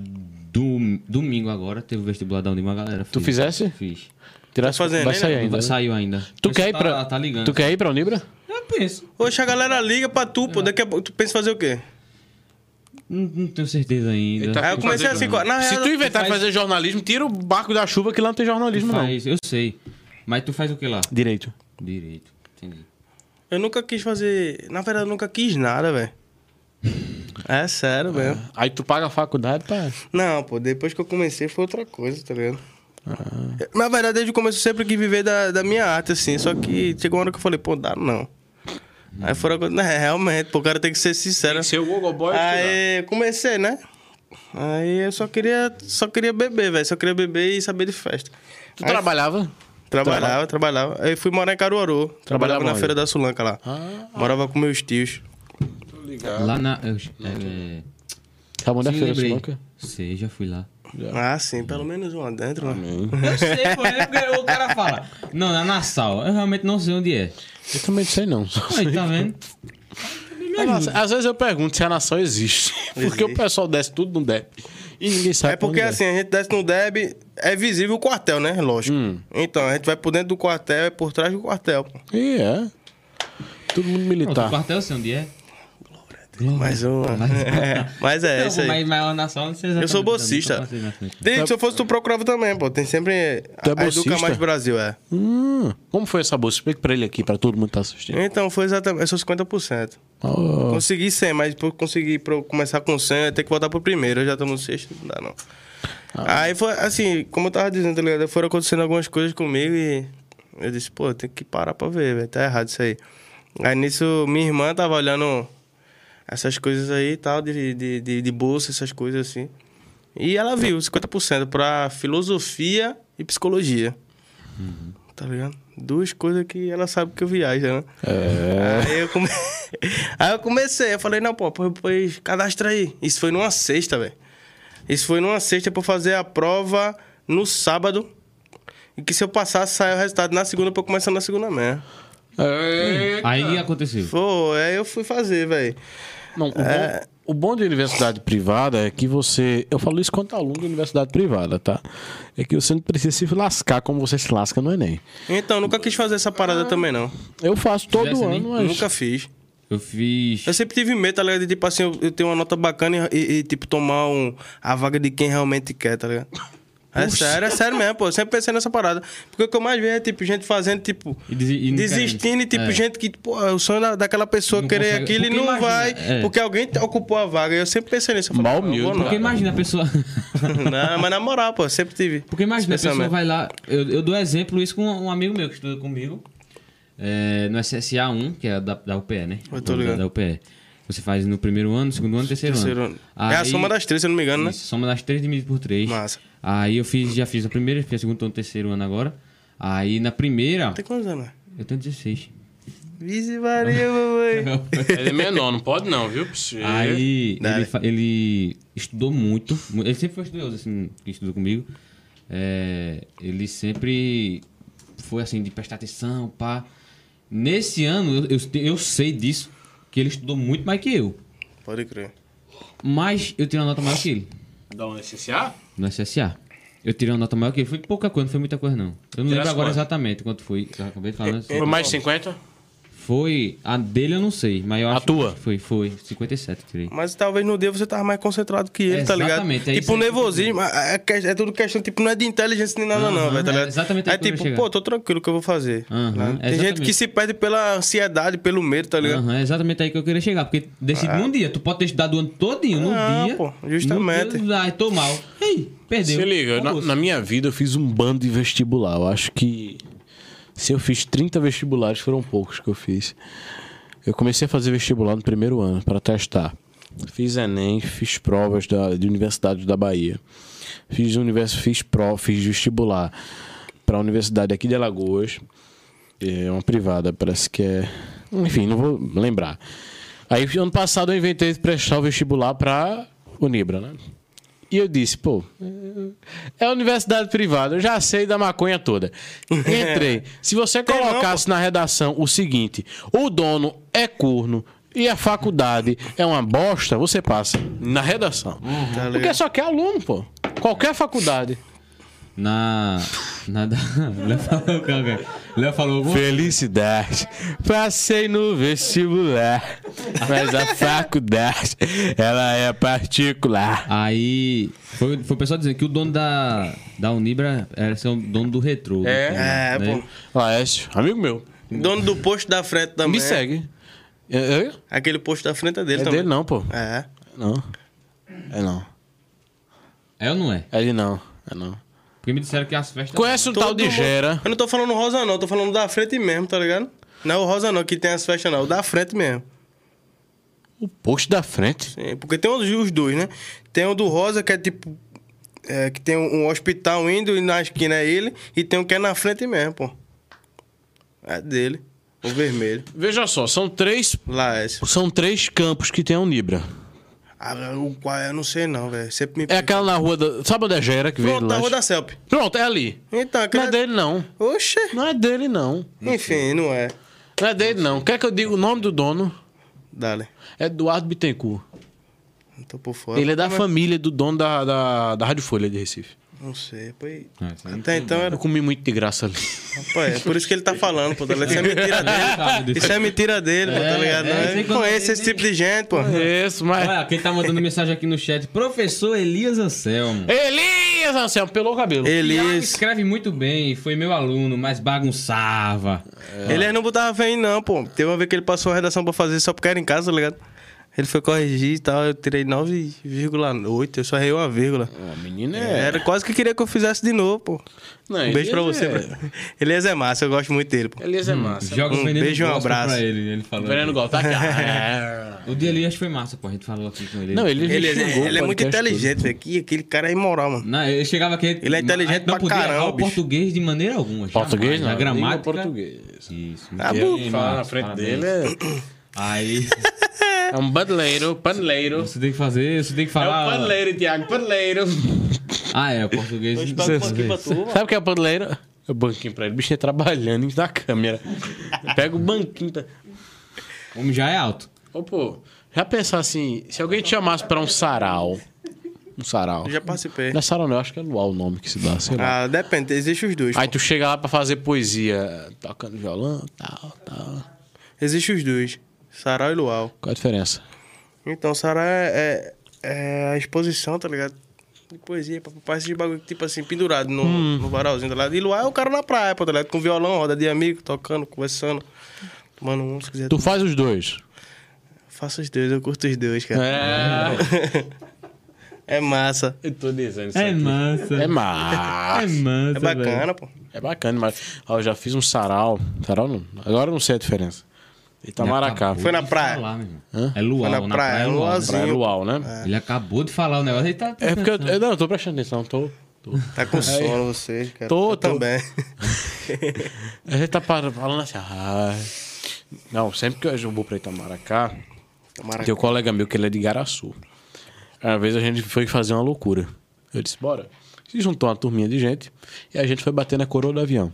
Speaker 1: dom- domingo agora. Teve o vestibular da Unibra, a galera.
Speaker 2: Tu
Speaker 1: fez.
Speaker 2: fizesse?
Speaker 1: Fiz.
Speaker 2: Tirar
Speaker 3: Tá fazendo,
Speaker 2: vai
Speaker 3: hein,
Speaker 2: sair
Speaker 3: né?
Speaker 2: ainda.
Speaker 1: Não
Speaker 2: né?
Speaker 1: saiu ainda.
Speaker 2: Tu
Speaker 1: Mas
Speaker 2: quer,
Speaker 1: tá-
Speaker 2: ir pra,
Speaker 1: Tá ligando.
Speaker 2: tu quer ir pra Unibra?
Speaker 1: Eu penso.
Speaker 3: Oxe, a galera liga pra tu, pô. Daqui a pouco tu pensa em fazer o quê?
Speaker 1: Não, não tenho certeza ainda.
Speaker 2: Ele tá
Speaker 3: Aí eu comecei
Speaker 2: fazer
Speaker 3: assim, co- na
Speaker 2: Se
Speaker 3: real.
Speaker 2: tu inventar
Speaker 1: tu faz-
Speaker 2: fazer jornalismo, tira o barco da chuva que lá não tem jornalismo, não.
Speaker 1: Faz, eu sei. Mas tu faz o que lá?
Speaker 2: Direito.
Speaker 1: Direito. Entendi.
Speaker 3: Eu nunca quis fazer. Na verdade, eu nunca quis nada, velho. É sério, velho.
Speaker 2: Aí tu paga a faculdade pra.
Speaker 3: Não, pô, depois que eu comecei foi outra coisa, tá ligado?
Speaker 2: Ah.
Speaker 3: Na verdade, desde o começo eu sempre quis viver da, da minha arte, assim. Só que chegou uma hora que eu falei, pô, dá não. Aí foram agora, né, realmente, pô, o cara tem que ser sincero.
Speaker 2: o Gogoboy.
Speaker 3: Aí eu comecei, né? Aí eu só queria, só queria beber, velho. Só queria beber e saber de festa.
Speaker 2: Tu
Speaker 3: Aí-
Speaker 2: trabalhava?
Speaker 3: Trabalhava, trabalhava. Aí fui morar em Caruaru. Trabalhava, na
Speaker 2: onde?
Speaker 3: Feira da Sulanca lá. Morava com meus tios.
Speaker 1: Lá na. eu- é, é,
Speaker 2: Ramon da
Speaker 1: sim,
Speaker 2: Tá. Feira,
Speaker 1: lembrei.
Speaker 2: Sulanca.
Speaker 1: Sei, já fui lá.
Speaker 3: Ah, sim, pelo menos uma dentro, né?
Speaker 1: Eu sei, pô. eu- O cara fala. Não, na Nassau. Eu realmente não sei onde é.
Speaker 2: Eu também não sei, não.
Speaker 1: Aí,
Speaker 2: é
Speaker 1: tá vendo?
Speaker 2: Às- Às vezes eu pergunto se a nação existe. Porque o pessoal desce tudo no DEP. E ninguém sabe.
Speaker 3: É porque
Speaker 2: pra Tá onde
Speaker 3: assim, a gente desce no Deb, é visível o quartel, né? Lógico. Então, a gente vai por dentro do quartel, é por trás do quartel. pô.
Speaker 2: É. E é. Todo
Speaker 1: Pronto,
Speaker 2: mundo
Speaker 1: o é?
Speaker 2: militar.
Speaker 1: quartel eu sei onde é.
Speaker 3: Mais uma. É, Mas é,
Speaker 1: Não,
Speaker 3: isso aí.
Speaker 1: Mas, mas lá na sala então, não sei
Speaker 3: Eu sou
Speaker 1: exatamente,
Speaker 3: bolsista.
Speaker 1: só passei na frente.
Speaker 3: Tem- se eu fosse, tu procurava também, pô. Tem sempre.
Speaker 2: Tu é
Speaker 3: a Educa
Speaker 2: bolsista?
Speaker 3: Mais Brasil, é.
Speaker 2: Hum, como foi essa bolsa? Explica pra ele aqui, pra todo mundo que tá assistindo.
Speaker 3: Então, foi exatamente. Eu sou 50%.
Speaker 2: Oh,
Speaker 3: Consegui 100, mas pra eu conseguir pra eu começar com 100, eu ia ter que voltar pro primeiro. Eu já tô no sexto, não dá não. Aí foi assim, como eu tava dizendo, tá ligado? Foram acontecendo algumas coisas comigo e eu disse, pô, tem que parar pra ver, velho. Tá errado isso aí. Aí nisso, minha irmã tava olhando essas coisas aí e tal, de, de, de, de bolsa, essas coisas assim. E ela viu 50% pra filosofia e psicologia. Tá ligado? Duas coisas que ela sabe que eu viajo, né? Aí eu, come... aí eu comecei, eu falei, não, pô, pois- pois cadastra aí. Isso foi numa sexta, velho. Isso foi numa sexta pra eu fazer a prova no sábado. E que se eu passar, sai o resultado na segunda pra eu começar na segunda mesmo.
Speaker 2: é...
Speaker 1: Aí aconteceu.
Speaker 3: Pô, aí eu fui fazer, velho.
Speaker 2: Não, o, bom, o bom de universidade privada é que você. Eu falo isso quanto aluno de universidade privada, tá? É que você não precisa se lascar como você se lasca no Enem.
Speaker 3: Então, nunca quis fazer essa parada também, não.
Speaker 2: Eu faço todo
Speaker 1: Fizesse Enem?
Speaker 2: ano, mas.
Speaker 3: Nunca fiz.
Speaker 1: Eu fiz.
Speaker 3: Eu sempre tive medo, tá ligado? De, tipo assim, eu, eu ter uma nota bacana e, e- e, tipo, tomar um, a vaga de quem realmente quer, tá ligado? É sério, é sério mesmo, pô. Eu sempre pensei nessa parada. Porque o que eu mais vejo é, tipo, gente fazendo, tipo,
Speaker 1: E desi- e não querendo.
Speaker 3: desistindo e, tipo,
Speaker 1: É.
Speaker 3: gente que, pô, o sonho da- daquela pessoa
Speaker 1: Não
Speaker 3: querer
Speaker 1: consegue-
Speaker 3: aquilo e
Speaker 1: porque
Speaker 3: não
Speaker 1: imagina,
Speaker 3: vai,
Speaker 1: é.
Speaker 3: porque alguém te- ocupou a vaga. Eu sempre pensei nisso. Eu falei,
Speaker 2: Mal
Speaker 3: pô, eu vou
Speaker 2: miúdo,
Speaker 3: não.
Speaker 1: Porque imagina a pessoa.
Speaker 3: não, mas na moral, pô, eu sempre tive.
Speaker 1: Porque imagina, a
Speaker 3: esse
Speaker 1: pessoa
Speaker 3: pensamento.
Speaker 1: vai lá. Eu, eu dou exemplo isso com um amigo meu que estuda comigo. é, no SSA1, que é da, da UPE, né?
Speaker 3: Eu tô ligado.
Speaker 1: Da, da UPE. Você faz no primeiro ano, segundo ano, terceiro,
Speaker 3: Terceiro
Speaker 1: ano.
Speaker 3: ano. É a
Speaker 1: Aí-
Speaker 3: soma das três, se eu não me engano, né?
Speaker 1: Isso, soma das três dividido por três.
Speaker 3: Massa.
Speaker 1: Aí eu fiz, já fiz a primeira, fiz a segunda, tô no terceiro ano agora. Aí na primeira,
Speaker 3: Tem quantos anos?
Speaker 1: eu tenho 16.
Speaker 3: Vice Maria, mamãe.
Speaker 2: Ele é menor, não pode não, viu?
Speaker 1: Aí
Speaker 3: Dá,
Speaker 1: ele,
Speaker 3: né?
Speaker 1: fa- ele estudou muito. mu- Ele sempre foi estudioso, assim, que estudou comigo. É, ele sempre foi assim, de prestar atenção, pá. Nesse ano, eu, eu, eu sei disso, que ele estudou muito mais que eu.
Speaker 3: Pode crer.
Speaker 1: Mas eu tirei uma nota maior que ele,
Speaker 2: Dá um SSA?
Speaker 1: no SSA. Eu tirei uma nota maior que ele. Foi pouca coisa, não foi muita coisa, não. Eu não
Speaker 2: Tirasse
Speaker 1: lembro agora
Speaker 2: quanto?
Speaker 1: exatamente quanto foi. que Eu acabei de falar. né?
Speaker 2: Foi mais de 50?
Speaker 1: Foi. A dele eu não sei, mas eu
Speaker 2: A
Speaker 1: acho
Speaker 2: tua?
Speaker 1: que foi, foi. 57 eu tirei.
Speaker 3: Mas talvez no dia você tava mais concentrado que ele, tá ligado?
Speaker 1: Exatamente, é isso
Speaker 3: tipo, o
Speaker 1: aí que eu tô
Speaker 3: nervosismo, é, é- é tudo questão, tipo, não é de inteligência nem nada, não,
Speaker 1: Aham,
Speaker 3: velho, tá
Speaker 1: é
Speaker 3: ligado?
Speaker 1: exatamente aí
Speaker 3: é
Speaker 1: que eu ia
Speaker 3: tipo,
Speaker 1: chegar.
Speaker 3: pô, tô tranquilo que eu vou fazer.
Speaker 1: Aham,
Speaker 3: né? Tem gente
Speaker 1: exatamente.
Speaker 3: que se perde pela ansiedade, pelo medo, tá ligado?
Speaker 1: Aham, é exatamente aí que eu queria chegar, porque
Speaker 2: Ah.
Speaker 1: decide num dia. Tu pode ter estudado o ano todinho, num
Speaker 3: Ah,
Speaker 1: dia.
Speaker 3: pô, justamente.
Speaker 1: num dia, ai, tô mal. Ei, perdeu.
Speaker 2: Se liga, na,
Speaker 1: Acabou-se.
Speaker 2: na minha vida eu fiz um bando de vestibular. Eu acho que se eu fiz 30 vestibulares, foram poucos que eu fiz. Eu comecei a fazer vestibular no primeiro ano para testar. Fiz Enem, fiz provas da, de universidade da Bahia. Fiz universo, fiz prova, fiz vestibular para a universidade aqui de Alagoas. É uma privada, parece que é. Enfim, não vou lembrar. Aí ano passado eu inventei de prestar o vestibular para Unibra, né? E eu disse, pô, é universidade privada, eu já sei da maconha toda. Entrei. Se você
Speaker 3: não,
Speaker 2: colocasse na redação o seguinte: o dono é corno e a faculdade é uma bosta, você passa na redação.
Speaker 3: Tá ligado?
Speaker 2: Porque só quer aluno, pô. Qualquer faculdade.
Speaker 1: Na. Na da. Léo falou, cara. Léo falou alguma
Speaker 2: Felicidade, passei no vestibular, mas a faculdade, ela é particular.
Speaker 1: Aí. Foi, foi o pessoal dizendo que o dono da. Da Unibra era ser o dono do retrô.
Speaker 2: É.
Speaker 3: É,
Speaker 1: né?
Speaker 3: pô.
Speaker 2: Laércio, amigo meu,
Speaker 3: Dono do posto da frente
Speaker 2: me
Speaker 3: também.
Speaker 2: segue. É, é?
Speaker 3: Aquele posto da frente é dele
Speaker 2: É
Speaker 3: também.
Speaker 2: dele não, pô.
Speaker 3: É.
Speaker 2: Não. É não.
Speaker 1: É ou não é?
Speaker 2: É ele não. É não.
Speaker 1: Porque me disseram que as festas.
Speaker 2: Conhece o tal
Speaker 3: Todo
Speaker 2: de
Speaker 3: mundo-
Speaker 2: Gera.
Speaker 3: Eu não tô falando rosa, não, eu tô falando da frente mesmo, tá ligado? Não é o rosa, não, que tem as festas, não, o da frente mesmo.
Speaker 2: O posto da frente.
Speaker 3: Sim, porque tem os, os dois, né? Tem o do Rosa, que é tipo. é, que tem um, um hospital indo e na esquina é ele, e tem um que é na frente mesmo, pô. É dele. O vermelho.
Speaker 2: Veja só, são três.
Speaker 3: Lá é esse.
Speaker 2: São três campos que tem a Unibra.
Speaker 3: Ah, o qual é, eu não sei não, velho. Sempre me.
Speaker 2: É aquela na rua da. Sabe onde é Gera que vem
Speaker 3: Pronto,
Speaker 2: lá?
Speaker 3: tá, a rua da Celp.
Speaker 2: Pronto, é ali.
Speaker 3: Então,
Speaker 2: Não
Speaker 3: aquela.
Speaker 2: é dele, não.
Speaker 3: Oxe.
Speaker 2: Não é dele, não.
Speaker 3: Enfim, não é.
Speaker 2: Não é dele, não. Quer que eu diga o nome do dono?
Speaker 3: Dale.
Speaker 2: É Eduardo Bittencourt. é
Speaker 3: Não tô por fora. Ah, é
Speaker 2: Ele é da família do dono da, da, da Rádio Folha de Recife.
Speaker 3: Não sei, foi.
Speaker 1: Ah, isso aí
Speaker 3: Até então era.
Speaker 2: Eu comi muito de graça ali.
Speaker 3: Rapaz, é por isso que ele tá falando, pô. Tá ligado? Isso é mentira dele.
Speaker 1: sabe disso.
Speaker 3: Isso é mentira dele, pô, tá
Speaker 1: É,
Speaker 3: ligado?
Speaker 1: é,
Speaker 3: Não,
Speaker 1: sei
Speaker 3: eu
Speaker 1: quando-
Speaker 3: conheço esse tipo de gente, pô.
Speaker 2: Isso, mas.
Speaker 1: Olha, quem tá mandando mensagem aqui no chat, professor Elias Anselmo.
Speaker 2: Elias Anselmo, pelou o cabelo.
Speaker 3: É.
Speaker 1: Thiago
Speaker 3: Elias.
Speaker 1: escreve muito bem, foi meu aluno, mas bagunçava.
Speaker 3: Ele não botava fé em não, pô. Teve uma vez que ele passou uma redação pra fazer só porque era em casa, tá ligado? Ele foi corrigir e tal, eu tirei 9,8, eu só errei uma vírgula.
Speaker 2: Ó, menino
Speaker 3: Era quase que queria que eu fizesse de novo, pô.
Speaker 2: É. Não,
Speaker 3: um beijo
Speaker 2: Elias
Speaker 3: pra você,
Speaker 2: é-
Speaker 3: bro. Elias é massa, eu gosto muito dele, pô.
Speaker 2: Elias é massa.
Speaker 1: Joga
Speaker 3: Um
Speaker 1: o veneno
Speaker 3: beijo e um
Speaker 1: gospel
Speaker 3: abraço.
Speaker 1: pra ele, ele falou.
Speaker 2: Veneno Gol, tá aqui. ó.
Speaker 1: O de Elias foi massa, pô, a gente falou aqui com ele.
Speaker 2: Não, ele,
Speaker 3: Ele,
Speaker 2: xingou o
Speaker 3: ele é muito
Speaker 2: podcast
Speaker 3: inteligente, velho. Que- Aquele cara é imoral, mano.
Speaker 1: Não, ele chegava aqui.
Speaker 3: Ele é inteligente
Speaker 1: a gente não
Speaker 3: pra
Speaker 1: podia errar
Speaker 3: caramba,
Speaker 1: o
Speaker 3: bicho.
Speaker 1: português de maneira alguma.
Speaker 2: todo. Português,
Speaker 1: jamais.
Speaker 2: não.
Speaker 1: A gramática.
Speaker 2: língua português.
Speaker 1: Isso.
Speaker 3: Ah,
Speaker 1: muito
Speaker 3: bom.
Speaker 1: bem,
Speaker 2: Falar na
Speaker 1: Marcos,
Speaker 2: frente
Speaker 1: parabéns.
Speaker 2: dele é,
Speaker 1: Aí
Speaker 2: é um É banleiro, panleiro.
Speaker 1: você tem que fazer, você tem que
Speaker 2: É um
Speaker 1: falar.
Speaker 2: panleiro, Tiago, panleiro.
Speaker 1: ah, é, o português.
Speaker 2: um Sabe o que é panleiro? É o banquinho pra ele. O bichinho trabalhando na câmera. Pega o banquinho. Tá...
Speaker 1: O homem já é alto.
Speaker 2: Ô, pô, já pensar assim, se alguém te chamasse pra um sarau. Um sarau.
Speaker 3: Eu já participei.
Speaker 2: Não é sarau, não. Eu acho que é luau o nome que se dá, sei lá.
Speaker 3: Ah, depende, existe os dois.
Speaker 2: Aí tu chega lá pra fazer poesia, tocando violão, tal, tal.
Speaker 3: Existe os dois. Sarau e Luau.
Speaker 2: Qual é a diferença?
Speaker 3: Então, Sarau é, é- é a exposição, tá ligado? De poesia, papai, esses bagulho, tipo assim, pendurado no,
Speaker 2: Hum.
Speaker 3: no varalzinho, tá ligado? E Luau é o cara na praia, pô, tá ligado? Com violão, roda de amigo, tocando, conversando, tomando um, se quiser.
Speaker 2: Tu faz os dois.
Speaker 3: Faça os dois, eu curto os dois, cara.
Speaker 2: É.
Speaker 3: É, massa.
Speaker 2: Eu tô dizendo isso.
Speaker 1: É massa.
Speaker 2: É
Speaker 1: É
Speaker 2: massa.
Speaker 1: massa.
Speaker 3: É bacana, pô.
Speaker 2: É bacana, mas. Ó, eu já fiz um sarau. Sarau não. Agora eu não sei a diferença. Itamaracá.
Speaker 3: Foi na praia.
Speaker 1: É luau,
Speaker 3: Foi
Speaker 1: na, praia, é luau. né?
Speaker 3: luauzinho.
Speaker 2: Praia Luau, né?
Speaker 3: É.
Speaker 1: Ele acabou de falar o negócio, ele tá.
Speaker 2: É porque eu. eu- Não, eu tô prestando atenção, tô. tô.
Speaker 3: Tá com sono vocês, cara.
Speaker 2: Tô,
Speaker 3: Eu
Speaker 2: tô.
Speaker 3: também.
Speaker 2: A gente tá par- falando assim. ai. Não, sempre que eu vou pra Itamaracá,
Speaker 3: Tomara
Speaker 2: tem um colega meu que ele é de Garaçu. Uma vez a gente foi fazer uma loucura. Eu disse, bora. Se juntou uma turminha de gente e a gente foi bater na coroa do avião.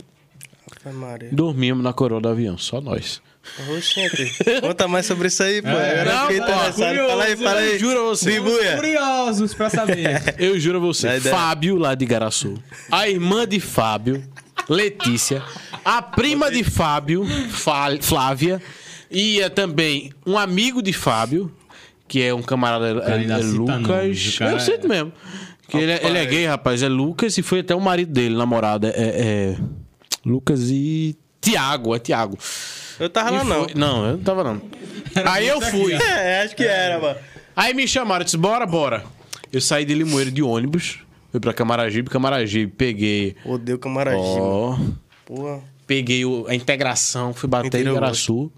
Speaker 3: que Maria.
Speaker 2: Dormimos na coroa do avião, só nós. é
Speaker 3: Oxente, conta mais sobre isso aí, pô. Agora eu
Speaker 2: não,
Speaker 3: fiquei
Speaker 2: pô,
Speaker 3: interessado. Fala aí,
Speaker 2: curioso,
Speaker 3: fala aí.
Speaker 2: eu juro a você.
Speaker 3: Dibuia.
Speaker 1: Curiosos pra
Speaker 3: É
Speaker 1: saber.
Speaker 2: Eu juro a você,
Speaker 3: Dá ideia.
Speaker 2: Fábio, lá de Garaçu, a irmã de Fábio, Letícia, a prima de Fábio, Fá- Flávia, e é também um amigo de Fábio, que é um camarada, é-
Speaker 1: ainda
Speaker 2: é
Speaker 1: cita nomes,
Speaker 2: Lucas.
Speaker 1: o cara
Speaker 2: eu sinto
Speaker 1: é-
Speaker 2: mesmo. Que ele, é, ele é gay, rapaz, é Lucas, e foi até o marido dele, namorada, é, é Lucas e Tiago, é Tiago.
Speaker 3: Eu tava lá,
Speaker 2: E
Speaker 3: Ah, não.
Speaker 2: foi- Não, eu não tava não. Aí eu fui.
Speaker 3: É, acho que era, mano.
Speaker 2: Aí me chamaram, disse, bora, bora. Eu saí de Limoeiro de ônibus, fui pra Camaragibe, Camaragibe, peguei...
Speaker 3: Odeio Camaragibe.
Speaker 2: Ó,
Speaker 3: Porra.
Speaker 2: peguei o- a integração, fui bater em
Speaker 3: Interior.
Speaker 2: Garaçu.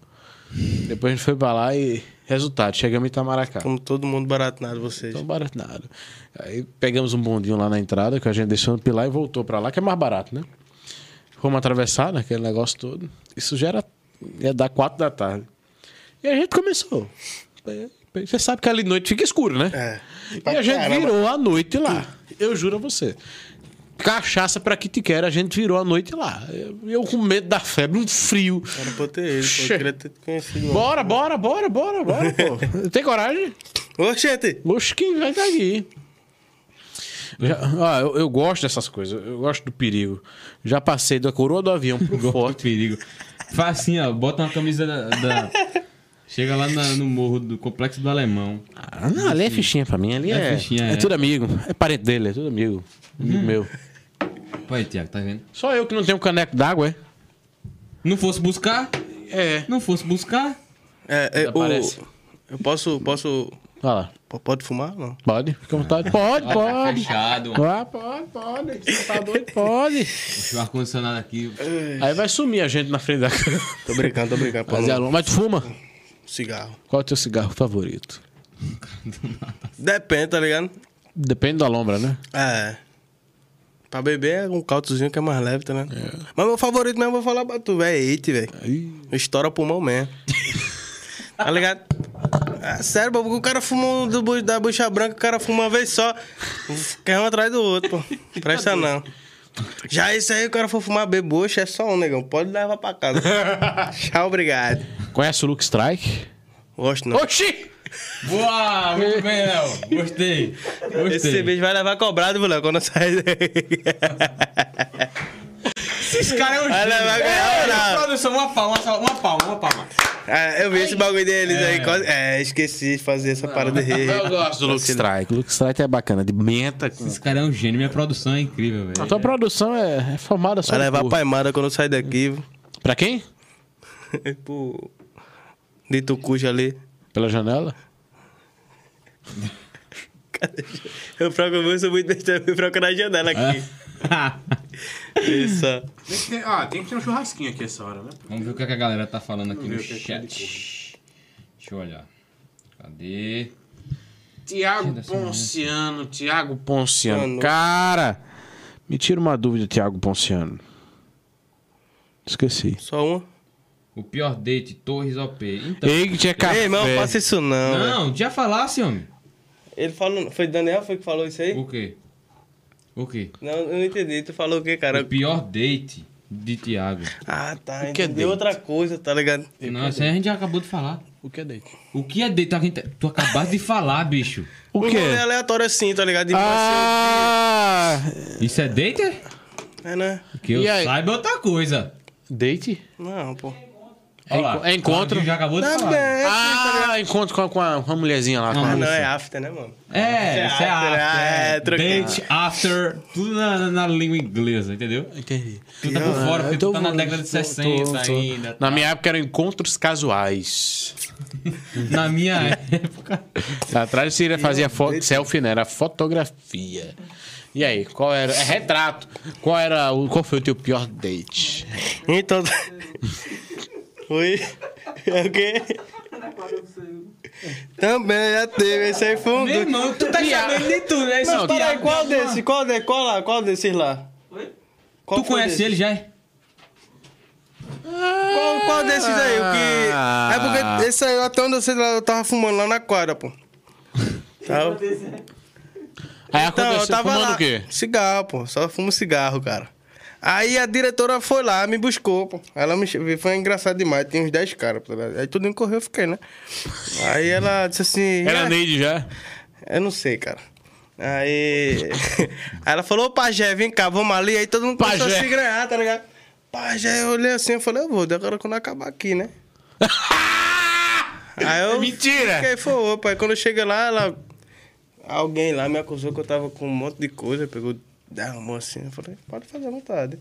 Speaker 2: Depois a gente foi pra lá e... Resultado, chegamos em Itamaracá.
Speaker 3: Como todo mundo baratinado, vocês.
Speaker 2: Não barato nada. Aí pegamos um bondinho lá na entrada, que a gente deixou no pilar e voltou pra lá, que é mais barato, né? Fomos atravessar naquele negócio todo. Isso já era... Ia dar quatro da tarde. E a gente começou. Você sabe que ali de noite fica escuro, né?
Speaker 3: É.
Speaker 2: E a gente
Speaker 3: Caramba.
Speaker 2: virou a noite lá. Eu juro a você. Cachaça pra que te quer, a gente virou a noite lá. Eu, eu com medo da febre, um frio.
Speaker 3: Era pra eu ter ele, pô.
Speaker 2: Che-
Speaker 3: Eu queria ter te conhecido. mano.
Speaker 2: Bora, bora, bora, bora, bora, pô. Tem coragem?
Speaker 3: Oxente.
Speaker 2: Oxe, quem vai tá aqui? Já- ah, eu, eu gosto dessas coisas, eu gosto do perigo. Já passei da coroa do avião pro
Speaker 1: Ó, que
Speaker 2: forte.
Speaker 1: perigo. Faz assim, ó, bota uma camisa da. da- Chega lá na- no morro do Complexo do Alemão.
Speaker 2: Ah, não, ali é fichinha pra mim, ali
Speaker 1: É
Speaker 2: é. É,
Speaker 1: fichinha, é.
Speaker 2: tudo amigo. É parente dele, é tudo amigo. Amigo meu.
Speaker 1: Pô aí, Tiago, tá vendo?
Speaker 2: Só eu que não tenho caneco d'água, é?
Speaker 1: Não fosse buscar,
Speaker 2: É.
Speaker 1: não fosse buscar.
Speaker 3: É, é,
Speaker 2: Aparece.
Speaker 3: o... Eu posso, posso...
Speaker 2: Olha lá.
Speaker 3: pô, Pode fumar? Não.
Speaker 2: Pode, fica à vontade. Pode,
Speaker 1: Tá
Speaker 2: pode.
Speaker 1: fechado.
Speaker 2: Ah, pode, pode. Você tá doido? Pode.
Speaker 1: Deixa o ar-condicionado aqui.
Speaker 2: Aí vai sumir a gente na frente da câmera.
Speaker 3: Tô brincando, tô brincando. Pô,
Speaker 2: Mas, é
Speaker 3: não.
Speaker 2: Alon, mas tu fuma?
Speaker 3: Cigarro.
Speaker 2: Qual é o teu cigarro favorito?
Speaker 3: Depende, tá ligado?
Speaker 2: Depende da lombra, né?
Speaker 3: É. Pra beber é um cautozinho que é mais leve, tá ligado? Mas meu favorito mesmo, eu vou falar pra tu, velho. É Eite, velho.
Speaker 2: Aí,
Speaker 3: Estoura pulmão mesmo. tá ligado? É sério, pô, porque o cara fuma um do bu- da bucha branca, o cara fuma uma vez só. Quer um atrás do outro, pô. Presta não. Já isso aí, o cara for fumar bebocha, é só um, negão. Pode levar pra casa. Tchau, obrigado.
Speaker 2: Conhece o Luke Strike?
Speaker 3: Gosto não.
Speaker 2: Oxi!
Speaker 1: Boa! Muito bem, Léo. Gostei. Gostei.
Speaker 3: Esse cerveja vai levar cobrado, moleque, quando eu sair daí.
Speaker 1: Esses caras é um
Speaker 3: Vai levar
Speaker 1: gênio.
Speaker 3: ganhar,
Speaker 1: Ei,
Speaker 3: Léo.
Speaker 1: Produção, uma palma, só- uma palma, uma palma.
Speaker 3: Ah, eu vi esse bagulho deles
Speaker 1: É.
Speaker 3: aí. quase- É, esqueci de fazer essa parada de
Speaker 2: Eu gosto do Luke Strike. Luke Strike é bacana, de menta. Com...
Speaker 1: Esse cara é um gênio, minha produção é incrível, velho.
Speaker 2: A tua produção é, é formada só.
Speaker 3: Vai levar
Speaker 2: por-
Speaker 3: paimada quando eu sair daqui.
Speaker 2: Pra quem?
Speaker 3: Pro. De Tucuja ali.
Speaker 2: Pela janela?
Speaker 3: Eu fraco eu sou muito besta, eu fraco na janela aqui. Isso.
Speaker 5: Tem que ter, ah, tem que ter um churrasquinho aqui essa hora, né?
Speaker 1: Vamos ver o que, é que a galera tá falando aqui no
Speaker 5: ver o que é que ele
Speaker 1: chat. Deixa eu olhar. Cadê?
Speaker 2: Tiago Ponciano, Tiago Ponciano.
Speaker 3: Mano.
Speaker 2: Cara, me tira uma dúvida, Tiago Ponciano. Esqueci.
Speaker 3: Só uma.
Speaker 1: O pior date, Torres OP. Então.
Speaker 2: Eigt é café.
Speaker 3: Ei, irmão, faça isso não. velho.
Speaker 1: Não, já falasse, homem.
Speaker 3: Ele falou. Foi Daniel foi que falou isso aí?
Speaker 1: O quê? O quê?
Speaker 3: Não, eu não entendi. Tu falou o quê, cara?
Speaker 1: O pior date de Thiago.
Speaker 3: Ah, tá.
Speaker 2: que é
Speaker 3: Entendi
Speaker 2: dente?
Speaker 3: outra coisa, tá ligado?
Speaker 1: Não, isso aí a gente já acabou de falar.
Speaker 2: O que é date?
Speaker 1: O que é date? A gente- Tu acabaste de falar, bicho.
Speaker 2: O
Speaker 3: Um
Speaker 2: quê?
Speaker 3: nome aleatório assim, tá ligado? De
Speaker 2: Ah!
Speaker 1: Isso é date?
Speaker 3: você- É, né?
Speaker 1: Que eu
Speaker 2: E aí?
Speaker 1: saiba é outra coisa.
Speaker 2: Date?
Speaker 3: Não, pô.
Speaker 2: É
Speaker 1: Olha lá,
Speaker 2: enco- é encontro?
Speaker 1: a gente Já acabou de
Speaker 3: Não,
Speaker 1: falar.
Speaker 3: é.
Speaker 2: Ah, encontro com, a- com a- uma mulherzinha lá.
Speaker 1: Ah,
Speaker 3: Ah,
Speaker 2: com
Speaker 3: não,
Speaker 2: a...
Speaker 3: é after, né, mano?
Speaker 1: É, isso é after.
Speaker 3: é,
Speaker 1: É,
Speaker 3: troquei.
Speaker 1: date, after, tudo na, na- na língua inglesa, entendeu?
Speaker 2: Entendi.
Speaker 1: Tu tá por fora, porque tu
Speaker 2: Então,
Speaker 1: tá na década de
Speaker 2: tô- tô-
Speaker 1: 60
Speaker 2: tô-
Speaker 1: ainda.
Speaker 2: Na minha época eram encontros casuais.
Speaker 1: Na minha época.
Speaker 2: Atrás você fazia foto, selfie, né? Era fotografia. E aí, qual era? É retrato. Qual era o. Qual foi o teu pior date?
Speaker 3: Então. Oi? É o quê? Também já teve, esse aí foi um.
Speaker 1: Meu
Speaker 3: do-
Speaker 1: irmão, tu tá sabendo de tudo, né? Esses
Speaker 3: Não, peraí,
Speaker 1: piadas.
Speaker 3: qual desse? Qual, de, qual, lá, qual desses lá? Qual
Speaker 1: Tu
Speaker 3: foi
Speaker 1: conhece
Speaker 3: desse?
Speaker 1: ele já? é?
Speaker 3: Qual, qual desses aí? O que... É porque esse aí, até onde eu sei, eu tava fumando lá na quadra, pô. Tá? Tava...
Speaker 2: Aí
Speaker 3: Então, eu
Speaker 2: aconteceu
Speaker 3: tava
Speaker 2: fumando
Speaker 3: lá.
Speaker 2: o quê?
Speaker 3: Cigarro, pô. Só fumo cigarro, cara. Aí a diretora foi lá, me buscou, pô. Ela me che- foi engraçado demais, tinha uns 10 caras, pô. tá Aí tudo em correu, eu fiquei, né? Aí ela disse assim.
Speaker 2: Era
Speaker 3: "Ah,
Speaker 2: Neide já?
Speaker 3: eu não sei, cara. Aí. Aí ela falou, ô pajé, vem cá, vamos ali. Aí todo mundo começou
Speaker 2: Pajé.
Speaker 3: a se ganhar, tá ligado? Pajé, eu olhei assim, eu falei, eu vou, agora quando acabar aqui, né? Aí eu.
Speaker 2: É Mentira!
Speaker 3: Fiquei, foi, opa. Aí quando eu cheguei lá, ela. Alguém lá me acusou que eu tava com um monte de coisa, pegou, derramou assim. Eu falei, pode fazer à vontade.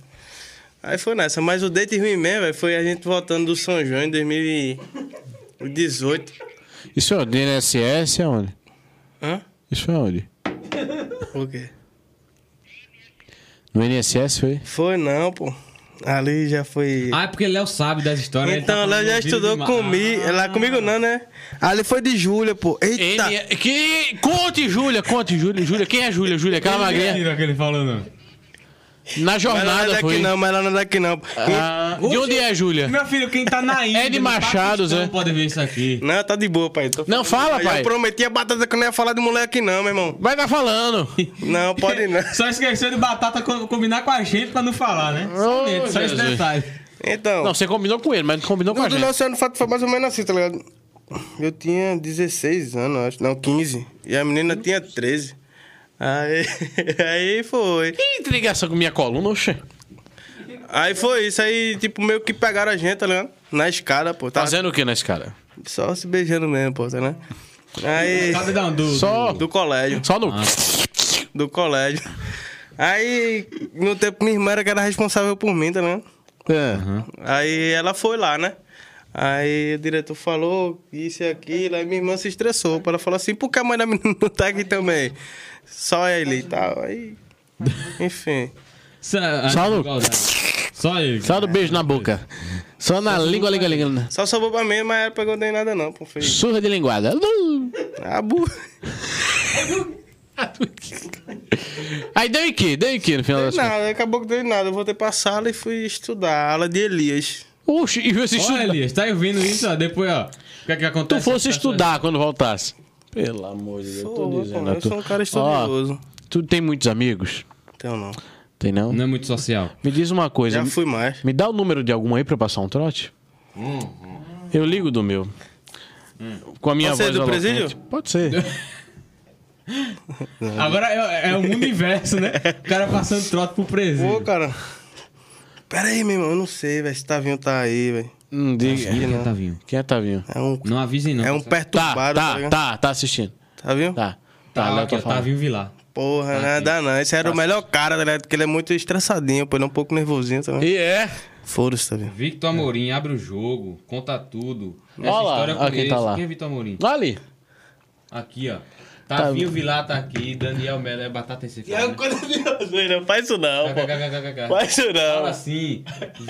Speaker 3: Aí foi nessa, mas o date ruim mesmo, velho, foi a gente voltando do São João em 2018.
Speaker 2: Isso é onde? NSS é onde?
Speaker 3: Hã?
Speaker 2: Isso é onde?
Speaker 3: Por quê?
Speaker 2: No NSS foi?
Speaker 3: Foi não, pô. Ali já foi.
Speaker 1: Ah, é porque Léo sabe das histórias. ele
Speaker 3: então,
Speaker 1: tá
Speaker 3: ela já
Speaker 1: envolvido
Speaker 3: estudou
Speaker 1: demais.
Speaker 3: comigo. Lá comigo não, né? Ali foi de Júlia, pô. Eita!
Speaker 2: N... é- Que... Conte, Júlia, conte, Júlia, Júlia. Quem é Júlia? Júlia, aquela magrinha.
Speaker 1: Mentira que ele falou, não.
Speaker 2: Na
Speaker 3: Mas ela não é
Speaker 2: jornada
Speaker 3: daqui
Speaker 2: foi.
Speaker 3: não, mas ela não é daqui não. pô.
Speaker 2: Ah, de onde é, Júlia?
Speaker 1: Meu filho, quem tá na Índia...
Speaker 2: É de
Speaker 1: não tá
Speaker 2: Machado,
Speaker 1: acostumado,
Speaker 2: Zé.
Speaker 1: pode ver isso aqui.
Speaker 3: Não, tá de boa, pai. Tô
Speaker 2: Não, fala,
Speaker 3: Mas
Speaker 2: pai.
Speaker 3: Eu prometi a batata que eu não ia falar de moleque não, meu irmão.
Speaker 2: Vai tá falando.
Speaker 3: Não, pode não.
Speaker 1: Só esqueceu de batata co- combinar com a gente pra não falar, né? Só,
Speaker 2: Oh,
Speaker 1: isso, só esse
Speaker 2: Jesus.
Speaker 1: detalhe.
Speaker 3: Então,
Speaker 2: Não, você combinou com ele, mas não combinou com
Speaker 3: o
Speaker 2: a
Speaker 3: do
Speaker 2: gente.
Speaker 3: nosso ano fato foi mais ou menos assim, tá ligado? Eu tinha 16 anos, eu acho. Não, 15. E a menina tinha 13. Aí, aí foi.
Speaker 2: Ih, tem ligação com minha coluna, oxe.
Speaker 3: Aí foi isso, aí tipo meio que pegaram a gente, tá ligado? Na escada, pô. Tava
Speaker 2: Fazendo o que nesse cara?
Speaker 3: Só se beijando mesmo, pô, tá né? Aí.
Speaker 1: Sabe da do...
Speaker 2: Só,
Speaker 3: Do colégio.
Speaker 2: só no. Ah.
Speaker 3: Do colégio. Aí, no tempo, minha irmã era que era responsável por mim, tá né?
Speaker 2: É.
Speaker 3: Aí ela foi lá, né? Aí o diretor falou isso e aquilo, aí minha irmã se estressou. pô. Ela falou assim, por que a mãe da menina não tá aqui também? Só ele e tal. Aí. Enfim.
Speaker 1: Só, ah,
Speaker 2: Só no-
Speaker 1: igualdade. Só ele.
Speaker 2: Só do beijo na boca. Só na língua, língua, língua.
Speaker 3: Só sobrou pra mim, mas ela pegou nem nada não, pô. Foi.
Speaker 2: Surra de linguada.
Speaker 3: Ah, bu...
Speaker 2: Aí deu em que? Deu em que no final das contas?
Speaker 3: Nada, acabou que deu em nada. Eu voltei pra sala e fui estudar. Aula de Elias.
Speaker 2: Oxe, e você
Speaker 1: Olha,
Speaker 2: estuda...
Speaker 1: Elias, tá ouvindo isso, ó. Depois, ó. O que é que
Speaker 2: tu
Speaker 1: acontece?
Speaker 2: fosse
Speaker 1: Tá- tá-
Speaker 2: estudar quando voltasse. Pelo amor de Deus, eu
Speaker 3: Pô,
Speaker 2: tô
Speaker 3: pô,
Speaker 2: dizendo. a
Speaker 3: eu
Speaker 2: tu.
Speaker 3: sou um cara estudioso.
Speaker 2: Ó, tu tem muitos amigos?
Speaker 3: Então não.
Speaker 2: Tem não?
Speaker 1: Não é muito social.
Speaker 2: Me diz uma coisa.
Speaker 3: Já
Speaker 2: me-
Speaker 3: fui mais.
Speaker 2: Me dá o número de algum aí pra eu passar um trote? Eu ligo do meu. Com a minha
Speaker 3: Uhum. Hum. Pode ser
Speaker 2: voz
Speaker 3: do
Speaker 2: eloquente.
Speaker 3: presídio?
Speaker 2: Pode ser.
Speaker 1: Agora é, é o mundo inverso, né? O cara passando trote pro
Speaker 3: Pô,
Speaker 1: presídio.
Speaker 3: cara. Pera aí, meu irmão. Eu não sei, velho. Esse Tavinho tá aí, velho.
Speaker 2: Não diga.
Speaker 3: que não.
Speaker 1: Tavinho.
Speaker 2: Quem é Tavinho?
Speaker 3: É um,
Speaker 1: tá Não avisem, não.
Speaker 3: é um
Speaker 2: Tá,
Speaker 3: perturbado, tá,
Speaker 2: tá,
Speaker 3: ligado?
Speaker 2: tá, tá assistindo.
Speaker 3: Tá vendo?
Speaker 2: Tá. Tá,
Speaker 1: Tá,
Speaker 2: Léo
Speaker 1: aqui,
Speaker 2: tá
Speaker 1: ó,
Speaker 2: falando.
Speaker 1: Tavinho Vilar.
Speaker 3: Porra, nada não. Esse era o melhor cara, tá ligado? Porque ele é muito estressadinho, pô. Ele é um pouco nervosinho também.
Speaker 2: E é.
Speaker 3: Foda-se, tá vendo?
Speaker 1: Victor Amorim abre o jogo, conta tudo.
Speaker 2: Olha lá,
Speaker 1: história eu
Speaker 2: ó quem
Speaker 1: conheço.
Speaker 2: tá lá.
Speaker 1: Quem é Victor Amorim?
Speaker 2: Ali.
Speaker 1: Aqui, ó. Tavinho Vilar tá aqui, Daniel Melo é batata esse cara.
Speaker 2: um
Speaker 1: né?
Speaker 3: Não faz isso não, pô.
Speaker 1: KKKKK.
Speaker 3: Faz isso
Speaker 1: Fala
Speaker 3: não.
Speaker 1: assim,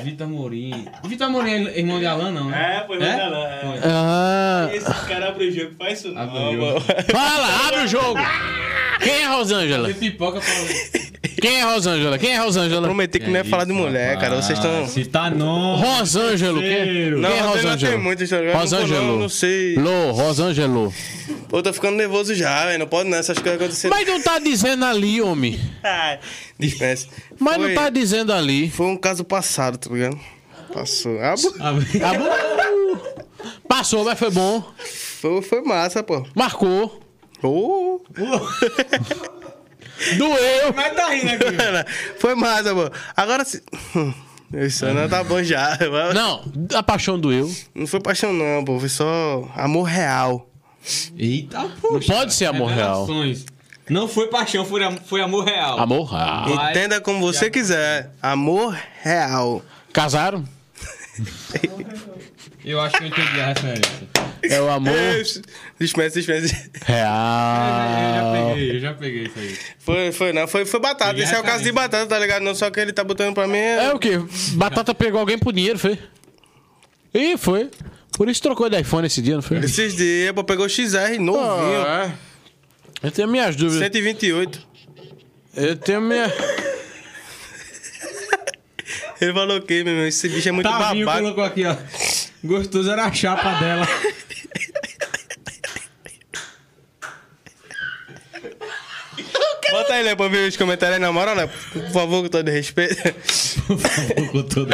Speaker 1: Vitor Amorim. Vitor Amorim é irmão de Alan, não? né?
Speaker 3: É, foi irmão de Alan,
Speaker 1: Foi.
Speaker 2: Ah.
Speaker 3: Esse cara abre o jogo, faz isso
Speaker 1: Abriu.
Speaker 2: Fala, abre o jogo. Quem é Rosângela?
Speaker 1: Tem pipoca pra...
Speaker 2: Quem é Rosângela? Quem é Rosângela?
Speaker 3: Prometi que não ia
Speaker 1: isso,
Speaker 3: falar de mulher, cara. Vocês estão.
Speaker 1: Se tá não.
Speaker 2: Rosângelo. Quem,
Speaker 1: Terceiro.
Speaker 2: quem é
Speaker 3: Não, até não
Speaker 2: Rosângelo?
Speaker 3: tem muito, tá ligado? Não vou
Speaker 2: Rosângelo.
Speaker 3: não, não sei.
Speaker 2: Lô, Rosângelo.
Speaker 3: Pô, tô ficando nervoso já, velho. Não pode não, essas coisas acontecendo.
Speaker 2: Mas não tá dizendo ali, homem.
Speaker 3: Dispense.
Speaker 2: Mas
Speaker 3: foi,
Speaker 2: não tá dizendo ali.
Speaker 3: Foi um caso passado, tá ligado? Passou. Ah, pô,
Speaker 1: Abriu.
Speaker 2: Tá bom? Passou, mas foi bom.
Speaker 3: foi, foi massa, pô.
Speaker 2: Marcou.
Speaker 3: Ô.
Speaker 2: Doeu.
Speaker 1: Mas tá rindo aqui.
Speaker 3: foi massa, pô. Agora se. Hum, Isso aí não tá bom já. mas-
Speaker 2: Não, a paixão doeu.
Speaker 3: Não foi paixão, não, pô. Foi só amor real.
Speaker 1: Eita,
Speaker 2: Não
Speaker 1: pô.
Speaker 2: pode ser amor real.
Speaker 1: Revelações. Não foi paixão, foi, am- foi amor real.
Speaker 2: Amor Ah. real.
Speaker 1: Vai.
Speaker 3: Entenda como você quiser. Amor real.
Speaker 2: Casaram?
Speaker 1: Eu acho que eu entendi a referência.
Speaker 2: É o amor
Speaker 3: Dispense, dispense. Ah.
Speaker 1: Eu já
Speaker 2: real.
Speaker 1: peguei, eu já peguei isso aí.
Speaker 3: Foi, foi, não. Foi, foi batata.
Speaker 1: Peguei
Speaker 3: Esse é o caso de
Speaker 1: referência.
Speaker 3: batata, tá ligado? Não só que ele tá botando pra mim. é-
Speaker 2: É o quê? Batata pegou alguém por dinheiro, foi? Ih, foi. Por isso trocou de iPhone esse dia, não foi?
Speaker 3: Esses dias, pô, pegou XR novinho.
Speaker 2: Ah, é. Eu tenho minhas dúvidas.
Speaker 3: 128.
Speaker 2: Eu tenho minha.
Speaker 3: Ele falou o quê, meu irmão? Esse bicho é muito
Speaker 1: Tavinho
Speaker 3: babaca.
Speaker 1: Tá colocou aqui, ó. Gostoso era a chapa dela.
Speaker 3: Bota aí, Léo, pra eu ver os comentários aí na moral, Léo. Por favor, com todo respeito.
Speaker 1: Colocou todo.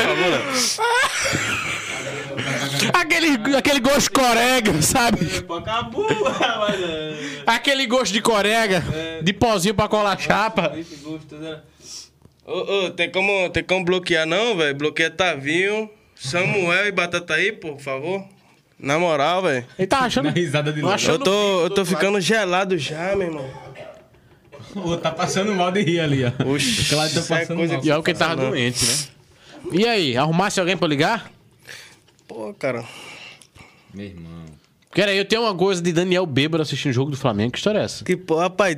Speaker 2: Aquele, aquele gosto de corega, sabe?
Speaker 1: Acabou.
Speaker 2: Aquele gosto de corega, de pozinho pra colar chapa.
Speaker 3: Ô, ô, tem como, tem como bloquear não, velho? Bloqueia Tavinho, Samuel e Batata aí, pô, por favor. Na moral, velho.
Speaker 2: Ele tá achando.
Speaker 1: Na risada de
Speaker 2: Não
Speaker 1: lá.
Speaker 2: achou?
Speaker 3: Eu tô, eu tô ficando gelado já, meu irmão.
Speaker 1: Ô, tá passando mal de rir ali, ó.
Speaker 3: Oxi,
Speaker 1: Claro, tá
Speaker 3: isso é
Speaker 1: passando
Speaker 3: coisa
Speaker 1: mal.
Speaker 2: E é o que ele tava doente, né? E aí, arrumasse alguém pra eu ligar?
Speaker 3: Pô, cara.
Speaker 1: Meu irmão.
Speaker 2: Pera aí, eu tenho uma coisa de Daniel Bêbado assistindo o jogo do Flamengo. Que história é essa?
Speaker 3: Que porra, rapaz.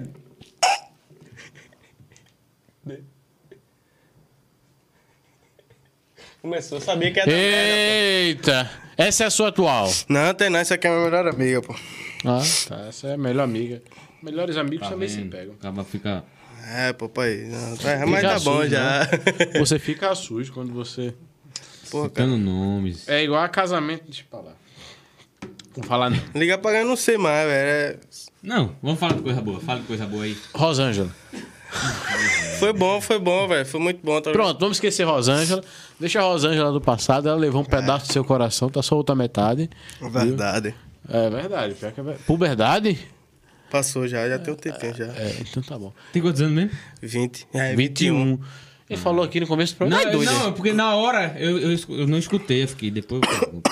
Speaker 3: Começou, eu sabia que ia dar merda.
Speaker 2: Eita! Essa é a sua atual.
Speaker 3: Não, tem não, essa aqui é a minha melhor amiga, pô.
Speaker 2: Ah, tá. Essa é a melhor amiga. Melhores amigos
Speaker 1: Tá
Speaker 2: também se
Speaker 1: vendo?
Speaker 2: pegam.
Speaker 1: Acaba fica.
Speaker 3: É, pô, pai. Não, tá- mas tá
Speaker 2: sujo,
Speaker 3: bom
Speaker 2: né?
Speaker 3: já.
Speaker 2: Você fica sujo quando você.
Speaker 3: Porra, cara.
Speaker 1: Dando nomes.
Speaker 2: É igual a casamento. Deixa eu falar. Vou falar não.
Speaker 3: Ligar pra eu não sei mais, velho. É
Speaker 1: Não, vamos falar de coisa boa. Fala de coisa boa aí.
Speaker 2: Rosângela.
Speaker 3: É, Foi bom, foi bom, velho. Foi muito bom. Tá
Speaker 2: Pronto, vamos esquecer Rosângela. Deixa a Rosângela do passado, ela levou um pedaço do seu coração, tá só outra metade.
Speaker 3: Verdade.
Speaker 2: É verdade, pior que é verdade. Puberdade?
Speaker 3: Passou já, já tem um tempinho já.
Speaker 2: É, então tá bom.
Speaker 1: Tem quantos anos mesmo?
Speaker 3: 20. É,
Speaker 2: 21. Ele falou aqui no começo do
Speaker 1: Não,
Speaker 2: programa.
Speaker 1: eu-
Speaker 2: É. doido. é.
Speaker 3: né?
Speaker 1: não, porque na hora eu, eu, escu- eu não escutei, eu fiquei depois eu pergunto.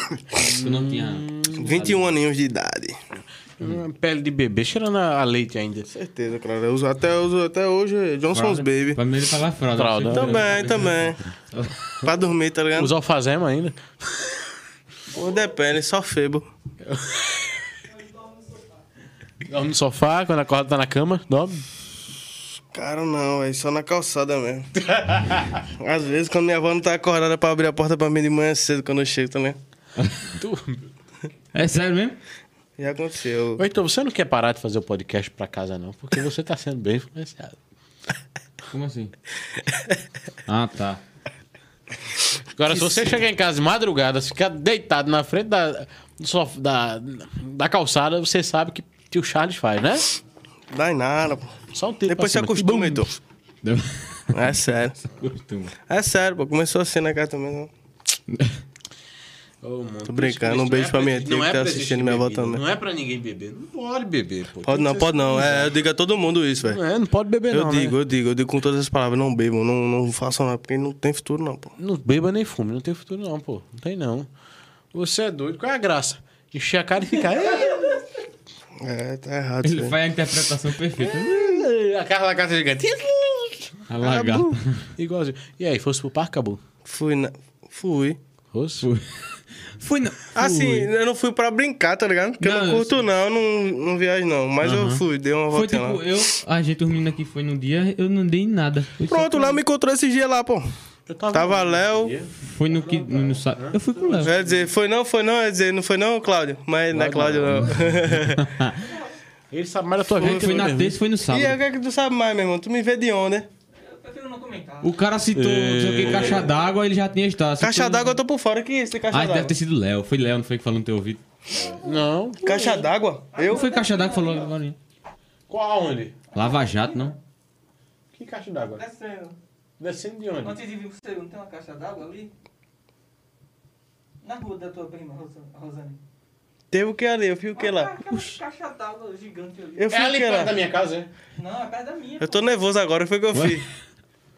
Speaker 1: Eu não tinha.
Speaker 3: Hum. 21 aninhos de idade.
Speaker 2: Uma Pele de bebê, cheirando a a leite ainda.
Speaker 3: Certeza, claro. Eu uso, até, uso, até hoje Johnson's Baby.
Speaker 1: Pra mim ele falar fralda.
Speaker 2: Fralda.
Speaker 1: Você-
Speaker 3: Também, também. pra dormir, tá ligado?
Speaker 2: Os alfazema ainda.
Speaker 3: Ou depende, só febo.
Speaker 2: Dorme no sofá, quando acorda tá na cama, dorme.
Speaker 3: Cara, não, é só na calçada mesmo. Às vezes, quando minha avó não tá acordada pra abrir a porta pra mim de manhã cedo, quando eu chego tá também.
Speaker 1: É sério mesmo?
Speaker 3: Já aconteceu.
Speaker 2: Ou então, você não quer parar de fazer o podcast pra casa, não, porque você tá sendo bem influenciado.
Speaker 1: Como assim? Ah, tá.
Speaker 2: Agora, se você chegar em casa de madrugada, ficar deitado na frente da, do sof- da, da calçada, você sabe que tio Charles faz, né?
Speaker 3: Dá em nada, pô.
Speaker 2: Só um tempo
Speaker 3: Depois se acostuma, Edu.
Speaker 1: Deu-
Speaker 3: É sério.
Speaker 1: Costuma.
Speaker 3: né? É sério, pô. Começou assim na casa também, não.
Speaker 2: Ô, mano,
Speaker 3: Tô brincando, um
Speaker 2: isso
Speaker 3: beijo pra minha
Speaker 2: gente-
Speaker 3: tia
Speaker 2: não é
Speaker 3: que tá
Speaker 2: pra
Speaker 3: assistindo
Speaker 2: gente
Speaker 3: minha né? avó
Speaker 2: beber,
Speaker 3: também.
Speaker 2: Não é pra ninguém beber. Não pode beber, pô.
Speaker 3: Pode
Speaker 2: Tem
Speaker 3: não,
Speaker 2: que
Speaker 3: pode
Speaker 2: ser-
Speaker 3: não. É, eu digo a todo mundo isso, velho.
Speaker 2: É, não pode beber,
Speaker 3: Eu
Speaker 2: não. né?
Speaker 3: digo, eu digo, eu digo com todas as palavras, não bebam, não, não façam nada, porque não tem futuro não, pô.
Speaker 2: Não beba nem fume, não tem futuro não, pô. Não tem não. Você é doido, qual é a graça? Encher a cara e ficar. "Eh".
Speaker 3: É, tá errado isso
Speaker 1: Ele
Speaker 3: aí.
Speaker 1: faz a interpretação perfeita. né?
Speaker 2: a cara da casa gigante.
Speaker 3: Ah,
Speaker 1: A
Speaker 3: Tá
Speaker 1: lagarta.
Speaker 2: Igualzinho. E aí, fosse pro parque, acabou?
Speaker 3: Fui, na... fui.
Speaker 2: Fosse?
Speaker 1: Fui não.
Speaker 3: Assim, eu não fui pra brincar, tá ligado? Porque eu
Speaker 1: Não,
Speaker 3: não
Speaker 1: eu
Speaker 3: curto não, não, não viajo não. Mas eu fui, dei uma
Speaker 1: Foi
Speaker 3: voltinha
Speaker 1: tipo,
Speaker 3: lá.
Speaker 1: eu, a gente dormindo aqui foi num dia, eu não dei em nada. Eu só
Speaker 3: Pronto, Léo me encontrou esses dias lá, pô. Tava Léo...
Speaker 1: Fui no que. No, no, sa- eu fui com o Léo.
Speaker 3: Eu ia dizer, foi não, foi não, eu ia dizer, não foi não, Cláudio? Mas não é Cláudio
Speaker 2: Cláudio
Speaker 3: não.
Speaker 2: Ele sabe mais da tua vida. que
Speaker 1: Foi
Speaker 2: eu
Speaker 1: na
Speaker 2: mesmo.
Speaker 1: terça, foi no
Speaker 3: e aí, o
Speaker 1: sábado.
Speaker 3: que é que tu sabe mais, meu irmão? Tu me vê de onda, né?
Speaker 1: O cara citou, não sei o que, caixa d'água, ele já tinha estado.
Speaker 3: Caixa
Speaker 1: Citou-
Speaker 3: d'água eu tô por fora. Quem é esse caixa
Speaker 1: Ah, deve
Speaker 3: d'água?
Speaker 1: ter sido Léo. Foi Léo, não foi que falou no teu ouvido.
Speaker 2: Não.
Speaker 3: Caixa d'água? Eu?
Speaker 1: Não foi caixa d'água que falou agora.
Speaker 2: Qual onde?
Speaker 1: Lava Jato, não?
Speaker 2: Que caixa d'água?
Speaker 6: Descendo.
Speaker 2: Descendo de onde?
Speaker 6: Tá Antes de vir pro segundo, tem uma caixa d'água ali? Na rua da tua prima, Rosa- Rosane.
Speaker 3: Teve o que ali? Eu fui o que
Speaker 6: Aquela
Speaker 3: lá?
Speaker 6: aquela caixa d'água gigante ali.
Speaker 2: É
Speaker 3: Eu fui o que lá?
Speaker 2: minha casa, é?
Speaker 6: Não, é perto da minha.
Speaker 3: Eu tô nervoso agora, foi o que eu fiz.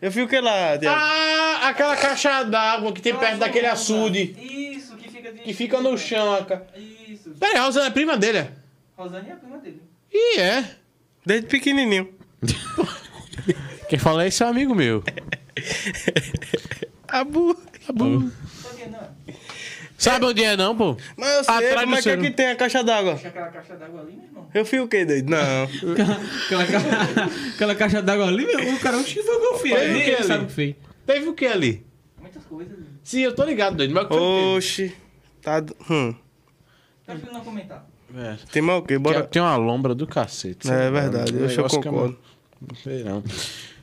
Speaker 3: Eu fui o que lá, Diego?
Speaker 2: Ah, aquela caixa d'água que tem perto daquele açude.
Speaker 6: Isso, que fica de...
Speaker 2: Que fica no chão, a ca-
Speaker 6: Isso.
Speaker 2: Pera aí, a Rosana é prima dele, é?
Speaker 6: Rosane é a prima dele.
Speaker 2: Ih, é.
Speaker 3: Desde pequenininho.
Speaker 2: Quem fala isso é um amigo meu.
Speaker 3: Abu. Abu.
Speaker 6: Só que não,
Speaker 2: Sabe onde é não, pô?
Speaker 3: Mas eu sei,
Speaker 2: Atrás
Speaker 3: como
Speaker 2: do
Speaker 3: é que é
Speaker 2: seu-
Speaker 3: que tem a caixa d'água?
Speaker 6: é aquela caixa d'água ali, meu irmão.
Speaker 3: Eu fui o que, doido? Não.
Speaker 1: Aquela, ca- aquela caixa d'água ali, meu, o cara, o que foi o que eu fiz?
Speaker 2: Foi o
Speaker 1: Ele
Speaker 2: que
Speaker 1: ele
Speaker 2: ali?
Speaker 1: sabe o que fez.
Speaker 2: Teve o que ali?
Speaker 6: Muitas coisas. ali.
Speaker 2: Sim, eu tô ligado, doido. Mas o que foi que teve?
Speaker 3: Oxi. Tá. do- Hum.
Speaker 6: Prefiro não Tá comentar.
Speaker 3: Tem mais o que?
Speaker 2: É. Bora.
Speaker 3: Bora.
Speaker 2: Tem uma lombra do cacete.
Speaker 3: É verdade, eu acho que eu
Speaker 2: tá né? negócio
Speaker 3: concordo.
Speaker 2: é- Não sei não.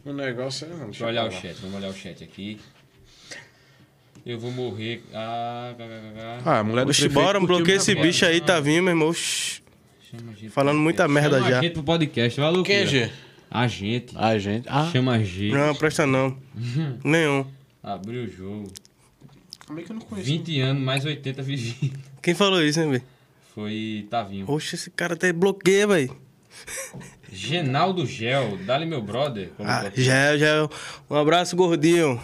Speaker 2: O negócio é não.
Speaker 1: Deixa eu olhar o chat, vamos olhar o chat aqui. Eu vou morrer. Ah, gá, gá, gá, gá.
Speaker 2: Ah, a mulher do
Speaker 3: Oxi,
Speaker 2: prefeito
Speaker 3: bora,
Speaker 2: curtiu
Speaker 3: bloqueia
Speaker 2: minha
Speaker 3: esse
Speaker 2: foto.
Speaker 3: bicho aí, tá vindo, meu irmão. Oxi.
Speaker 1: Chama a gente
Speaker 3: Falando
Speaker 1: pro
Speaker 3: muita
Speaker 1: podcast.
Speaker 3: merda
Speaker 1: Chama
Speaker 3: já.
Speaker 1: A gente pro podcast, vai loucura.
Speaker 2: Quem é G?
Speaker 1: A gente.
Speaker 2: A gente. Ah,
Speaker 1: Chama a gente.
Speaker 3: Não, presta não. Nenhum.
Speaker 1: Abriu o jogo.
Speaker 2: como é que eu não conheço?
Speaker 1: 20 anos, mais 80 vividos.
Speaker 3: Quem falou isso, hein, velho?
Speaker 1: Foi Tavinho.
Speaker 3: Oxe, esse cara até bloqueia, velho.
Speaker 1: Genaldo Gel, dali meu brother. colocou
Speaker 3: Ah,
Speaker 1: aqui.
Speaker 3: já, já. Um abraço, gordinho.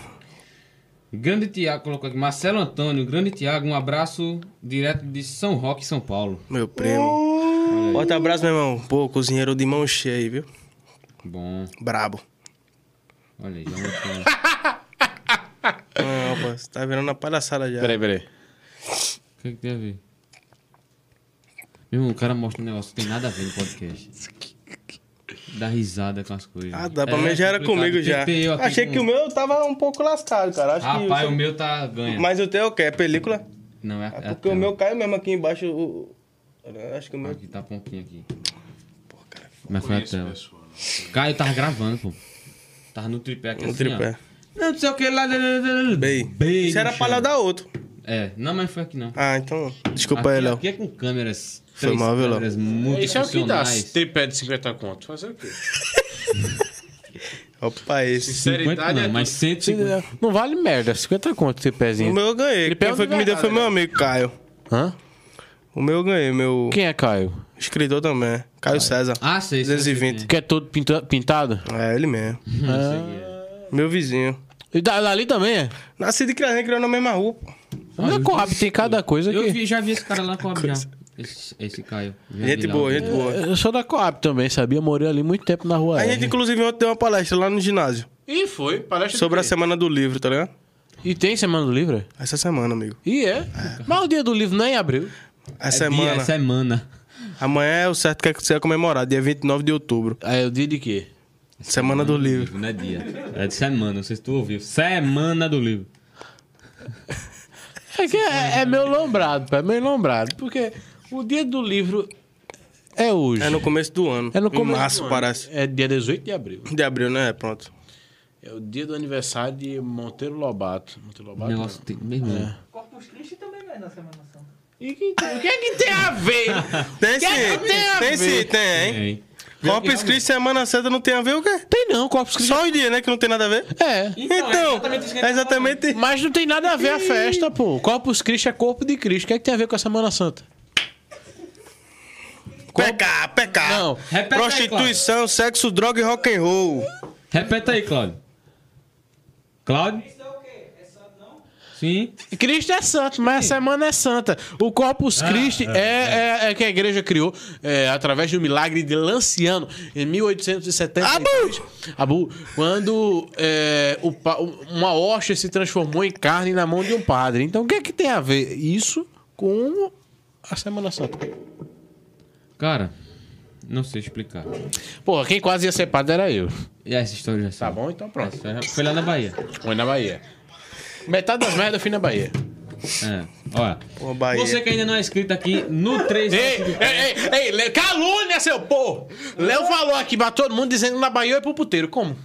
Speaker 1: Grande Tiago colocou aqui. Marcelo Antônio, grande Tiago, um abraço direto de São Roque, São Paulo.
Speaker 3: Meu primo. Forte abraço, meu irmão. Pô, cozinheiro de mão cheia aí, viu?
Speaker 1: Bom,
Speaker 3: Brabo.
Speaker 1: olha aí, já mostrou.
Speaker 3: Não, pô, você tá virando uma palhaçada já.
Speaker 2: Peraí, peraí.
Speaker 1: O que, que tem a ver? Meu irmão, o cara mostra um negócio que tem nada a ver no podcast. Dá risada com as coisas.
Speaker 3: Ah, dá pra
Speaker 1: É
Speaker 3: mim já era
Speaker 1: complicado.
Speaker 3: comigo já.
Speaker 1: Tentei eu aqui
Speaker 3: Achei
Speaker 1: com-
Speaker 3: que o meu tava um pouco lascado, cara. Acho que
Speaker 1: Rapaz, o meu tá ganha.
Speaker 3: Mas o teu é o quê? É película?
Speaker 1: Não, é, é
Speaker 3: Porque o meu caiu mesmo aqui embaixo. o- o- Acho que o meu.
Speaker 1: Aqui tá a pontinha aqui.
Speaker 3: é
Speaker 1: Mas foi a tela.
Speaker 5: pessoa, não.
Speaker 1: Caio tava gravando, pô. Tava no tripé aqui
Speaker 3: O
Speaker 1: assim,
Speaker 3: tripé.
Speaker 1: ó. Não, não sei o que lá.
Speaker 3: Bem.
Speaker 1: Bem.
Speaker 3: Isso era pra lá da outro.
Speaker 1: É, não, mas foi aqui não.
Speaker 3: Ah, então. Desculpa aí,
Speaker 1: Aqui,
Speaker 3: Léo.
Speaker 1: aqui é com câmeras.
Speaker 3: Foi
Speaker 1: três
Speaker 3: mal, viu, Léo?
Speaker 1: câmeras muito
Speaker 2: Isso é o que dá
Speaker 1: funcionais.
Speaker 2: tripé de 50 conto. Fazer o quê?
Speaker 3: Opa,
Speaker 1: 50
Speaker 3: esse.
Speaker 2: Sinceridade é
Speaker 1: não, mas 150.
Speaker 2: Não vale merda. 50 conto
Speaker 3: O
Speaker 2: tripézinho.
Speaker 3: meu eu ganhei.
Speaker 2: Tripé é
Speaker 3: Quem
Speaker 2: o
Speaker 3: foi
Speaker 2: de
Speaker 3: que me deu
Speaker 2: verdade,
Speaker 3: foi meu
Speaker 2: né?
Speaker 3: amigo, Caio.
Speaker 2: Hã?
Speaker 3: O meu eu ganhei, meu
Speaker 2: Quem é Caio?
Speaker 3: escritor também. Caio César.
Speaker 1: Ah, sei. sei, sei
Speaker 3: 220.
Speaker 2: Que é todo pinta- pintado?
Speaker 3: É, ele mesmo.
Speaker 1: quem é. Sei quem é.
Speaker 3: Meu vizinho.
Speaker 2: E da- dali também é?
Speaker 3: Nasci de criança, criou na mesma rua. pô.
Speaker 2: Não é Coab, tem cada coisa aqui.
Speaker 1: Eu vi- já vi esse cara lá com a já. Esse, esse Caio. Já vi
Speaker 3: Gente
Speaker 1: lá
Speaker 3: boa,
Speaker 1: um
Speaker 3: gente
Speaker 1: dia.
Speaker 3: boa.
Speaker 2: Eu sou da Coab também, sabia? Morei ali muito tempo na rua.
Speaker 3: A
Speaker 2: R.
Speaker 3: gente, inclusive, ontem deu uma palestra lá no ginásio.
Speaker 2: E foi, palestra.
Speaker 3: Sobre a
Speaker 2: semana.
Speaker 3: semana do livro, tá ligado?
Speaker 2: E tem semana do livro?
Speaker 3: Essa semana, amigo.
Speaker 2: E é. Mas o dia do livro não é em abril.
Speaker 3: A
Speaker 1: É dia, é
Speaker 3: semana.
Speaker 1: semana.
Speaker 3: Amanhã é o certo que é que você vai comemorar, dia 29 de outubro.
Speaker 2: Aí é o dia de quê?
Speaker 3: Semana do livro.
Speaker 1: Não é dia. É de semana, não sei se tu ouviu. Semana do livro.
Speaker 2: É que é, é meio lombrado, pô, é meio lombrado. Porque o dia do livro é hoje.
Speaker 3: É no começo do ano.
Speaker 2: É no
Speaker 3: Em
Speaker 2: começo
Speaker 3: março,
Speaker 2: do ano.
Speaker 3: parece.
Speaker 2: É dia 18 de abril.
Speaker 3: De abril, né? Pronto.
Speaker 2: É o dia do aniversário de Monteiro Lobato.
Speaker 1: O
Speaker 2: Monteiro Lobato?
Speaker 1: negócio
Speaker 2: não.
Speaker 1: tem. Meu irmão.
Speaker 6: Corpus Christi também né, vai na Semana Santa.
Speaker 2: E que- o que é que tem a ver?
Speaker 3: Tem
Speaker 2: Que
Speaker 3: sim,
Speaker 2: que tem a
Speaker 3: tem
Speaker 2: ver?
Speaker 1: É.
Speaker 3: sim, tem, hein?
Speaker 1: Tem.
Speaker 3: Corpus Christi e Semana Santa não tem a ver o quê?
Speaker 2: Tem não, Corpus Christi.
Speaker 3: Só o dia, né? Que não tem nada a ver.
Speaker 2: É.
Speaker 3: Então,
Speaker 1: isso que ele
Speaker 3: é
Speaker 1: tá
Speaker 3: exatamente.
Speaker 2: Mas não tem nada a ver a festa, pô. Corpus Christi é corpo de Cristo. O que é que tem a ver com a Semana Santa?
Speaker 3: Pecar, pecar.
Speaker 2: Não,
Speaker 1: repete aí,
Speaker 3: Prostituição, sexo, droga e rock and roll.
Speaker 1: Repeta aí, Cláudio. Cláudio? Isso é o quê? É santo, não? Sim.
Speaker 2: Cristo é santo, mas a semana é santa. O Corpus Christi Ah, é, é, é que a igreja criou é, através do milagre de Lanciano, em 1870. Abu! quando é, o pa- uma hóstia se transformou em carne na mão de um padre. Então, o que é que tem a ver isso com a Semana Santa?
Speaker 1: Cara, não sei explicar.
Speaker 2: Pô, quem quase ia ser padre era eu.
Speaker 1: E essa história já sabe.
Speaker 2: Tá bom? Então pronto.
Speaker 1: Essa já Foi lá na Bahia.
Speaker 2: Foi na Bahia. Metade das merdas eu fui na Bahia.
Speaker 1: É. Olha.
Speaker 3: Ô, Bahia.
Speaker 1: Você que ainda não é inscrito aqui no 3
Speaker 2: Ei, ei, ei, ei, Le- calúnia, seu porro! Léo falou aqui pra todo mundo dizendo que na Bahia é pro puteiro. Como?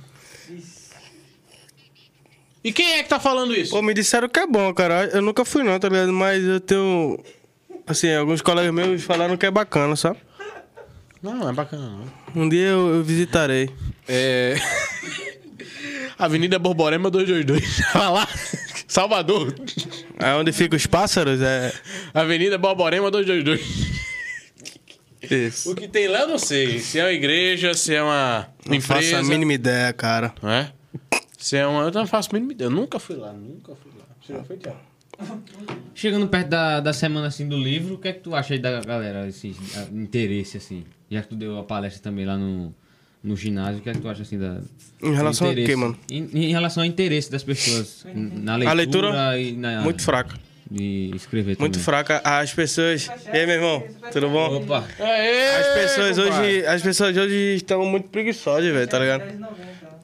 Speaker 2: E quem é que tá falando isso?
Speaker 3: Pô, me disseram que é bom, cara. Eu nunca fui não, tá ligado? Mas eu tenho... Assim, alguns colegas meus falaram que é bacana, sabe?
Speaker 2: Não, não é bacana, não.
Speaker 3: Um dia eu, eu visitarei.
Speaker 2: É. Avenida Borborema 222. Vai lá. Salvador.
Speaker 3: Aí É onde ficam os pássaros é...
Speaker 2: Avenida Borborema 222.
Speaker 3: Isso.
Speaker 2: O que tem lá eu não sei. Se é uma igreja, se é uma
Speaker 3: Não faço
Speaker 2: empresa.
Speaker 3: a mínima ideia, cara.
Speaker 2: Não é? Se é uma. Eu não faço a mínima ideia. Eu nunca fui lá, nunca fui lá. Você já foi, Thiago?
Speaker 1: Chegando perto da, da semana assim do livro, o que é que tu acha aí da galera, esse a- interesse assim? Já que tu deu a palestra também lá no, no ginásio, o que é que tu acha assim da.
Speaker 3: Em relação
Speaker 1: do
Speaker 3: a
Speaker 1: interesse?
Speaker 3: quê, mano?
Speaker 1: Em, em relação ao interesse das pessoas n- na leitura,
Speaker 3: A leitura,
Speaker 1: e na.
Speaker 3: Muito fraca.
Speaker 1: De escrever
Speaker 3: Muito
Speaker 1: também.
Speaker 3: fraca. As pessoas... E aí, meu irmão? Tudo bom?
Speaker 1: Opa!
Speaker 2: Aê,
Speaker 3: As pessoas
Speaker 2: compadre.
Speaker 3: hoje... As pessoas hoje estão muito preguiçosas, velho, tá ligado?
Speaker 6: 10,90.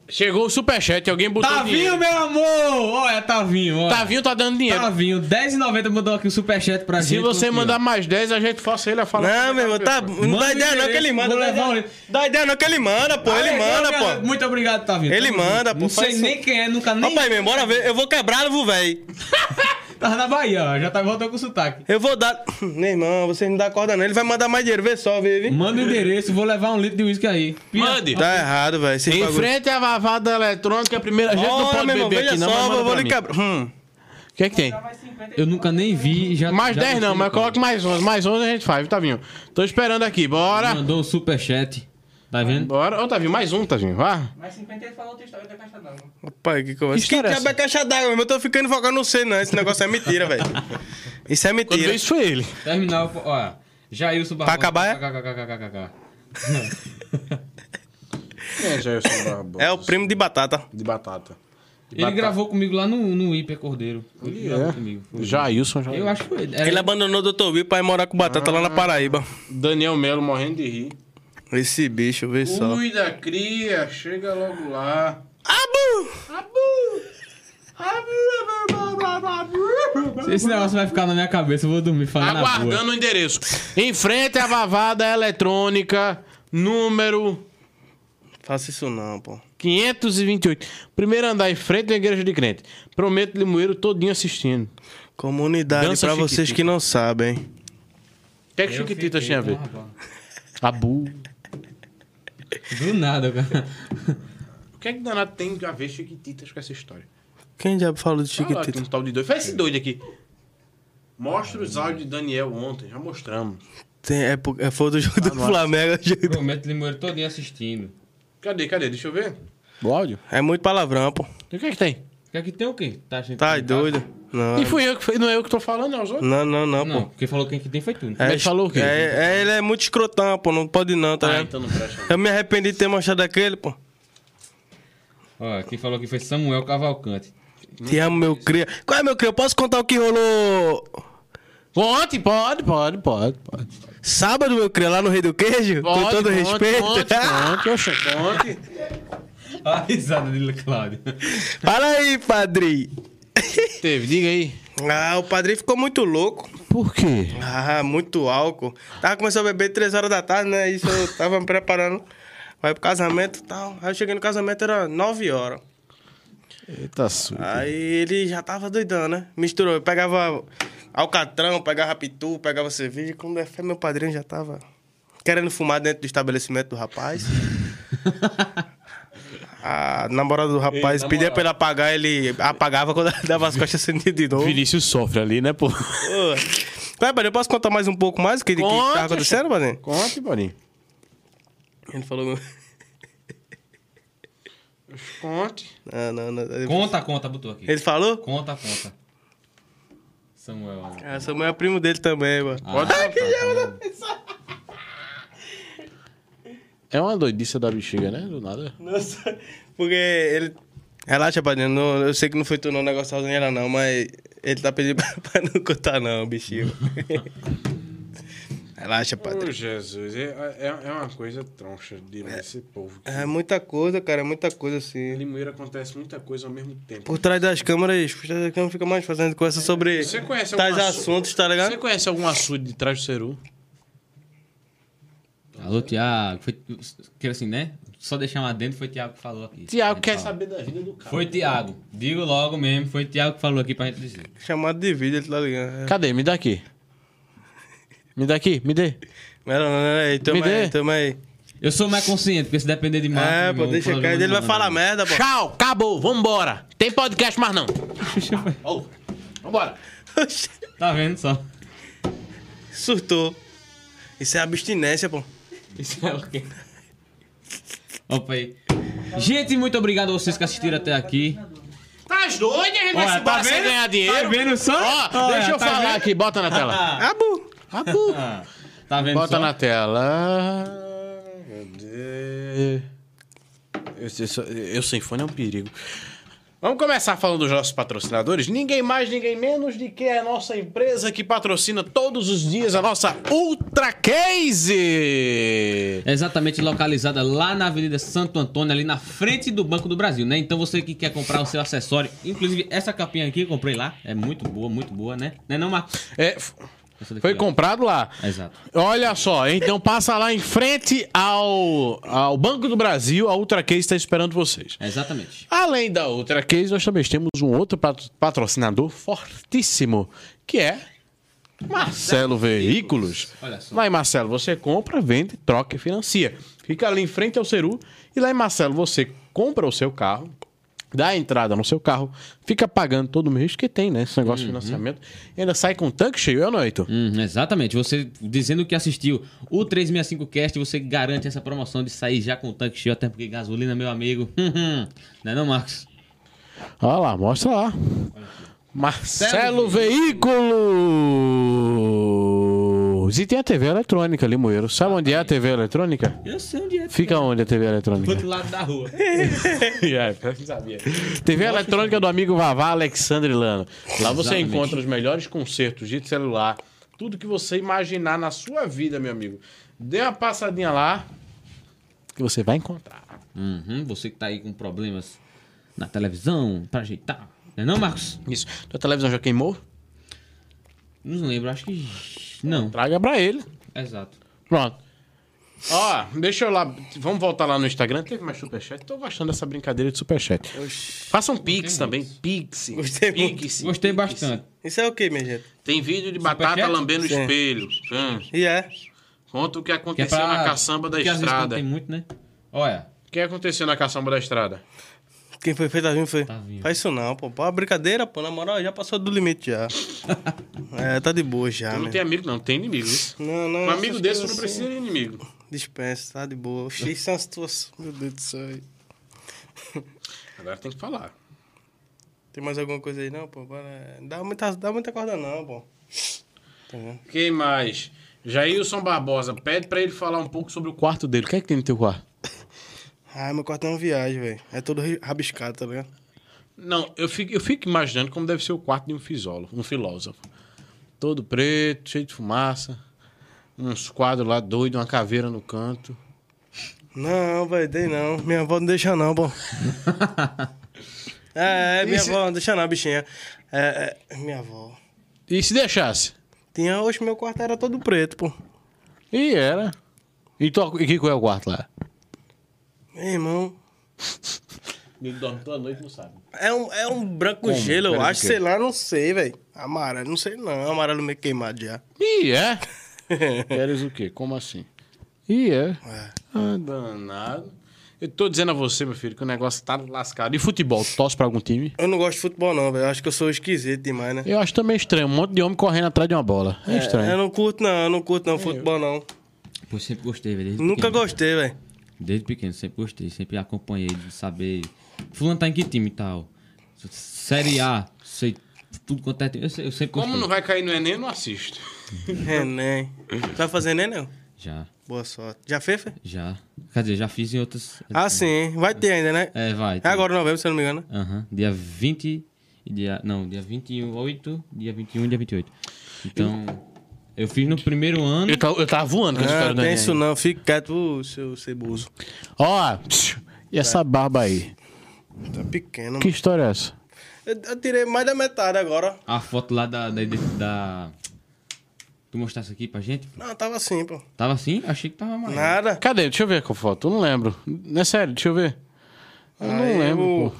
Speaker 2: Chegou o superchat, alguém botou
Speaker 3: Tá
Speaker 1: Tavinho,
Speaker 2: dinheiro.
Speaker 1: meu amor! Olha, Tavinho, olha.
Speaker 2: Tavinho tá dando dinheiro.
Speaker 1: Tavinho, 10,90 mandou aqui o superchat pra
Speaker 2: Se
Speaker 1: gente.
Speaker 2: você
Speaker 1: aqui, ó.
Speaker 2: mandar mais 10, a gente força ele a falar.
Speaker 3: Não,
Speaker 2: com
Speaker 3: meu
Speaker 2: ele,
Speaker 3: irmão, tá.
Speaker 2: pessoal.
Speaker 3: Não
Speaker 1: Manda
Speaker 3: dá
Speaker 1: o
Speaker 3: ideia não que ele
Speaker 1: endereço,
Speaker 3: manda.
Speaker 1: vou
Speaker 3: Dá
Speaker 1: levar
Speaker 3: ideia,
Speaker 1: o-
Speaker 3: dá ideia não que ele manda, pô. Ele manda,
Speaker 1: Valeu, galera.
Speaker 3: pô.
Speaker 1: Muito obrigado, Tavinho.
Speaker 3: Ele
Speaker 1: Tamo junto.
Speaker 3: manda, pô.
Speaker 1: Não sei
Speaker 3: Faz
Speaker 1: nem
Speaker 3: isso.
Speaker 1: quem é, nunca nem.
Speaker 3: Rapaz, meu irmão, bora ver. Eu vou quebrar, vô, velho.
Speaker 1: Tava na Bahia, ó. Já tá voltando com o sotaque.
Speaker 3: Eu vou dar. Meu irmão, vocês não dá corda não. Ele vai mandar mais dinheiro. Vê só, vê, vê.
Speaker 1: Manda o endereço, vou levar um litro de uísque aí. Pia-
Speaker 2: Mande.
Speaker 3: Tá errado, velho. Esse
Speaker 2: Em
Speaker 3: bagulho.
Speaker 2: frente à vavada eletrônica, primeiro. A gente não
Speaker 3: Ora,
Speaker 2: pode
Speaker 3: meu irmão,
Speaker 2: beber
Speaker 3: veja
Speaker 2: aqui, não.
Speaker 3: só,
Speaker 2: mas
Speaker 3: eu
Speaker 2: manda
Speaker 3: vou
Speaker 2: pra
Speaker 3: lhe
Speaker 2: mim.
Speaker 3: quebrar. Hum.
Speaker 2: O que é que tem?
Speaker 6: Mais 50.
Speaker 1: Eu nunca nem vi. Já,
Speaker 2: Mais
Speaker 1: já
Speaker 2: 10 não,
Speaker 1: gostei,
Speaker 2: mas
Speaker 1: cara.
Speaker 2: coloca mais 11. Mais 11 a gente faz, viu, Tavinho? Tô esperando aqui, bora.
Speaker 1: Mandou o superchat. Tá vendo?
Speaker 2: Bora. Ô, Tavinho, mais um, Tavinho, vá.
Speaker 6: Mais 50 ele falou outra história da caixa d'água.
Speaker 3: Rapaz, que
Speaker 2: Que
Speaker 3: conversa. Que
Speaker 2: história é
Speaker 3: diabo é
Speaker 2: essa?
Speaker 3: caixa d'água, meu irmão? Eu tô ficando focado, não sei, não. Esse negócio é mentira, velho. Isso é
Speaker 2: Quando
Speaker 3: mentira.
Speaker 2: veio isso foi ele.
Speaker 1: Terminar, o- ó. Jailson Barbosa.
Speaker 3: acabar, é?
Speaker 1: KKKKKK.
Speaker 2: É, Jailson Barbosa.
Speaker 3: É o primo de batata.
Speaker 2: De batata.
Speaker 1: Ele gravou comigo lá no, no Hiper Cordeiro. Ele gravou comigo. Foi.
Speaker 2: Jailson,
Speaker 1: Eu acho que foi.
Speaker 2: É.
Speaker 1: Era-
Speaker 3: Ele abandonou o Dr. Will pra ir morar com batata lá na
Speaker 2: Ah.
Speaker 3: Paraíba.
Speaker 2: Daniel Melo morrendo de rir.
Speaker 3: Esse bicho, vê só.
Speaker 2: Cuida, cria, chega logo lá.
Speaker 1: Se Esse negócio vai ficar na minha cabeça, eu vou dormir falando na rua.
Speaker 2: Aguardando o endereço. Em frente à vavada eletrônica, número
Speaker 3: Faça isso não, pô.
Speaker 2: 528. Primeiro andar em frente à igreja de crente. Prometo limoeiro todinho assistindo.
Speaker 3: Comunidade,
Speaker 2: Dança
Speaker 3: pra vocês
Speaker 2: chiquitita.
Speaker 3: que não sabem.
Speaker 2: O que é que Chiquititas tinha a ver? Abu.
Speaker 1: Do nada, cara.
Speaker 2: O que é que danado tem a ver Chiquititas com essa história?
Speaker 3: Quem diabo fala de
Speaker 2: Fala aqui
Speaker 3: chiquitita?
Speaker 2: um tal de doido. Faz esse doido aqui. Mostra os áudios de Daniel ontem, já mostramos.
Speaker 3: Tem, é, por- é foi do jogo do
Speaker 2: no
Speaker 3: Flamengo. ajuda.
Speaker 1: Prometo Limoeiro todinho assistindo.
Speaker 2: Cadê, cadê? Deixa eu ver. O áudio?
Speaker 3: É muito palavrão, pô.
Speaker 2: E o que é que tem?
Speaker 1: Quer que tem o quê? Tá, achando que
Speaker 3: Tá
Speaker 1: tem
Speaker 3: doido?
Speaker 1: fácil?
Speaker 3: Não.
Speaker 2: E fui eu que fui, não é eu que tô falando, é os outros.
Speaker 3: Não, não, não,
Speaker 1: Não,
Speaker 3: pô.
Speaker 1: quem falou quem que tem foi tu. né?
Speaker 3: É,
Speaker 2: Mas falou o quê? Ah,
Speaker 3: É, é, ele é muito escrotão, pô. Não pode não,
Speaker 5: Ah,
Speaker 3: tá
Speaker 5: então
Speaker 3: ligado?
Speaker 2: não presta.
Speaker 3: Eu me arrependi de ter mostrado aquele, pô.
Speaker 1: Ó, quem falou que foi Samuel Cavalcante.
Speaker 3: Te amo, meu cria. Qual é, meu cria? Eu posso contar o que rolou
Speaker 2: Ontem, pode, pode, pode, pode.
Speaker 3: sábado, meu cria, lá no Rei do Queijo? Com todo respeito.
Speaker 2: Conte, conte, oxe, conte.
Speaker 1: Olha a risada dele, Cláudio.
Speaker 3: Fala aí, padrinho.
Speaker 2: Teve, diga aí.
Speaker 3: Ah, o padrinho ficou muito louco.
Speaker 2: Por quê?
Speaker 3: Ah, muito álcool. Tava começando a beber 3 horas da tarde, né? Isso eu tava me preparando. Vai pro casamento e tal. Aí eu cheguei no casamento, era 9 horas.
Speaker 2: Eita suco.
Speaker 3: Aí ele já tava doidão, né? Misturou. Eu pegava alcatrão, pegava pitu, pegava cerveja. Quando é fé, meu padrinho já tava querendo fumar dentro do estabelecimento do rapaz. A namorada do rapaz
Speaker 1: Ei,
Speaker 3: pedia
Speaker 1: namorada.
Speaker 3: pra ele apagar, ele apagava quando dava as costas acendidas de novo.
Speaker 2: Vinícius sofre ali, né, pô?
Speaker 3: Ô, Kleber, eu posso contar mais um pouco mais o que, que
Speaker 2: Conte,
Speaker 3: tá acontecendo, Baden?
Speaker 2: Conte, Boninho.
Speaker 3: Ele falou.
Speaker 2: Conte.
Speaker 3: Não, não, não.
Speaker 1: Conta, conta, botou aqui.
Speaker 3: Ele falou?
Speaker 1: Conta, conta. Samuel. ó.
Speaker 3: Ah, Samuel é primo dele também, mano.
Speaker 2: Pode contar. tá. É uma doidice da bexiga, né? Do nada.
Speaker 3: Nossa, porque ele. Relaxa, Padrinho. não- eu sei que não foi tu não o negócio da era não, mas ele tá pedindo pra, pra não contar, não, bichinho. Relaxa,
Speaker 5: Ô,
Speaker 3: Padrinho.
Speaker 5: Jesus, é, é, é uma coisa troncha de esse povo. que-
Speaker 3: É muita coisa, cara, é muita coisa
Speaker 5: Em
Speaker 3: assim.
Speaker 5: Limoeiro acontece muita coisa ao mesmo tempo.
Speaker 3: Por trás das câmeras, por trás das câmeras fica mais fazendo coisa sobre
Speaker 5: Você conhece um
Speaker 3: tais
Speaker 5: algum assu-
Speaker 3: assuntos, tá ligado?
Speaker 2: Você conhece algum açude de trás do Ceru?
Speaker 1: Alô, Tiago. Foi... Que assim, né? Só deixar um adendo, foi Tiago que falou aqui.
Speaker 2: Tiago
Speaker 1: Gente,
Speaker 2: quer
Speaker 1: ó.
Speaker 2: saber da vida do cara.
Speaker 1: Foi Tiago. Digo logo mesmo, foi Tiago que falou aqui pra gente dizer.
Speaker 3: Chamado de vídeo, tá ligado?
Speaker 2: Cadê? Me dá aqui. Me dá aqui, me dê.
Speaker 3: Não, não, não, aí,
Speaker 2: Me
Speaker 3: toma
Speaker 2: dê.
Speaker 3: aí, toma aí.
Speaker 1: Eu sou mais consciente, porque se depender de Marco...
Speaker 3: É,
Speaker 1: irmão,
Speaker 3: pô,
Speaker 1: o
Speaker 3: deixa
Speaker 1: programa
Speaker 3: cair, ele
Speaker 1: não
Speaker 3: vai
Speaker 1: anda,
Speaker 3: falar
Speaker 1: não.
Speaker 3: merda, pô.
Speaker 2: Tchau, acabou, vambora. Tem podcast mais não. Ô, Vambora.
Speaker 3: Oxi,
Speaker 1: Tá vendo só?
Speaker 3: Surtou. Isso é abstinência, pô.
Speaker 1: Isso é o quê? Opa aí. Gente, muito obrigado a vocês que assistiram até aqui.
Speaker 2: Tá doido, a
Speaker 1: Olha,
Speaker 2: gente vai se embora
Speaker 1: tá
Speaker 2: sem
Speaker 1: vendo?
Speaker 2: ganhar dinheiro.
Speaker 1: Tá vendo só?
Speaker 2: Ó,
Speaker 1: Olha,
Speaker 2: deixa eu
Speaker 1: tá
Speaker 2: falar
Speaker 1: vendo?
Speaker 2: aqui, bota na tela.
Speaker 3: Ah, bu.
Speaker 2: Abu.
Speaker 1: Ah, tá vendo
Speaker 2: Bota
Speaker 1: só?
Speaker 2: na tela.
Speaker 5: Meu Deus.
Speaker 2: Eu, eu, eu sem fone é um perigo. Vamos começar falando dos nossos patrocinadores? Ninguém mais, ninguém menos de que a nossa empresa que patrocina todos os dias a nossa Ultra Case.
Speaker 1: É Exatamente localizada lá na Avenida Santo Antônio, ali na frente do Banco do Brasil, né? Então você que quer comprar o seu acessório, inclusive essa capinha aqui, eu comprei lá, é muito boa, muito boa, né? Não é não, Marco?
Speaker 2: É, f-
Speaker 1: Essa daqui,
Speaker 2: foi
Speaker 1: ó.
Speaker 2: comprado lá.
Speaker 1: Exato.
Speaker 2: Olha só, então passa lá em frente ao, ao Banco do Brasil, a Ultra Case está esperando vocês.
Speaker 1: É Exatamente.
Speaker 2: Além da Ultra Case, nós também temos um outro pat- patrocinador fortíssimo, que é Marcelo Veículos.
Speaker 1: Olha só.
Speaker 2: Lá em Marcelo você compra, vende, troca e financia. Fica ali em frente ao Ceru e lá em Marcelo você compra o seu carro, dá a entrada no seu carro, fica pagando todo mês que tem, né? Esse negócio
Speaker 1: Uhum.
Speaker 2: de financiamento. E ainda sai com o tanque cheio, é noito.
Speaker 1: Hum, exatamente. Você dizendo que assistiu o 365cast, você garante essa promoção de sair já com o tanque cheio, até porque gasolina, meu amigo. não é não, Marcos?
Speaker 2: Olha lá, mostra lá. Marcelo Veículos! E tem a TV eletrônica ali, Moeiro. Sabe onde é a TV eletrônica?
Speaker 1: Eu sei onde é.
Speaker 2: Fica onde a TV
Speaker 1: Do
Speaker 2: eletrônica?
Speaker 1: outro lado da rua.
Speaker 2: Yeah, É, eu não sabia. TV eletrônica do amigo Vavá Alexandre Lano. Lá você
Speaker 1: Exatamente.
Speaker 2: encontra os melhores concertos de celular, tudo que você imaginar na sua vida, meu amigo. Dê uma passadinha lá que você vai encontrar.
Speaker 1: Uhum, você que tá aí com problemas na televisão, pra ajeitar. Não é não, Marcos?
Speaker 2: Isso. Tua televisão já queimou?
Speaker 1: Não lembro, acho que. Não,
Speaker 2: Traga pra ele.
Speaker 1: exato.
Speaker 2: Pronto. Ó, deixa eu lá. Vamos voltar lá no Instagram. Teve mais superchat? Tô gostando dessa brincadeira de superchat. Façam pix também. Pix.
Speaker 3: Gostei muito.
Speaker 2: Pix.
Speaker 1: Gostei
Speaker 2: Pix.
Speaker 1: bastante.
Speaker 3: Isso é o que, minha gente?
Speaker 2: Tem vídeo de batata
Speaker 1: Superchat?
Speaker 2: lambendo o
Speaker 3: Sim.
Speaker 2: espelho. Hum.
Speaker 3: E é.
Speaker 2: Conta o que
Speaker 1: Que é
Speaker 2: aconteceu
Speaker 1: pra...
Speaker 2: na caçamba da
Speaker 1: porque às vezes
Speaker 2: estrada.
Speaker 1: não tem muito, né? Olha,
Speaker 2: O que aconteceu na caçamba da estrada?
Speaker 3: Quem foi feito tá vindo foi.
Speaker 1: Tá vindo.
Speaker 3: Faz isso não, pô. Pô, brincadeira, pô. Na moral, já passou do limite já. é, tá de boa já,
Speaker 2: Tu não
Speaker 3: meu.
Speaker 2: tem amigo, não, tem inimigo. isso.
Speaker 3: Não, não.
Speaker 2: Um amigo
Speaker 3: essas
Speaker 2: desse tu não
Speaker 3: coisas
Speaker 2: precisa de inimigo.
Speaker 3: assim, Dispensa, tá de boa. Cheio de situação. Meu Deus do céu. aí.
Speaker 2: Agora tem que falar.
Speaker 3: Tem mais alguma coisa aí não, pô? Bora. Dá muita, dá muita corda não, pô. Tá vendo?
Speaker 2: Quem mais? Jailson Barbosa, pede pra ele falar um pouco sobre o quarto dele. O que é que tem no teu quarto?
Speaker 3: Ah, meu quarto não viagem, velho. É todo ri- rabiscado, tá ligado?
Speaker 2: Não, eu fico, eu fico imaginando como deve ser o quarto de um fisólogo, um filósofo. Todo preto, cheio de fumaça, uns quadros lá doido, uma caveira no canto.
Speaker 3: Não, velho, dei não. Minha avó não deixa não, pô. É, é, minha avó não deixa não, bichinha. É, é, minha avó.
Speaker 2: E se deixasse?
Speaker 3: Tinha, hoje meu quarto era todo preto, pô.
Speaker 2: E era. E, tu, e que qual é o quarto lá?
Speaker 3: Meu irmão,
Speaker 2: Ele dorme toda noite não sabe.
Speaker 3: é um, é um branco gelo, eu acho, sei lá, não sei, velho. Amarelo, não sei não, amarelo meio queimado já.
Speaker 2: E é? Queres o quê? Como assim? E é. Ah, danado. Eu tô dizendo a você, meu filho, que o negócio tá lascado. E futebol, tu torce pra algum time?
Speaker 3: Eu não gosto de futebol, não, velho. Eu Acho que eu sou esquisito demais, né?
Speaker 2: Eu acho também estranho. Um monte de homem correndo atrás de uma bola. É, estranho.
Speaker 3: Eu não curto, não. Eu não curto, não, futebol, não.
Speaker 1: Pô, sempre gostei, velho. desde
Speaker 3: Nunca
Speaker 1: pequeno.
Speaker 3: gostei, velho.
Speaker 1: Desde pequeno, sempre gostei. Sempre acompanhei de saber. Fulano tá em que time e tal. Série A, sei tudo quanto é time. Eu, sei- eu sempre
Speaker 2: Como
Speaker 1: gostei.
Speaker 2: não vai cair no Enem, eu não assisto.
Speaker 3: Enem. Tu vai fazer Enem, Tá não?
Speaker 1: Já,
Speaker 3: Boa sorte. Já fez, Fê?
Speaker 1: já. Quer dizer, já fiz em outras.
Speaker 3: Ah, sim. Vai ter ainda, né?
Speaker 1: É, vai.
Speaker 3: É agora em novembro, se eu não me engano.
Speaker 1: Aham. Dia 20 e dia. Não, dia 28, dia 21 e dia 28. Então, eu fiz no primeiro ano.
Speaker 2: Eu, tava- eu tava tá, voando com essa
Speaker 3: Ah,
Speaker 2: história do
Speaker 3: não tem
Speaker 2: Enem.
Speaker 3: isso não. Fica quieto, ô, seu ceboso.
Speaker 2: Ó, e essa barba aí?
Speaker 3: Tá pequeno,
Speaker 2: Que
Speaker 3: mano.
Speaker 2: história é essa?
Speaker 3: Eu, eu tirei mais da metade agora.
Speaker 1: A foto lá da. da, da- Tu mostrasse aqui pra gente?
Speaker 3: Não, tava assim, pô.
Speaker 1: Tava assim? Achei que tava mais.
Speaker 3: Nada.
Speaker 2: Cadê? Deixa eu ver qual foto. Eu não lembro. Não é sério, deixa eu ver. Eu
Speaker 3: Aí,
Speaker 2: não lembro,
Speaker 3: o-
Speaker 2: pô.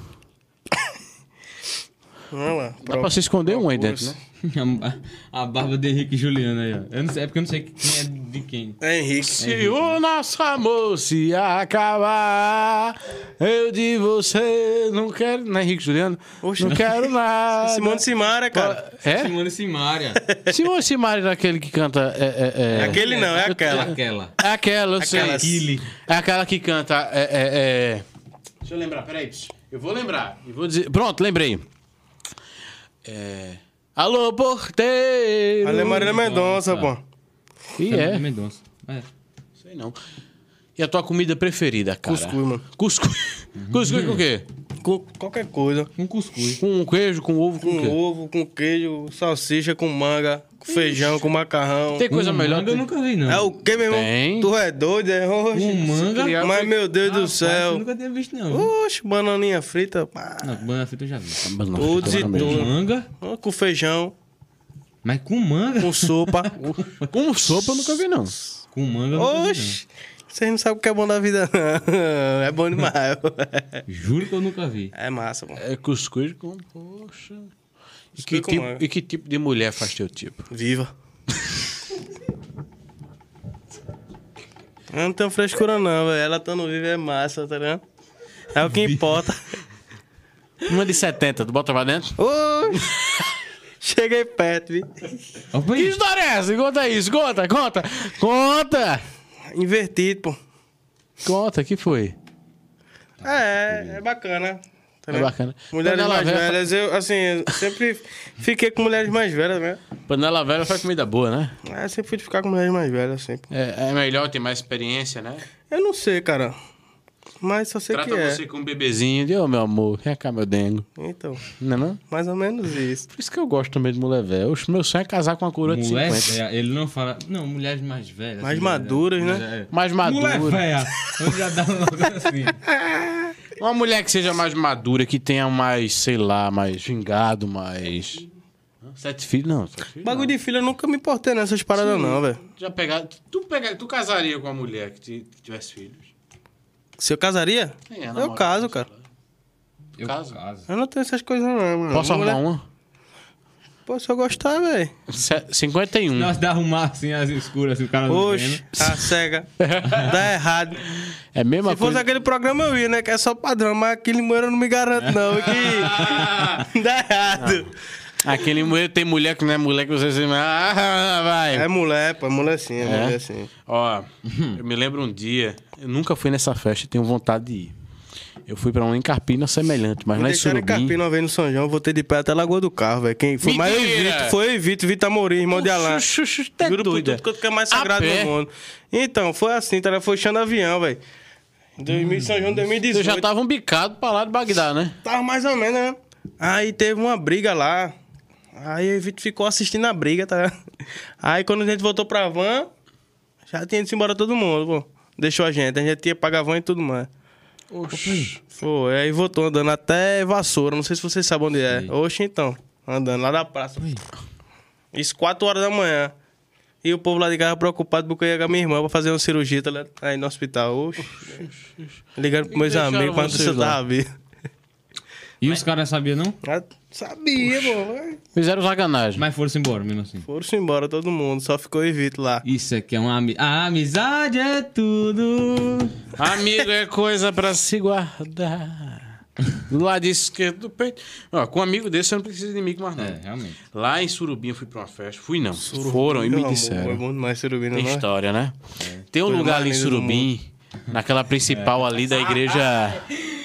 Speaker 3: Olha lá.
Speaker 2: Dá pra se esconder um aí dentro, né?
Speaker 1: A barba de Henrique e Juliano aí, ó. Eu não sei, é porque eu não sei quem é de quem.
Speaker 3: É Henrique.
Speaker 2: Se o nosso amor se acabar, eu de você não quero. Não é Henrique Juliano?
Speaker 3: Oxe.
Speaker 2: Não quero nada.
Speaker 3: Simone Simara, cara.
Speaker 2: É?
Speaker 1: Simone Simária.
Speaker 2: Simone Simaria é aquele que canta. É, é, é...
Speaker 3: Aquele não, é aquela.
Speaker 1: Aquela.
Speaker 2: É aquela, eu sei.
Speaker 3: Aquela Aquele.
Speaker 2: É aquela que canta. É, é, é... Deixa eu lembrar, peraí. psiu. Eu vou lembrar. E vou dizer. Pronto, lembrei. É... Alô, porteiro!
Speaker 3: Ale Marina Mendonça, pô.
Speaker 2: E é.
Speaker 1: Mendonça. É.
Speaker 2: Sei não. E a tua comida preferida, cara?
Speaker 3: Cuscuz, mano.
Speaker 2: Cuscuz. Cuscuz com o quê?
Speaker 3: Com qualquer coisa.
Speaker 1: Um cuscuz.
Speaker 2: Com queijo, com ovo, com o
Speaker 3: Com
Speaker 2: quê?
Speaker 3: ovo, com queijo, salsicha, com manga, com feijão, com macarrão.
Speaker 2: Tem coisa
Speaker 1: Um
Speaker 2: melhor
Speaker 1: manga eu
Speaker 2: que...
Speaker 1: nunca vi, não.
Speaker 3: É o que, meu irmão?
Speaker 2: Tem.
Speaker 3: Tu é doido, é roxo.
Speaker 1: Um manga?
Speaker 2: criar-
Speaker 3: é Mas, meu Deus do
Speaker 1: Ah, Rapaz, eu
Speaker 3: céu. Uh!
Speaker 1: nunca tinha visto, não.
Speaker 3: Oxe, bananinha frita. pá.
Speaker 1: Não, com banana frita eu já vi.
Speaker 2: Mas não,
Speaker 3: Todos e
Speaker 2: agora mesmo.
Speaker 1: Com
Speaker 3: tudo.
Speaker 1: manga?
Speaker 3: Com feijão,
Speaker 1: Mas com manga?
Speaker 3: com sopa.
Speaker 2: Com Um sopa eu nunca vi, não.
Speaker 1: Com manga eu nunca vi,
Speaker 3: Oxe. Vocês não sabem o que é bom da vida, não. É bom demais.
Speaker 1: não. Juro que eu nunca vi.
Speaker 3: É massa, pô.
Speaker 2: É cuscuz com... Poxa... E
Speaker 3: Cuscuz
Speaker 2: que,
Speaker 3: com
Speaker 2: tipo,
Speaker 3: manga.
Speaker 2: e que tipo de mulher faz teu tipo?
Speaker 3: Viva. Eu não tenho frescura, não, velho. Ela estando viva é massa, tá ligado? É o que importa.
Speaker 2: Uma de 70, tu bota pra dentro?
Speaker 3: Oxe. Cheguei perto, vi.
Speaker 1: Opa,
Speaker 2: Que
Speaker 1: aí.
Speaker 2: história é essa? Conta isso, conta, conta, conta!
Speaker 3: Invertido, pô.
Speaker 2: Conta, que foi?
Speaker 3: É, é bacana. Tá
Speaker 2: É
Speaker 3: ligado?
Speaker 2: bacana.
Speaker 3: Mulheres
Speaker 2: Panela
Speaker 3: mais
Speaker 2: velha,
Speaker 3: velhas, eu, assim, eu sempre fiquei com mulheres mais velhas, né?
Speaker 2: Panela velha faz comida boa, né?
Speaker 3: É, sempre fui de ficar com mulheres mais velhas, sempre.
Speaker 2: É, é melhor, tem mais experiência, né?
Speaker 3: Eu não sei, cara. Mas só sei
Speaker 2: Trata
Speaker 3: que é.
Speaker 2: você como um bebezinho. de, Ô, meu amor, vem cá, meu dengo.
Speaker 3: Então,
Speaker 2: Não é não?
Speaker 3: mais ou menos isso.
Speaker 2: Por isso que eu gosto também de mulher velha. Oxe, meu sonho é casar com uma coroa de
Speaker 1: Mulher
Speaker 2: 50.
Speaker 1: velha, ele não fala. Não, mulheres mais velhas.
Speaker 3: Mais
Speaker 1: assim,
Speaker 3: maduras,
Speaker 1: mulher-
Speaker 3: né?
Speaker 1: mulher- é.
Speaker 2: Mais madura.
Speaker 1: Mulher velha. Eu já dava logo assim.
Speaker 2: Uma mulher que seja mais madura, que tenha mais, sei lá, mais vingado, mais... Sete filhos, não. Sete filhos,
Speaker 3: Bagulho de filho, eu nunca me importei nessas paradas, não, velho.
Speaker 2: não. Já pegar, tu, pega, tu casaria com uma mulher que, ti- que tivesse filhos?
Speaker 3: Se eu casaria,
Speaker 2: Quem é a
Speaker 3: eu
Speaker 2: namorada,
Speaker 3: caso,
Speaker 2: sei
Speaker 3: cara.
Speaker 2: lá?
Speaker 1: Eu
Speaker 2: Caso.
Speaker 1: caso.
Speaker 3: Eu não tenho essas coisas, não, mano.
Speaker 2: Posso
Speaker 3: Mulher-
Speaker 2: arrumar um? uma?
Speaker 3: Pô, se eu gostar, velho.
Speaker 2: Se-
Speaker 7: Hum.
Speaker 2: 51.
Speaker 1: Nós dá arrumar assim as escuras, assim, o
Speaker 2: Tá
Speaker 1: cara não
Speaker 3: Oxe,
Speaker 1: vendo.
Speaker 3: a cega. Dá errado.
Speaker 2: É a mesma
Speaker 3: Se fosse
Speaker 2: coisa.
Speaker 3: aquele programa, eu ia, né? Que é só padrão, mas aquele moeiro eu não me garanto, não. Que... Dá errado.
Speaker 2: Ah. Aquele mulher tem mulher que não é mulher que você se. Ah, vai.
Speaker 3: É mulher, pô, é mulher sim, é,
Speaker 2: É?
Speaker 3: mulher sim.
Speaker 2: Ó, eu me lembro um dia, eu nunca fui nessa festa e tenho vontade de ir. Eu fui pra uma em Carpina semelhante, mas
Speaker 3: Me
Speaker 2: lá em
Speaker 3: deixaram em é Carpina
Speaker 2: Surubim.
Speaker 3: uma vez no São João, voltei de pé até a Lagoa do Carro, velho. Quem foi mais eu e
Speaker 2: Mentira!
Speaker 3: Vito, foi eu e Vito, Vito Amorim, irmão de Alain.
Speaker 2: Xuxu, xuxu, tá
Speaker 3: Juro por
Speaker 2: doida.
Speaker 3: tudo quanto que é mais
Speaker 2: A
Speaker 3: sagrado
Speaker 2: pé.
Speaker 3: do mundo. Então, foi assim, tá? Foi chão de avião, velho. Em 2000, São João de
Speaker 2: Eu
Speaker 3: 2018.
Speaker 2: já tava um bicado pra lá de Bagdá, né?
Speaker 3: Tava mais ou menos, né? Aí teve uma briga lá. Aí o Evito ficou assistindo a briga, tá? ligado? Aí quando a gente voltou pra van, já tinha ido embora todo mundo, pô. Deixou a gente, a gente ia pagar van e tudo mais.
Speaker 2: Oxi.
Speaker 3: Foi, aí voltou andando até Vassoura, não sei se vocês sabem onde é. Oxe, então. Andando lá da praça. Isso, 4 horas da manhã. E o povo lá de casa preocupado porque eu ia com a minha irmã pra fazer uma cirurgia, tá ligado? Aí no hospital. Oxe. Ligaram pros meus
Speaker 2: deixaram
Speaker 3: amigos pra ver se eu
Speaker 2: vocês lá?
Speaker 3: tava vivo.
Speaker 7: E os caras sabiam, não?
Speaker 3: Ah, sabia, pô. mas
Speaker 2: Fizeram sacanagem.
Speaker 7: Mas foram-se embora, mesmo assim.
Speaker 3: Foram-se embora todo mundo, só ficou Evito lá.
Speaker 7: Isso aqui é uma ami- A amizade é tudo.
Speaker 2: Amigo é coisa pra se guardar. Do lado esquerdo do peito. Ó, com um amigo desse eu não preciso de inimigo mais não.
Speaker 7: É, realmente.
Speaker 2: Lá em Surubim eu fui pra uma festa. Fui não. Foram e
Speaker 3: Meu
Speaker 2: me
Speaker 3: amor, É
Speaker 2: disseram.
Speaker 3: bom demais Surubina,
Speaker 2: Tem
Speaker 3: não é?
Speaker 2: história, né?
Speaker 7: É.
Speaker 2: Tem um
Speaker 3: Coisa
Speaker 2: lugar
Speaker 3: mais
Speaker 2: ali em
Speaker 3: linda do
Speaker 2: Surubim, naquela principal ali da igreja.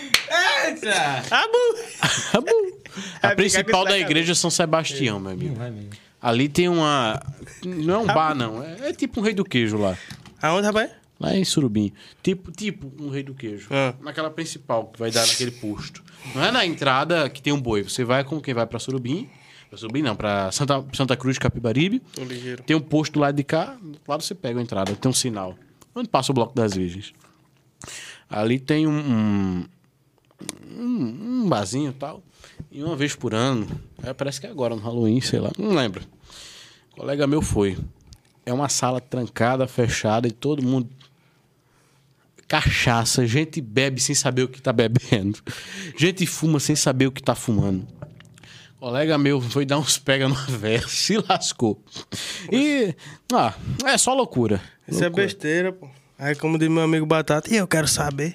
Speaker 7: É,
Speaker 2: A principal da igreja São Sebastião, meu amigo.
Speaker 7: Vai mesmo.
Speaker 2: Ali tem uma. Não é um bar, não. É, é tipo um rei do queijo lá.
Speaker 3: Aonde, rapaz?
Speaker 2: Lá em Surubim. Tipo, tipo um rei do queijo.
Speaker 7: É.
Speaker 3: Ah.
Speaker 2: Naquela principal que vai dar naquele posto. Não é na entrada que tem um boi. Você vai com quem vai pra Surubim. Pra Surubim, não, pra Santa, Santa Cruz de Capibaribe.
Speaker 3: Tô ligeiro.
Speaker 2: Tem um posto do lado de cá, do lado você pega a entrada, tem um sinal. Onde passa o Bloco das Virgens. Ali tem um, um, um- um barzinho e tal. E uma vez por ano, é, parece que é agora, no Halloween, sei lá, não lembro. Um colega meu foi. É uma sala trancada, fechada, e todo mundo. Cachaça, gente bebe sem saber o que tá bebendo. Gente fuma sem saber o que tá fumando. Colega meu foi dar uns pega numa véia, se lascou. E. Ah, é só loucura.
Speaker 3: Isso é besteira, pô. Aí, como diz meu amigo Batata, e eu quero saber.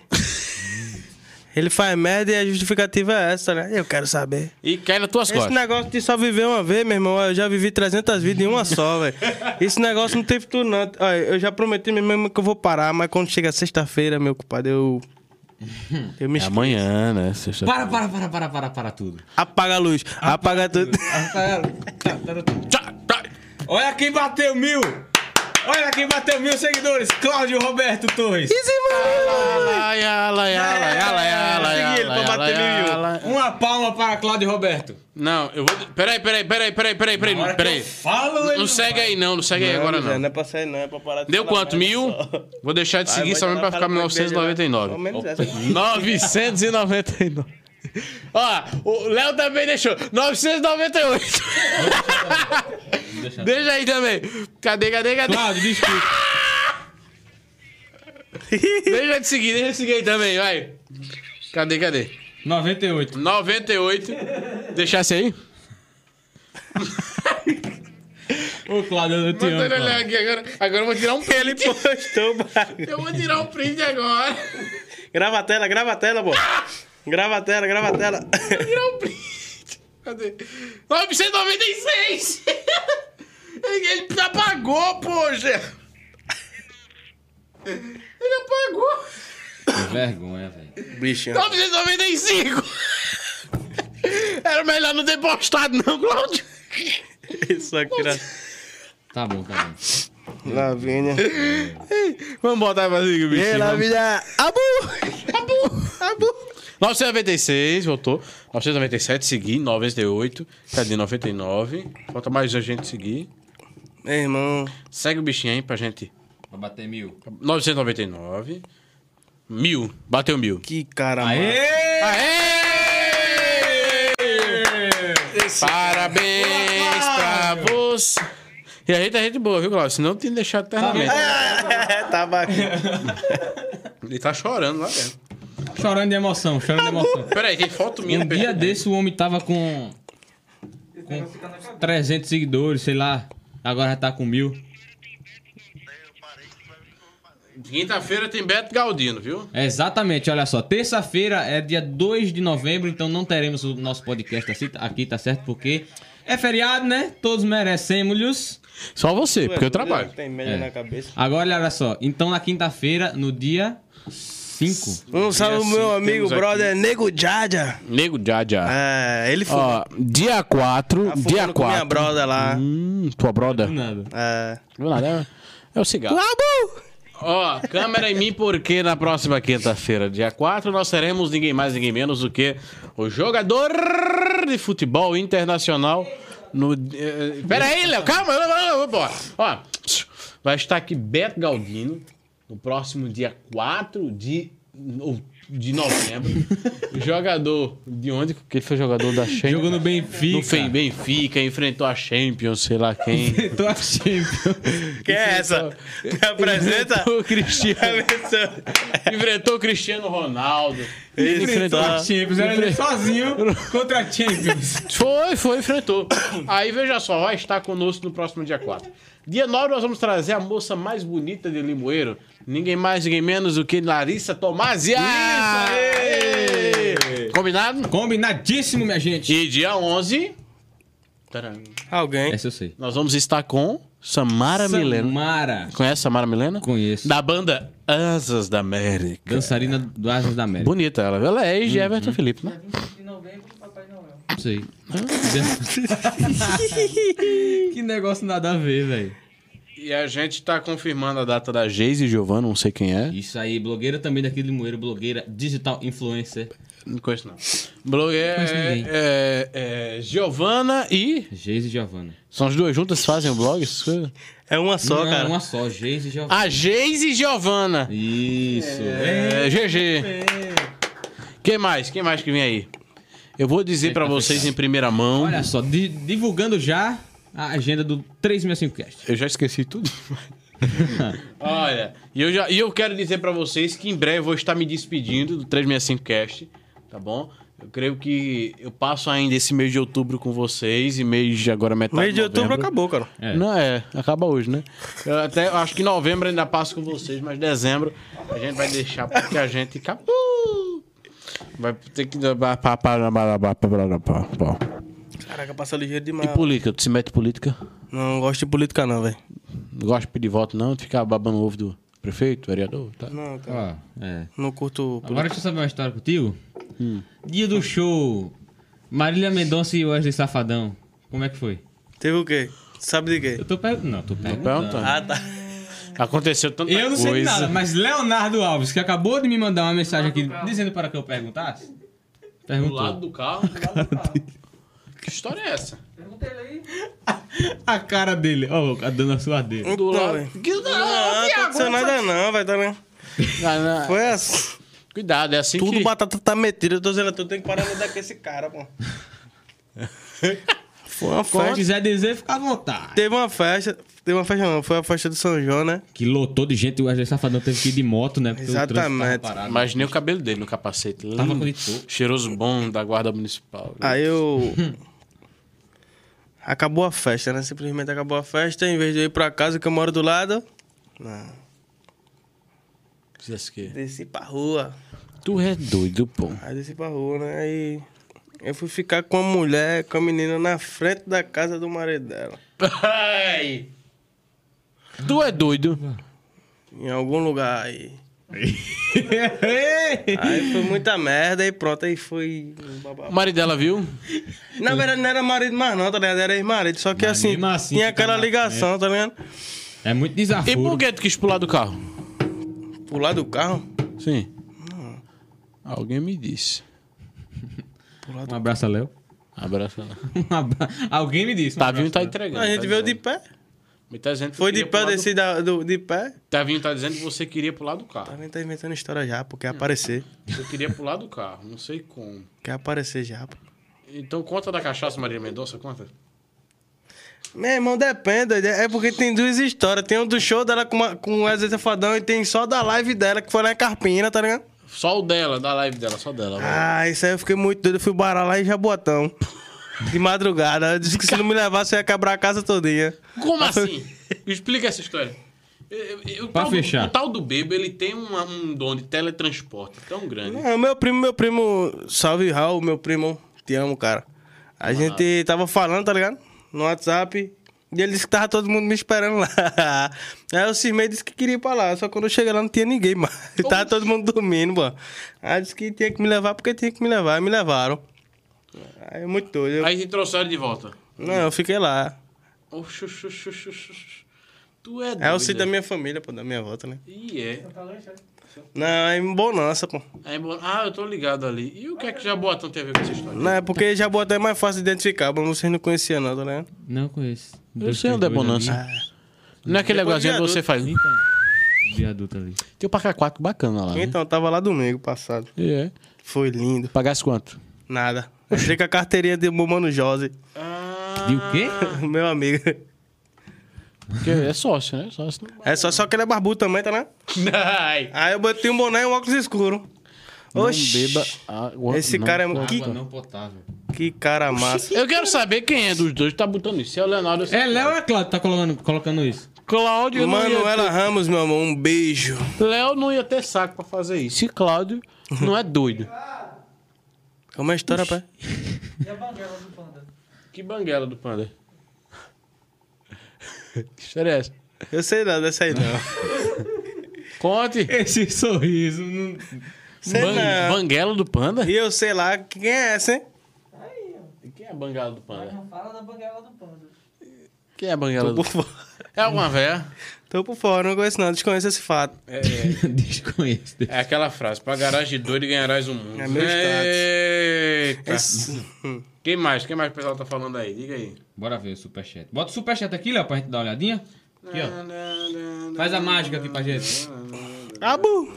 Speaker 3: Ele faz merda e a justificativa é essa, né? Eu quero saber.
Speaker 2: E cai nas tuas
Speaker 3: Esse
Speaker 2: costas.
Speaker 3: negócio de só viver uma vez, meu irmão, eu já vivi 300 vidas em uma só, velho. Esse negócio não tem futuro, não. Olha, eu já prometi mesmo que eu vou parar, mas quando chega sexta-feira, meu compadre, eu. Eu me
Speaker 2: É
Speaker 3: esque-
Speaker 2: amanhã, né? Sexta...
Speaker 7: Para, Ah, para, para, para, para, para tudo.
Speaker 3: Apaga a luz, apaga tudo.
Speaker 1: Tá,
Speaker 2: Tchá, tchá.
Speaker 1: Olha quem bateu mil! Olha quem bateu mil seguidores! Cláudio Roberto Torres!
Speaker 2: Alai, alai, alai, alai, alai,
Speaker 3: Segui ele pra
Speaker 2: alai,
Speaker 3: bater
Speaker 2: alai,
Speaker 3: mil.
Speaker 2: alai.
Speaker 1: Uma palma para Cláudio Roberto!
Speaker 2: Não, eu vou. Peraí, peraí, peraí, peraí, peraí, peraí.
Speaker 1: Na hora
Speaker 2: Não,
Speaker 1: que
Speaker 2: peraí.
Speaker 1: eu falo, ele
Speaker 2: não segue aí, não, não segue aí agora,
Speaker 3: Zé,
Speaker 2: não.
Speaker 3: Não é pra sair, não, é pra parar de
Speaker 2: Deu
Speaker 3: falar
Speaker 2: quanto?
Speaker 3: merda
Speaker 2: Mil?
Speaker 3: só.
Speaker 2: Vou deixar de
Speaker 3: Vai,
Speaker 2: seguir
Speaker 3: vai
Speaker 2: só mesmo
Speaker 3: dar
Speaker 2: pra
Speaker 3: uma
Speaker 2: ficar
Speaker 3: cara de né? Pelo
Speaker 2: 999.
Speaker 3: menos essa.
Speaker 2: 999. Ó, o Léo também deixou. 998. Deixa aí também. Cadê, cadê, cadê?
Speaker 1: Cláudio, desculpa!
Speaker 2: Deixa de seguir, deixa de seguir aí também, vai. Cadê, cadê?
Speaker 1: 98.
Speaker 2: 98. Deixasse aí?
Speaker 1: Ô, Cláudio, eu te
Speaker 2: Mantendo
Speaker 1: amo.
Speaker 2: ele é
Speaker 1: Cláudio.
Speaker 2: aqui agora. Agora eu vou tirar um
Speaker 3: Ele
Speaker 2: print.
Speaker 3: postou, bagulho.
Speaker 2: Eu vou tirar um print agora.
Speaker 3: Grava a tela, grava a tela, pô. Grava a tela, grava a tela.
Speaker 2: Tirar um print. Cadê? 996! Ele ele apagou, poxa! Ele apagou!
Speaker 7: Que vergonha, velho.
Speaker 3: Bichinho.
Speaker 2: Tá. 995! Era melhor não ter postado, não, Claudio.
Speaker 3: Isso aqui era. né?
Speaker 7: Tá bom, tá bom.
Speaker 3: Lavínia.
Speaker 2: Vamos botar pra seguir o bichinho. vamos.
Speaker 3: Lavínia. Abu!
Speaker 2: 996, voltou. 997, seguir. 98. Cadê 99? Falta mais um a gente seguir.
Speaker 3: Meu irmão.
Speaker 2: Segue o bichinho aí pra gente.
Speaker 7: Vai bater mil.
Speaker 2: 999. Mil. Bateu mil.
Speaker 3: Que cara, mano.
Speaker 1: Ê,
Speaker 2: Aê! Parabéns pra você. E a gente é gente boa, viu, Cláudio? Senão eu tinha deixado
Speaker 3: Tá
Speaker 2: eternamente.
Speaker 3: Tava aqui.
Speaker 2: Ele tá chorando lá dentro.
Speaker 1: Chorando de emoção, chorando de emoção.
Speaker 2: Peraí, tem foto minha.
Speaker 7: Um
Speaker 2: no
Speaker 7: dia
Speaker 2: perfil.
Speaker 7: desse o homem tava com
Speaker 6: Esse negócio fica na cabeça.
Speaker 7: 300 seguidores, sei lá. Agora já tá com mil.
Speaker 2: Quinta-feira tem Beto Galdino, viu?
Speaker 7: É, Exatamente, olha só. Terça-feira é dia 2 de novembro, então não teremos o nosso podcast assim- aqui, tá certo? Porque é feriado, né? Todos merecemos-lhes.
Speaker 2: Só você, porque eu trabalho.
Speaker 3: Tem média
Speaker 7: É.
Speaker 3: na cabeça.
Speaker 7: Agora, olha só. Então, na quinta-feira, no dia 5.
Speaker 3: Um salve pro
Speaker 2: assim,
Speaker 3: meu amigo,
Speaker 2: temos aqui-
Speaker 3: brother, Nego Jaja.
Speaker 2: Nego já já.
Speaker 3: É, ele foi.
Speaker 2: Ó, dia 4,
Speaker 3: Tá
Speaker 2: dia
Speaker 3: fumando com minha
Speaker 2: 4.
Speaker 3: brother lá.
Speaker 2: Hum, tua broda.
Speaker 7: Nada.
Speaker 3: É.
Speaker 2: Não, nada, é, é o cigarro. Ó, câmera em mim, porque na próxima quinta-feira, dia 4, nós teremos ninguém mais, ninguém menos do que o jogador de futebol internacional. No, eh, peraí, Léo, calma, eu- eu- eu- eu- bora. Ó, vai estar aqui Beto Galdino no próximo dia 4 de outubro. de novembro. jogador de onde? Que ele foi jogador da Champions.
Speaker 1: Jogou no Benfica.
Speaker 2: No Fem- Benfica, enfrentou a Champions, sei lá quem.
Speaker 1: Tô achando.
Speaker 3: Quem é essa? Me apresenta.
Speaker 2: Enfrentou o
Speaker 3: É
Speaker 2: Cristiano,
Speaker 3: Apresenta.
Speaker 2: enfrentou o Cristiano Ronaldo.
Speaker 3: Isso,
Speaker 2: Enfrentou né?
Speaker 3: tá.
Speaker 1: A Champions, era ele sozinho contra a Champions.
Speaker 2: Foi, foi, enfrentou. Aí veja só, vai estar conosco no próximo dia 4. Dia 9 nós vamos trazer a moça mais bonita de Limoeiro. Ninguém mais, ninguém menos do que Larissa Tomasi. Combinado?
Speaker 1: Combinadíssimo, minha gente.
Speaker 2: E dia 11 taram,
Speaker 3: Alguém.
Speaker 1: Essa eu sei.
Speaker 2: nós vamos estar com Samara Milena.
Speaker 1: Mara.
Speaker 2: Conhece Samara Milena?
Speaker 1: Conheço.
Speaker 2: Da banda Asas da América.
Speaker 1: Dançarina do Asas da América.
Speaker 2: Bonita ela. Ela é ex de Everton Felipe, né?
Speaker 6: 25 de novembro, Papai Noel.
Speaker 1: Não sei. que negócio nada a ver, velho.
Speaker 2: E a gente tá confirmando a data da Geise Giovanna, não sei quem é.
Speaker 1: Isso aí, blogueira também daqui de Limoeiro, blogueira, digital influencer.
Speaker 2: Não conheço, não. Blog é,
Speaker 1: conheço ninguém.
Speaker 2: é, é Giovana e.
Speaker 1: Geise e Giovana.
Speaker 2: São as duas juntas que fazem o blog? essas coisas?
Speaker 3: É uma só,
Speaker 1: Não,
Speaker 3: cara.
Speaker 1: uma só, Geise e Giovana.
Speaker 2: A Geise e Giovana.
Speaker 1: Isso.
Speaker 2: É, GG. Quem mais? Quem mais que vem aí? Eu vou dizer pra vocês em primeira mão.
Speaker 1: tá Olha só, di- divulgando já a agenda do 365cast.
Speaker 2: Eu já esqueci tudo. Olha, e eu, já, e eu quero dizer pra vocês que em breve eu vou estar me despedindo do 365cast, tá bom? Eu creio que eu passo ainda esse mês de outubro com vocês e mês de agora metade
Speaker 3: Mês de outubro
Speaker 2: novembro.
Speaker 3: acabou, cara.
Speaker 1: É.
Speaker 2: Não, é, acaba hoje, né? Eu até eu acho que novembro ainda passo com vocês, mas dezembro a gente vai deixar porque a gente acabou. Vai ter que. E
Speaker 3: Caraca, passa ligeiro demais.
Speaker 2: política? Tu se mete em política?
Speaker 3: Tipo, Não gosto de política, não, velho.
Speaker 2: Não gosta de pedir voto, não? Tu fica babando o ovo do prefeito, vereador? Tá.
Speaker 3: Não,
Speaker 1: Ó,
Speaker 3: cara.
Speaker 1: é.
Speaker 3: Não curto política.
Speaker 1: Agora deixa eu saber uma história contigo.
Speaker 3: Hum.
Speaker 1: Dia do show. Marília Mendonça e Wesley Safadão. Como é que foi?
Speaker 3: Teve o quê? Sabe de quê?
Speaker 1: Eu tô perguntando. Não, tô perguntando.
Speaker 2: Pergunta.
Speaker 3: Ah, tá.
Speaker 2: Aconteceu tanta
Speaker 1: Eu não sei de
Speaker 2: coisa.
Speaker 1: nada, mas Leonardo Alves, que acabou de me mandar uma mensagem aqui dizendo para que eu perguntasse.
Speaker 2: Do
Speaker 1: Perguntou.
Speaker 2: lado do carro. que história é essa?
Speaker 6: Pergunta ele aí.
Speaker 1: A cara dele, ó, a dona suadeira.
Speaker 3: Não,
Speaker 2: Do lado.
Speaker 3: Então, velho. Não, não aconteceu nada, não, velho. Tá, né?
Speaker 2: Ah, não.
Speaker 3: Foi assim.
Speaker 2: Cuidado, é assim
Speaker 3: Tudo
Speaker 2: que...
Speaker 3: batata tá metido. Eu tô dizendo, tu tem que parar de andar com esse cara, pô. Foi uma
Speaker 1: Se
Speaker 3: festa.
Speaker 1: quiser dizer, fica à vontade.
Speaker 3: Teve uma festa. Teve uma festa, não. Foi a festa do São João, né?
Speaker 1: Que lotou de gente, o Wesley Safadão teve que ir de moto, né? Porque o trânsito
Speaker 3: Exatamente.
Speaker 1: tava parado.
Speaker 2: Imaginei o cabelo dele no capacete.
Speaker 1: Tava
Speaker 2: Lindo.
Speaker 1: bonito.
Speaker 2: Cheiroso bom da guarda municipal.
Speaker 3: Aí eu. Acabou a festa, né? Simplesmente acabou a festa. Em vez de eu ir pra casa, que eu moro do lado. Não.
Speaker 2: Fizesse o quê?
Speaker 3: Desci pra rua.
Speaker 2: Tu é doido, pô.
Speaker 3: Aí desci pra rua, né? Aí. Eu fui ficar com a mulher, com a menina na frente da casa do marido dela.
Speaker 2: Ai. Tu é doido.
Speaker 3: Em algum lugar aí. aí foi muita merda e pronto, aí foi. um babá.
Speaker 2: O marido dela viu?
Speaker 3: Na verdade não era marido mais não, tá ligado? Era ex-marido. Só que assim,
Speaker 1: mesmo assim,
Speaker 3: tinha
Speaker 1: fica
Speaker 3: aquela
Speaker 1: na
Speaker 3: ligação, tá ligado?
Speaker 1: É muito desafio.
Speaker 2: E por que tu quis pular do carro?
Speaker 3: Pular do carro.
Speaker 2: Sim. Alguém me disse.
Speaker 1: Um abraço a Léo.
Speaker 2: Abraço ela.
Speaker 1: Um abra- Alguém me disse. um
Speaker 2: Tavinho
Speaker 1: abraço,
Speaker 2: tá
Speaker 1: Léo.
Speaker 2: entregando.
Speaker 3: A gente
Speaker 2: tá
Speaker 3: veio de
Speaker 2: dizendo.
Speaker 3: pé.
Speaker 2: Muita gente que
Speaker 3: Foi de
Speaker 2: queria
Speaker 3: pé,
Speaker 2: pular do-
Speaker 3: desci da- do- de pé.
Speaker 2: Tavinho tá dizendo que você queria pular do
Speaker 3: Tá
Speaker 2: carro.
Speaker 3: vendo? Tá inventando história já, porque quer aparecer.
Speaker 2: Você queria pular do carro, não sei como.
Speaker 3: Quer aparecer já, pô.
Speaker 2: Então conta da cachaça Maria Mendonça, conta.
Speaker 3: Meu irmão, depende. É porque tem duas histórias. Tem um do show dela com, uma, com o Wesley Safadão e tem só da live dela, que foi lá em Carpina, tá ligado?
Speaker 2: Só o dela, da live dela, só dela. vai.
Speaker 3: Ah, isso aí eu fiquei muito doido. Eu fui barar lá em Jabotão. De madrugada. Eu disse que se não me levasse, eu ia quebrar a casa todinha.
Speaker 2: Como assim? Explica essa história. Eu- eu- o
Speaker 1: Pra
Speaker 2: tal
Speaker 1: fechar.
Speaker 2: Do, o tal do Bebo, ele tem um, um dom de teletransporte tão grande.
Speaker 3: Não, É, meu primo, meu primo. Salve, Raul, meu primo. Te amo, cara. A gente tava falando, tá ligado? No WhatsApp. E ele disse que tava todo mundo me esperando lá. Aí eu cismei e disse que queria ir pra lá. Só que quando eu cheguei lá não tinha ninguém, mano. Tava todo mundo dormindo, pô. Aí disse que tinha que me levar porque tinha que me levar. Aí me levaram. Aí é muito doido. Eu-
Speaker 2: Aí te trouxeram de volta.
Speaker 3: Não, eu fiquei lá.
Speaker 2: Oxo, xo, xo, xo, xo, xo. Tu é doido.
Speaker 3: Aí eu sei da minha família, pô, da minha volta, né?
Speaker 2: E é.
Speaker 3: Não, é em bonança, pô.
Speaker 2: Aí, bo- ah, eu tô ligado ali. E o que é que Jabotão tem a ver com essa história?
Speaker 3: Não, é porque já até é mais fácil de identificar, mas vocês não conheciam, não, tá ligado?
Speaker 1: Não conheço.
Speaker 2: Eu sei onde é bonança. Não é aquele
Speaker 3: Depois
Speaker 2: negocinho que
Speaker 3: de
Speaker 2: você faz.
Speaker 1: de adulto ali.
Speaker 2: Tem o Parque Aquático bacana lá, né?
Speaker 3: Então, eu tava lá domingo passado.
Speaker 2: É.
Speaker 3: Foi lindo.
Speaker 2: Pagasse quanto?
Speaker 3: Nada. Eu Achei com a carteirinha de meu mano Jose,
Speaker 1: De o quê?
Speaker 2: Ah.
Speaker 3: meu amigo.
Speaker 2: Porque é sócio, né? Sócio. não-
Speaker 3: É só, só que ele é barbudo também, tá, né? Aí eu botei um boné e um óculos escuro.
Speaker 2: Não
Speaker 3: Oxi.
Speaker 2: beba água.
Speaker 3: Esse
Speaker 2: não
Speaker 3: cara é-
Speaker 2: com
Speaker 3: que-
Speaker 2: água, não.
Speaker 1: potável.
Speaker 3: Que cara massa.
Speaker 2: Eu quero saber quem é dos dois que tá botando isso. Se é o Leonardo ou se
Speaker 1: É Léo ou é Cláudio que tá colocando, colocando isso?
Speaker 2: Cláudio. eu não ia
Speaker 3: Manuela Ramos, meu amor, um beijo.
Speaker 2: ter- Léo não ia ter saco pra fazer isso. E Cláudio não é doido.
Speaker 3: Como é a história, pai?
Speaker 6: E a banguela do panda?
Speaker 2: Que banguela do panda. que história é essa?
Speaker 3: Eu sei nada dessa aí, não.
Speaker 2: Conte.
Speaker 1: Esse sorriso. Não...
Speaker 3: Sei
Speaker 2: Ban-
Speaker 3: não.
Speaker 2: Banguela do panda?
Speaker 3: E eu sei lá quem é essa, hein?
Speaker 2: Quem é a banguela do panda?
Speaker 6: Não fala da banguela do panda.
Speaker 2: Quem é a banguela
Speaker 3: Tô
Speaker 2: do
Speaker 3: por
Speaker 2: panda?
Speaker 3: fora.
Speaker 2: É alguma véia?
Speaker 3: Tô por fora, não conheço não, desconheço esse fato.
Speaker 8: É, é,
Speaker 1: Desconheço.
Speaker 8: é aquela frase: pagarás de doido e ganharás o mundo.
Speaker 3: É meu status.
Speaker 2: É.
Speaker 8: Eita.
Speaker 3: Esse-
Speaker 8: Quem mais? Quem mais o pessoal tá falando aí? Diga aí.
Speaker 1: Bora ver o superchat. Bota o superchat aqui, Léo, pra gente dar uma olhadinha. Aqui, ó. Faz a mágica aqui pra gente.
Speaker 3: Abu!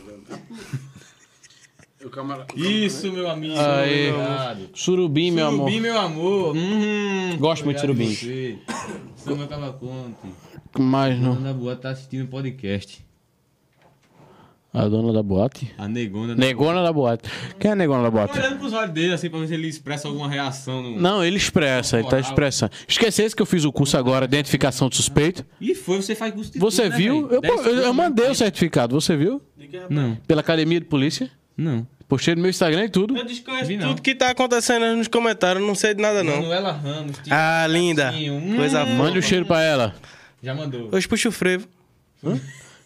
Speaker 8: O camara...
Speaker 1: Isso, meu amigo.
Speaker 2: Aê.
Speaker 1: Obrigado.
Speaker 2: Surubim, meu amor.
Speaker 1: Surubim, meu amor. Hum,
Speaker 2: Gosto muito de
Speaker 1: obrigado
Speaker 2: surubim.
Speaker 1: você. Samuel Cavalcante.
Speaker 2: Mas
Speaker 1: A
Speaker 2: não.
Speaker 1: Dona Boa tá assistindo o podcast.
Speaker 2: A dona da boate?
Speaker 1: A negona. Né?
Speaker 2: Negona da boate. Quem é a negona da boate?
Speaker 1: Olhando pros olhos dele, assim, pra ver se ele expressa alguma reação. No...
Speaker 2: Não, ele expressa, ele tá expressando. Esquecesse que eu fiz o curso agora, identificação de suspeito.
Speaker 1: E foi, você faz gosto de
Speaker 2: Você
Speaker 1: tudo, né,
Speaker 2: viu?
Speaker 1: velho?
Speaker 2: Eu,
Speaker 1: Dez
Speaker 2: eu- eu
Speaker 1: coisas.
Speaker 2: mandei o certificado, você viu?
Speaker 1: Não,
Speaker 2: Pela academia de polícia.
Speaker 1: não.
Speaker 2: Postei no meu Instagram e tudo.
Speaker 6: Eu desconheço.
Speaker 1: Vi não.
Speaker 3: Tudo que tá acontecendo nos comentários, não sei de nada, não.
Speaker 1: Manuela Ramos. Tipo,
Speaker 3: Ah, linda.
Speaker 1: Hum.
Speaker 3: Coisa
Speaker 2: Mande
Speaker 3: boa.
Speaker 2: o cheiro pra ela.
Speaker 1: Já mandou.
Speaker 3: Hoje puxa o frevo.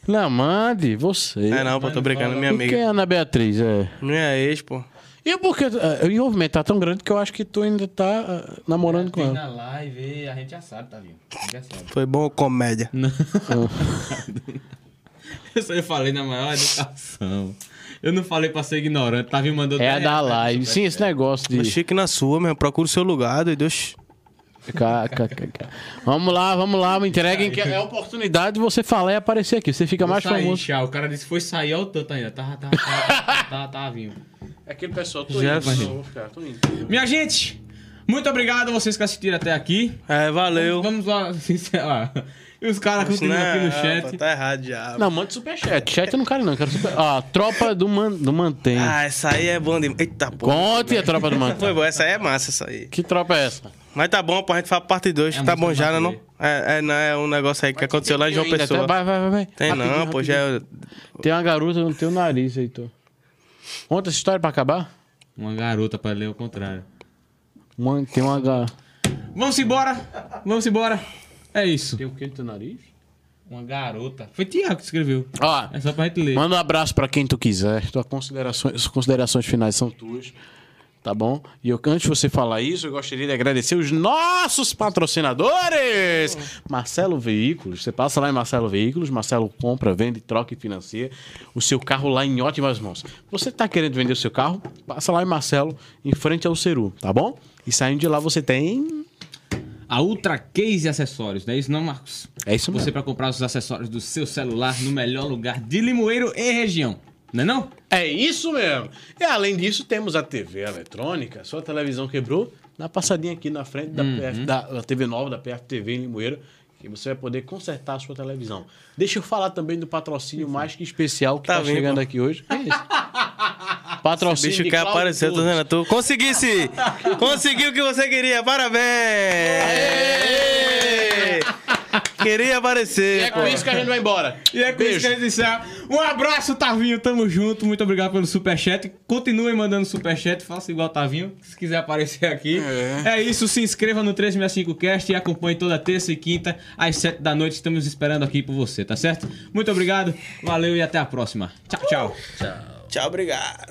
Speaker 2: Não, mande, você.
Speaker 3: É não, pô, tô brincando, minha
Speaker 2: E Quem é
Speaker 3: amiga.
Speaker 2: a Ana Beatriz? É.
Speaker 3: Minha ex, pô.
Speaker 2: E por que ah, o envolvimento tá tão grande que eu acho que tu ainda tá ah, namorando com
Speaker 1: Tem na
Speaker 2: ela?
Speaker 1: live, a gente já sabe, tá viu? A gente já sabe.
Speaker 3: Foi bom ou comédia?
Speaker 1: Eu só falei na maior educação. Eu não falei pra ser ignorante, tá tava me mandando.
Speaker 2: É a da
Speaker 1: real, né?
Speaker 2: live. Sim, esse negócio de.
Speaker 3: Tô chique na sua, meu. Procura o seu lugar, doido. Oxi.
Speaker 2: Ca- ca- ca- ca- Vamos lá, vamos lá, me entreguem. que É a oportunidade de você falar e aparecer aqui. Você fica mais
Speaker 1: Foi sair,
Speaker 2: famoso.
Speaker 1: chá. O cara disse que foi sair ao tanto ainda. Tá, tá, tá, tá, tá, vindo.
Speaker 8: Aquele pessoal, tô
Speaker 3: Já
Speaker 8: indo,
Speaker 3: vi.
Speaker 8: pessoal, vou ficar, tô indo.
Speaker 1: Minha gente, muito obrigado a vocês que assistiram até aqui.
Speaker 3: É, valeu.
Speaker 1: Vamos lá, sincerar. E os caras continuam aqui no
Speaker 3: pô,
Speaker 1: chat.
Speaker 3: Tá errado já.
Speaker 2: Não, manda superchat. É, Chat eu não quero, não. eu Quero super... Ah, a tropa do, man... do mantém.
Speaker 3: Ah, essa aí é bom demais. Eita, pô.
Speaker 2: Conte a tropa do mantém.
Speaker 3: Foi bom, essa aí é massa, essa aí.
Speaker 2: Que tropa é essa?
Speaker 3: Mas tá bom, pô, a gente faz parte 2.
Speaker 1: É a
Speaker 3: tá
Speaker 1: música
Speaker 3: bom
Speaker 1: do
Speaker 3: já, né,
Speaker 1: Marco
Speaker 3: não? É, é, não, é um negócio aí que aconteceu lá em João
Speaker 2: Ainda tá-
Speaker 3: Pessoa.
Speaker 2: Vai, vai, vai, vai.
Speaker 3: Tem
Speaker 2: Rapidinho,
Speaker 3: não, pô, já
Speaker 2: rapidinho.
Speaker 3: é...
Speaker 2: Tem uma garota no teu nariz aí, tô. Conta essa história pra acabar?
Speaker 1: Uma garota pra ler o contrário.
Speaker 2: Mano, tem uma garota.
Speaker 1: Vamos embora, vamos embora. É isso.
Speaker 2: Tem o que no teu nariz?
Speaker 1: Uma garota. Foi Tiago que escreveu.
Speaker 2: Ó,
Speaker 1: É só pra gente ler.
Speaker 2: Manda um abraço pra quem tu quiser. Tuas considerações, considerações finais são tuas. Tá bom? E eu, antes de você falar isso, eu gostaria de agradecer os nossos patrocinadores! Marcelo Veículos. Você passa lá em Marcelo Veículos. Marcelo compra, vende, troca e financia o seu carro lá em ótimas mãos. Você tá querendo vender o seu carro? Passa lá em Marcelo, em frente ao Ceru, tá bom? E saindo de lá você tem.
Speaker 1: A Ultra Case Acessórios, não é isso não, Marcos?
Speaker 2: É isso mesmo.
Speaker 1: Você para comprar os acessórios do seu celular no melhor lugar de Limoeiro e região. Não é não?
Speaker 2: É isso mesmo. E além disso, temos a TV eletrônica. Sua televisão quebrou, na passadinha aqui na frente da, PF, da- da TV nova, da PFTV em Limoeiro, que você vai poder consertar a sua televisão. Deixa eu falar também do patrocínio mais que especial que
Speaker 3: Tá
Speaker 2: tá,
Speaker 3: bem,
Speaker 2: chegando
Speaker 3: pô.
Speaker 2: aqui hoje. Que é isso? patrocínio
Speaker 3: Bicho
Speaker 2: de
Speaker 3: que
Speaker 2: Cláudio
Speaker 3: apareceu, tô
Speaker 2: Torres.
Speaker 3: tá vendo tu. Conseguisse! Conseguiu o que você queria, parabéns! Queria
Speaker 2: E é
Speaker 3: aparecer, pô.
Speaker 2: com isso que a gente vai embora.
Speaker 1: E é com isso que a gente encerra. Um abraço, Tavinho. Tamo junto. Muito obrigado pelo superchat. Continuem mandando superchat. Faça igual Tavinho. Se quiser aparecer aqui. É, isso. Se inscreva no 365cast e acompanhe toda terça e quinta às 7 da noite. Estamos esperando aqui por você, tá certo? Muito obrigado. Valeu e até a próxima. Tchau, tchau.
Speaker 3: Tchau, obrigado.